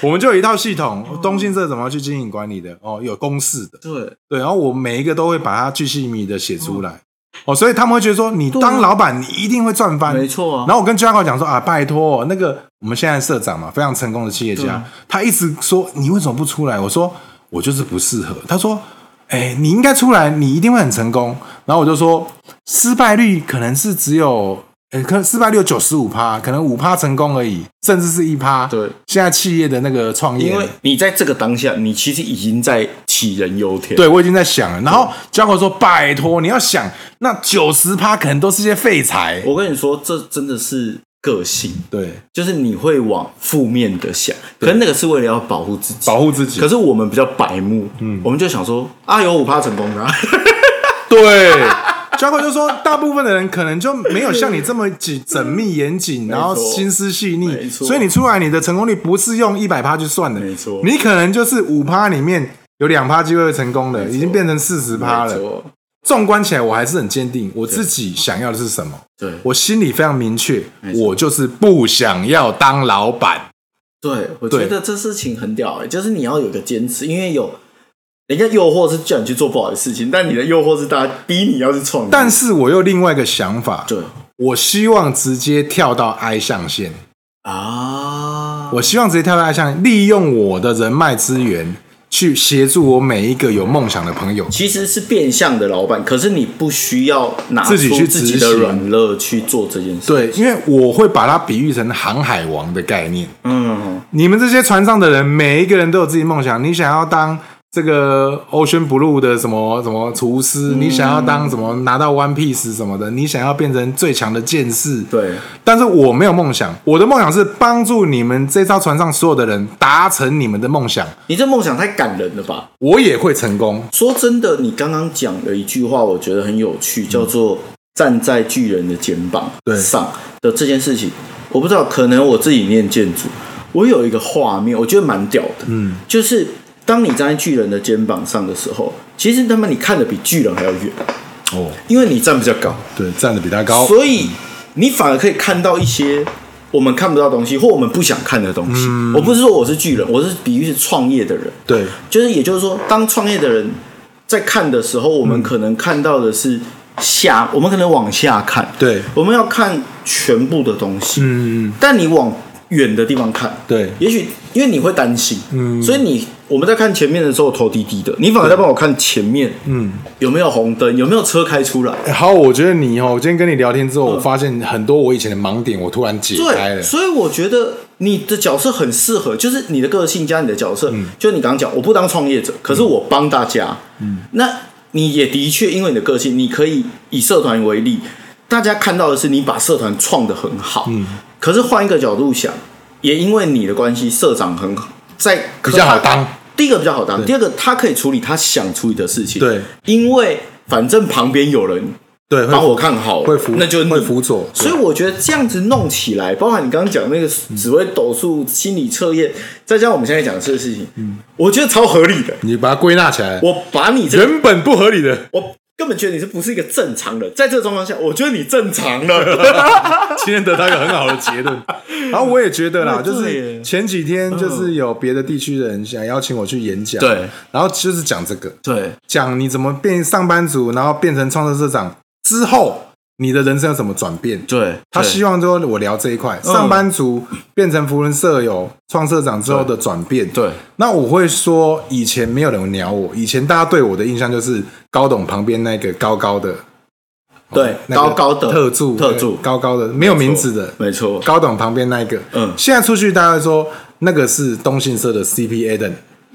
[SPEAKER 3] 我们就有一套系统，哦东信社怎么样去经营管理的哦，有公式的。
[SPEAKER 4] 对
[SPEAKER 3] 对，然后我每一个都会把它巨细靡遗的写出
[SPEAKER 4] 嗯
[SPEAKER 3] 来。哦，所以他们会觉得说，你当老板，你一定会赚翻。
[SPEAKER 4] 啊没错啊
[SPEAKER 3] 然后我跟 Jaco 讲说啊，拜托，那个我们现在社长嘛，非常成功的企业
[SPEAKER 4] 对
[SPEAKER 3] 家
[SPEAKER 4] 啊，
[SPEAKER 3] 他一直说你为什么不出来？我说我就是不适合。他说，哎，你应该出来，你一定会很成功。然后我就说，失败率可能是只有诶可能失败率有九十五趴，可能五趴成功而已，甚至是一趴。
[SPEAKER 4] 对，
[SPEAKER 3] 现在企业的那个创业，
[SPEAKER 4] 因为你在这个当下，你其实已经在杞人忧天。
[SPEAKER 3] 对，我已经在想了。然后 Jaco 说：“拜托，你要想，那九十趴可能都是些废材。
[SPEAKER 4] 我跟你说，这真的是个性，”
[SPEAKER 3] 对，
[SPEAKER 4] 就是你会往负面的想，可是那个是为了要保护自己。
[SPEAKER 3] 保护自己
[SPEAKER 4] 可。是我们比较白目，嗯，我们就想说啊，有五趴成功的、啊，
[SPEAKER 3] 对，Jaco 就说，大部分的人可能就没有像你这么紧缜密严谨，然后心思细
[SPEAKER 4] 没
[SPEAKER 3] 腻，
[SPEAKER 4] 错
[SPEAKER 3] 所以你出来你的成功率不是用一百趴就算的，
[SPEAKER 4] 没错
[SPEAKER 3] 你可能就是五趴里面有两趴机会会成功的，已经变成四十趴
[SPEAKER 4] 没
[SPEAKER 3] 了。
[SPEAKER 4] 错
[SPEAKER 3] 纵观起来，我还是很坚定，我自己想要的是什么，
[SPEAKER 4] 对，
[SPEAKER 3] 我心里非常明确
[SPEAKER 4] 没，错
[SPEAKER 3] 我就是不想要当老板。
[SPEAKER 4] 对，我
[SPEAKER 3] 对
[SPEAKER 4] 觉得这事情很屌哎、就是你要有个坚持，因为有人家诱惑是叫你去做不好的事情，但你的诱惑是大家逼你要去创业。
[SPEAKER 3] 但是我有另外一个想法，
[SPEAKER 4] 对
[SPEAKER 3] 我希望直接跳到 I 象限。
[SPEAKER 4] 啊，
[SPEAKER 3] 我希望直接跳到像利用我的人脉资源去协助我每一个有梦想的朋友。
[SPEAKER 4] 其实是变相的老板，可是你不需要拿出
[SPEAKER 3] 自己去
[SPEAKER 4] 自
[SPEAKER 3] 执
[SPEAKER 4] 己的
[SPEAKER 3] 行
[SPEAKER 4] 软肋去做这件事。，
[SPEAKER 3] 对，因为我会把它比喻成航海王的概念。
[SPEAKER 4] 嗯，
[SPEAKER 3] 你们这些船上的人，每一个人都有自己梦想。你想要当这个 Ocean Blue 的什么什么厨师，你想要当什么拿到 One Piece 什么的，你想要变成最强的剑士。
[SPEAKER 4] 对，
[SPEAKER 3] 但是我没有梦想，我的梦想是帮助你们这艘船上所有的人达成你们的梦想，
[SPEAKER 4] 你这梦想太感人了吧？
[SPEAKER 3] 我也会成功。
[SPEAKER 4] 说真的，你刚刚讲的一句话，我觉得很有趣，
[SPEAKER 3] 嗯
[SPEAKER 4] 叫做“站在巨人的肩膀
[SPEAKER 3] 对
[SPEAKER 4] 上”的这件事情，我不知道，可能我自己念建筑，我有一个画面，我觉得蛮屌的，嗯，就是当你站在巨人的肩膀上的时候，其实他妈你看的比巨人还要远，
[SPEAKER 3] 哦，
[SPEAKER 4] 因为你站比较高，
[SPEAKER 3] 对，站得比他高。
[SPEAKER 4] 所以你反而可以看到一些我们看不到东西，或我们不想看的东西。
[SPEAKER 3] 嗯
[SPEAKER 4] 我不是说我是巨人，我是比喻是创业的人。
[SPEAKER 3] 对，
[SPEAKER 4] 就是也就是说，当创业的人在看的时候，我们可能看到的是下，我们可能往下看，
[SPEAKER 3] 对
[SPEAKER 4] 我们要看全部的东西，
[SPEAKER 3] 嗯，
[SPEAKER 4] 但你往远的地方看，
[SPEAKER 3] 对
[SPEAKER 4] 也许因为你会担心，嗯，所以你我们在看前面的时候头低低的，你反而在帮我看前面，嗯，有没有红灯，有没有车开出来，
[SPEAKER 3] 欸好，我觉得你哦，我今天跟你聊天之后，我发现很多我以前的盲点，我突然解开
[SPEAKER 4] 嗯对，
[SPEAKER 3] 了。
[SPEAKER 4] 所以我觉得你的角色很适合，就是你的个性加你的角色。
[SPEAKER 3] 嗯
[SPEAKER 4] 就你刚刚讲，我不当创业者，可是我帮大家。嗯，那你也的确因为你的个性，你可以以社团为例，大家看到的是你把社团创得很好。嗯，可是换一个角度想，也因为你的关系，社长很好，在
[SPEAKER 3] 比较好当。
[SPEAKER 4] 第一个比较好当，第二个他可以处理他想处理的事情。
[SPEAKER 3] 对，
[SPEAKER 4] 因为反正旁边有人
[SPEAKER 3] 对，
[SPEAKER 4] 帮我看好，
[SPEAKER 3] 会辅，
[SPEAKER 4] 那就是你
[SPEAKER 3] 会辅佐。
[SPEAKER 4] 所以我觉得这样子弄起来，包含你刚刚讲那个紫微斗数心理测验，再加上我们现在讲的这个事情，
[SPEAKER 3] 嗯
[SPEAKER 4] 我觉得超合理的。
[SPEAKER 3] 你把它归纳起来，
[SPEAKER 4] 我把你这个，
[SPEAKER 3] 原本不合理的，
[SPEAKER 4] 我根本觉得你是不是一个正常人，在这个状况下，我觉得你正常了。
[SPEAKER 3] 今天得到一个很好的结 论。然后我也觉得啦，
[SPEAKER 4] 哎对
[SPEAKER 3] 就是
[SPEAKER 4] 耶嗯
[SPEAKER 3] 前几天就是有别的地区的人想邀请我去演讲，
[SPEAKER 4] 对，
[SPEAKER 3] 然后就是讲这个，
[SPEAKER 4] 对，
[SPEAKER 3] 讲你怎么变上班族，然后变成创作社长之后，你的人生有什么转变？
[SPEAKER 4] 对，嗯
[SPEAKER 3] 他希望说我聊这一块，上班族变成福伦社友、创社长之后的转变。
[SPEAKER 4] 对，
[SPEAKER 3] 那我会说，以前没有人鸟我，以前大家对我的印象就是高董旁边那个高高的，哦
[SPEAKER 4] 对
[SPEAKER 3] 那个
[SPEAKER 4] 高高的
[SPEAKER 3] 特助，
[SPEAKER 4] 特助
[SPEAKER 3] 对高高的，没有名字的，
[SPEAKER 4] 没错，
[SPEAKER 3] 高董旁边那一个。
[SPEAKER 4] 嗯
[SPEAKER 3] 现在出去大家会说那个是东信社的 CP a d e n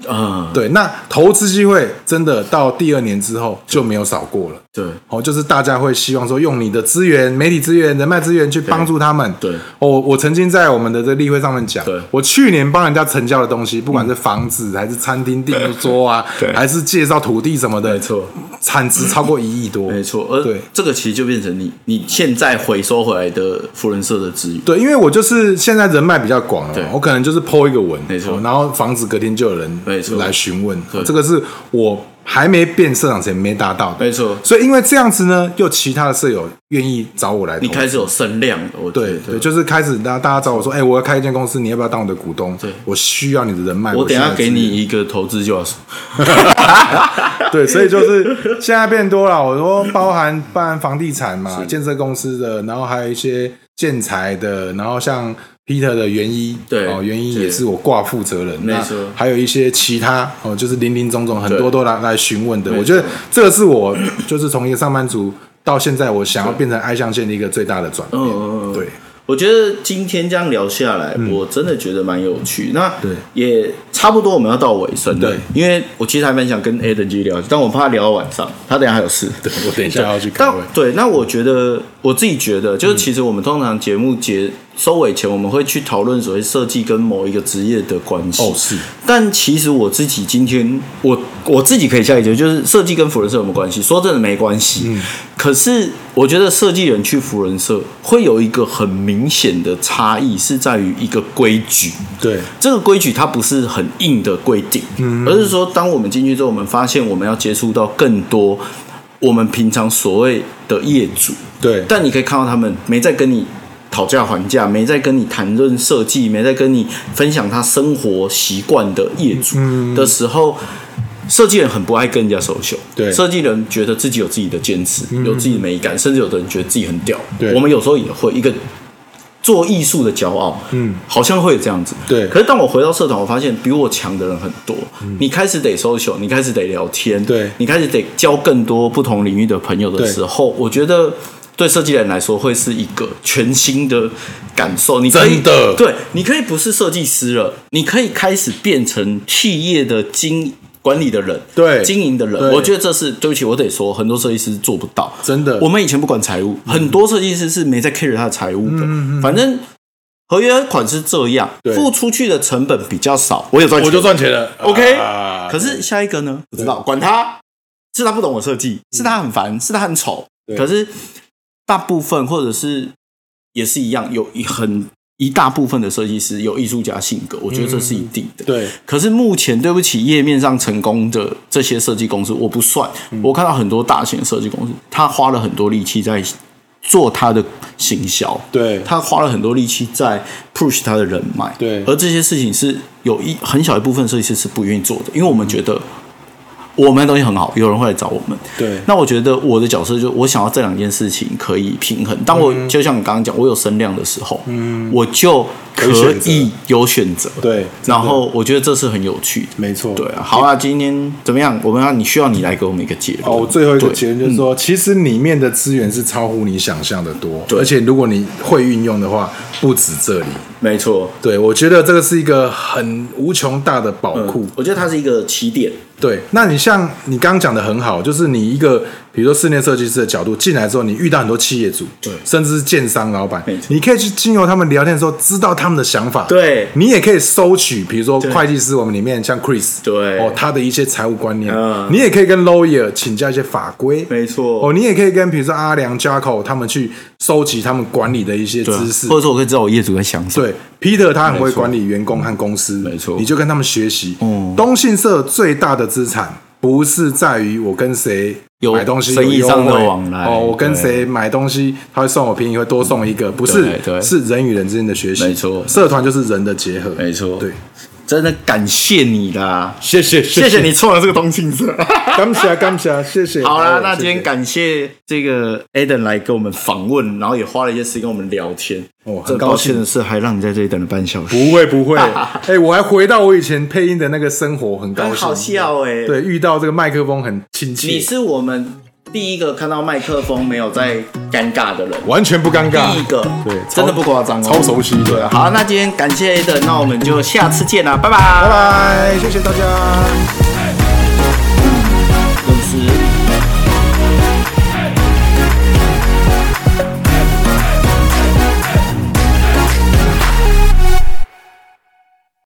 [SPEAKER 4] 啊，
[SPEAKER 3] 对，那投资机会真的到第二年之后就没有少过了。
[SPEAKER 4] 对，
[SPEAKER 3] 哦，就是大家会希望说用你的资源、媒体资源、人脉资源去帮助他们。
[SPEAKER 4] 对对
[SPEAKER 3] 哦，我曾经在我们的这个例会上面讲
[SPEAKER 4] 对，嗯
[SPEAKER 3] 我去年帮人家成交的东西，不管是房子还是餐厅订桌啊
[SPEAKER 4] 对，
[SPEAKER 3] 还是介绍土地什么的，
[SPEAKER 4] 没错，
[SPEAKER 3] 产值超过一亿多。
[SPEAKER 4] 没错。而
[SPEAKER 3] 对
[SPEAKER 4] 这个其实就变成你你现在回收回来的福伦社的资源。
[SPEAKER 3] 对，因为我就是现在人脉比较广了
[SPEAKER 4] 对
[SPEAKER 3] 嘛，我可能就是 Po 一个文，
[SPEAKER 4] 没错
[SPEAKER 3] 哦然后房子隔天就有人
[SPEAKER 4] 没错
[SPEAKER 3] 来询问哦
[SPEAKER 4] 对，
[SPEAKER 3] 这个是我还没变社长前没达到的
[SPEAKER 4] 没。错，
[SPEAKER 3] 所以因为这样子呢，又其他的舍友愿意找我来投
[SPEAKER 4] 你
[SPEAKER 3] 资，
[SPEAKER 4] 开始有声量了，我觉
[SPEAKER 3] 对
[SPEAKER 4] 得。
[SPEAKER 3] 对，就是开始大家大家找我说，哎、我要开一间公司，你要不要当我的股东？
[SPEAKER 4] 对
[SPEAKER 3] 我需要你的人脉。
[SPEAKER 4] 我等一
[SPEAKER 3] 需
[SPEAKER 4] 下
[SPEAKER 3] 要
[SPEAKER 4] 给
[SPEAKER 3] 资源。
[SPEAKER 4] 你一个投资教授。
[SPEAKER 3] 对，所以就是现在变多了。我说包 含办房地产嘛，建设公司的，然后还有一些建材的，然后像 Peter 的原一，
[SPEAKER 4] 对
[SPEAKER 3] 哦，原一
[SPEAKER 4] 对
[SPEAKER 3] 也是我挂负责人。
[SPEAKER 4] 没
[SPEAKER 3] 那
[SPEAKER 4] 错
[SPEAKER 3] 还有一些其他哦，就是林林总总很
[SPEAKER 4] 对
[SPEAKER 3] 多都来来询问的。
[SPEAKER 4] 错
[SPEAKER 3] 我觉得这个是我就是从一个上班族到现在我想要变成爱象县的一个最大的转变。
[SPEAKER 4] 嗯嗯嗯
[SPEAKER 3] 对，
[SPEAKER 4] 我觉得今天这样聊下来，我真的觉得蛮有趣。那
[SPEAKER 3] 嗯对
[SPEAKER 4] 也差不多，我们要到尾声了。
[SPEAKER 3] 对，
[SPEAKER 4] 因为我其实还蛮想跟 Adam 继续聊，但我怕聊到晚上，他等一下还有事。对
[SPEAKER 3] 我等一下要去开
[SPEAKER 4] 但
[SPEAKER 3] 会。嗯
[SPEAKER 4] 对，那我觉得我自己觉得，就是其实我们通常节目结收尾前，我们会去讨论所谓设计跟某一个职业的关系。
[SPEAKER 3] 哦是
[SPEAKER 4] 但其实我自己今天，我我自己可以下一节，就是设计跟福人社有没有关系？说真的没关系。
[SPEAKER 3] 嗯
[SPEAKER 4] 可是我觉得设计人去福人社会有一个很明显的差异，是在于一个规矩。
[SPEAKER 3] 对，
[SPEAKER 4] 这个规矩它不是很硬的规定，而是说，当我们进去之后，我们发现我们要接触到更多我们平常所谓的业主，
[SPEAKER 3] 对，
[SPEAKER 4] 但你可以看到他们没在跟你讨价还价，没在跟你谈论设计，没在跟你分享他生活习惯的业主
[SPEAKER 3] 嗯
[SPEAKER 4] 的时候。设计人很不爱跟人家手秀，
[SPEAKER 3] 对嗯
[SPEAKER 4] 设计人觉得自己有自己的坚持，有自己的美感，甚至有的人觉得自己很屌。
[SPEAKER 3] 对
[SPEAKER 4] 我们有时候也会一个做艺术的骄傲，
[SPEAKER 3] 嗯，
[SPEAKER 4] 好像会有这样子。
[SPEAKER 3] 对嗯
[SPEAKER 4] 可是当我回到社团，我发现比我强的人很多。你开始得 social，你开始得聊天，
[SPEAKER 3] 对
[SPEAKER 4] 你开始得交更多不同领域的朋友的
[SPEAKER 3] 对
[SPEAKER 4] 时候，我觉得。对设计人来说，会是一个全新的感受。你可以
[SPEAKER 3] 真的
[SPEAKER 4] 对，你可以不是设计师了，你可以开始变成企业的经管理的人，
[SPEAKER 3] 对
[SPEAKER 4] 经营的人。
[SPEAKER 3] 对
[SPEAKER 4] 我觉得这是对不起，我得说，很多设计师做不到。
[SPEAKER 3] 真的
[SPEAKER 4] 我们以前不管财务，
[SPEAKER 3] 嗯
[SPEAKER 4] 很多设计师是没在 care 他的财务的，反正。合约款是这样，
[SPEAKER 3] 对
[SPEAKER 4] 付出去的成本比较少，我有赚钱，
[SPEAKER 3] 我就赚钱了。
[SPEAKER 4] OK，、
[SPEAKER 3] 啊
[SPEAKER 4] 可是下一个呢？不知道，管他，嗯是他不懂我设计，是他很烦，是他很丑。
[SPEAKER 3] 对
[SPEAKER 4] 可是大部分或者是也是一样，有一很一大部分的设计师有艺术家性格，我觉得这是一定的。
[SPEAKER 3] 对
[SPEAKER 4] 可是目前对不起，页面上成功的这些设计公司，我不算。我看到很多大型的设计公司，他花了很多力气在做他的行销，
[SPEAKER 3] 对
[SPEAKER 4] 他花了很多力气在 push 他的人脉，
[SPEAKER 3] 对
[SPEAKER 4] 而这些事情是有一很小一部分设计师是不愿意做的，因为我们觉得。我们的东西很好，有人会来找我们。
[SPEAKER 3] 对
[SPEAKER 4] 那我觉得我的角色就我想要这两件事情可以平衡。当我、就像你刚刚讲，我有声量的时候，嗯，我就可
[SPEAKER 3] 有选择
[SPEAKER 4] 以有选择。
[SPEAKER 3] 对，
[SPEAKER 4] 然后我觉得这是很有趣的。
[SPEAKER 3] 没错，
[SPEAKER 4] 对啊，好啊，今天怎么样？我们要你需要你来给我们一个结论。
[SPEAKER 3] 哦，我最后一个
[SPEAKER 4] 对嗯
[SPEAKER 3] 结论就是说，其实里面的资源是超乎你想象的多，
[SPEAKER 4] 对
[SPEAKER 3] 而且如果你会运用的话，不止这里。
[SPEAKER 4] 没错，
[SPEAKER 3] 对，我觉得这个是一个很无穷大的宝库。
[SPEAKER 4] 我觉得它是一个起点。
[SPEAKER 3] 对，那你像你刚刚讲的很好，就是你一个比如说室内设计师的角度进来之后，你遇到很多企业主，
[SPEAKER 4] 对
[SPEAKER 3] 甚至是建商老板
[SPEAKER 4] 没错，
[SPEAKER 3] 你可以去经由他们聊天的时候，知道他们的想法。
[SPEAKER 4] 对
[SPEAKER 3] 你也可以收取，比如说
[SPEAKER 4] 对
[SPEAKER 3] 会计师，我们里面像 Chris，
[SPEAKER 4] 对
[SPEAKER 3] 哦，他的一些财务观念，
[SPEAKER 4] 嗯
[SPEAKER 3] 你也可以跟 lawyer 请教一些法规，
[SPEAKER 4] 没错
[SPEAKER 3] 哦，你也可以跟比如说阿良、加口他们去收集他们管理的一些
[SPEAKER 4] 对啊
[SPEAKER 3] 知识，
[SPEAKER 4] 或者说我可以知道我业主在想什么。
[SPEAKER 3] 对，Peter 他很
[SPEAKER 4] 没
[SPEAKER 3] 会
[SPEAKER 4] 错
[SPEAKER 3] 管理员工和公司，
[SPEAKER 4] 没错
[SPEAKER 3] 你就跟他们学习。
[SPEAKER 4] 嗯
[SPEAKER 3] 东信社最大的资产不是在于我跟谁
[SPEAKER 4] 有
[SPEAKER 3] 买东西
[SPEAKER 4] 生意
[SPEAKER 3] 有优
[SPEAKER 4] 上的
[SPEAKER 3] 惠
[SPEAKER 4] 往来
[SPEAKER 3] 哦，我跟
[SPEAKER 4] 对
[SPEAKER 3] 谁买东西他会送我便宜，会多送一个，不是
[SPEAKER 4] 对，对
[SPEAKER 3] 是人与人之间的学习，
[SPEAKER 4] 没错
[SPEAKER 3] 社团就是人的结合，
[SPEAKER 4] 没错
[SPEAKER 3] 对，
[SPEAKER 4] 真的感谢你啦，
[SPEAKER 3] 谢谢，
[SPEAKER 4] 谢谢你，创了这个东 信社。
[SPEAKER 3] 感谢感谢，谢 谢。
[SPEAKER 4] 好啦，那今
[SPEAKER 3] 谢哦谢
[SPEAKER 4] 天感谢这个 Adam 来跟我们访问，然后也花了一些时间跟我们聊天。
[SPEAKER 3] 哦
[SPEAKER 4] 这
[SPEAKER 3] 很
[SPEAKER 4] 抱
[SPEAKER 3] 高兴
[SPEAKER 4] 歉的是，还让你在这里等了半小时。
[SPEAKER 3] 不会不 会，哎，我还回到我以前配音的那个生活，很高
[SPEAKER 4] 很
[SPEAKER 3] 兴，
[SPEAKER 4] 好笑哎、欸，
[SPEAKER 3] 对，遇到这个麦克风很亲
[SPEAKER 4] 你
[SPEAKER 3] 切，
[SPEAKER 4] 是我们第一个看到麦克风没有在尴尬的人。
[SPEAKER 3] 完全不尴尬
[SPEAKER 4] 第一，个，
[SPEAKER 3] 对
[SPEAKER 4] 真的不夸张哦，
[SPEAKER 3] 超熟悉啊
[SPEAKER 4] 对，好，那今天感谢 A 的，那我们就下次见啦，拜拜，
[SPEAKER 3] 拜拜，谢谢大家。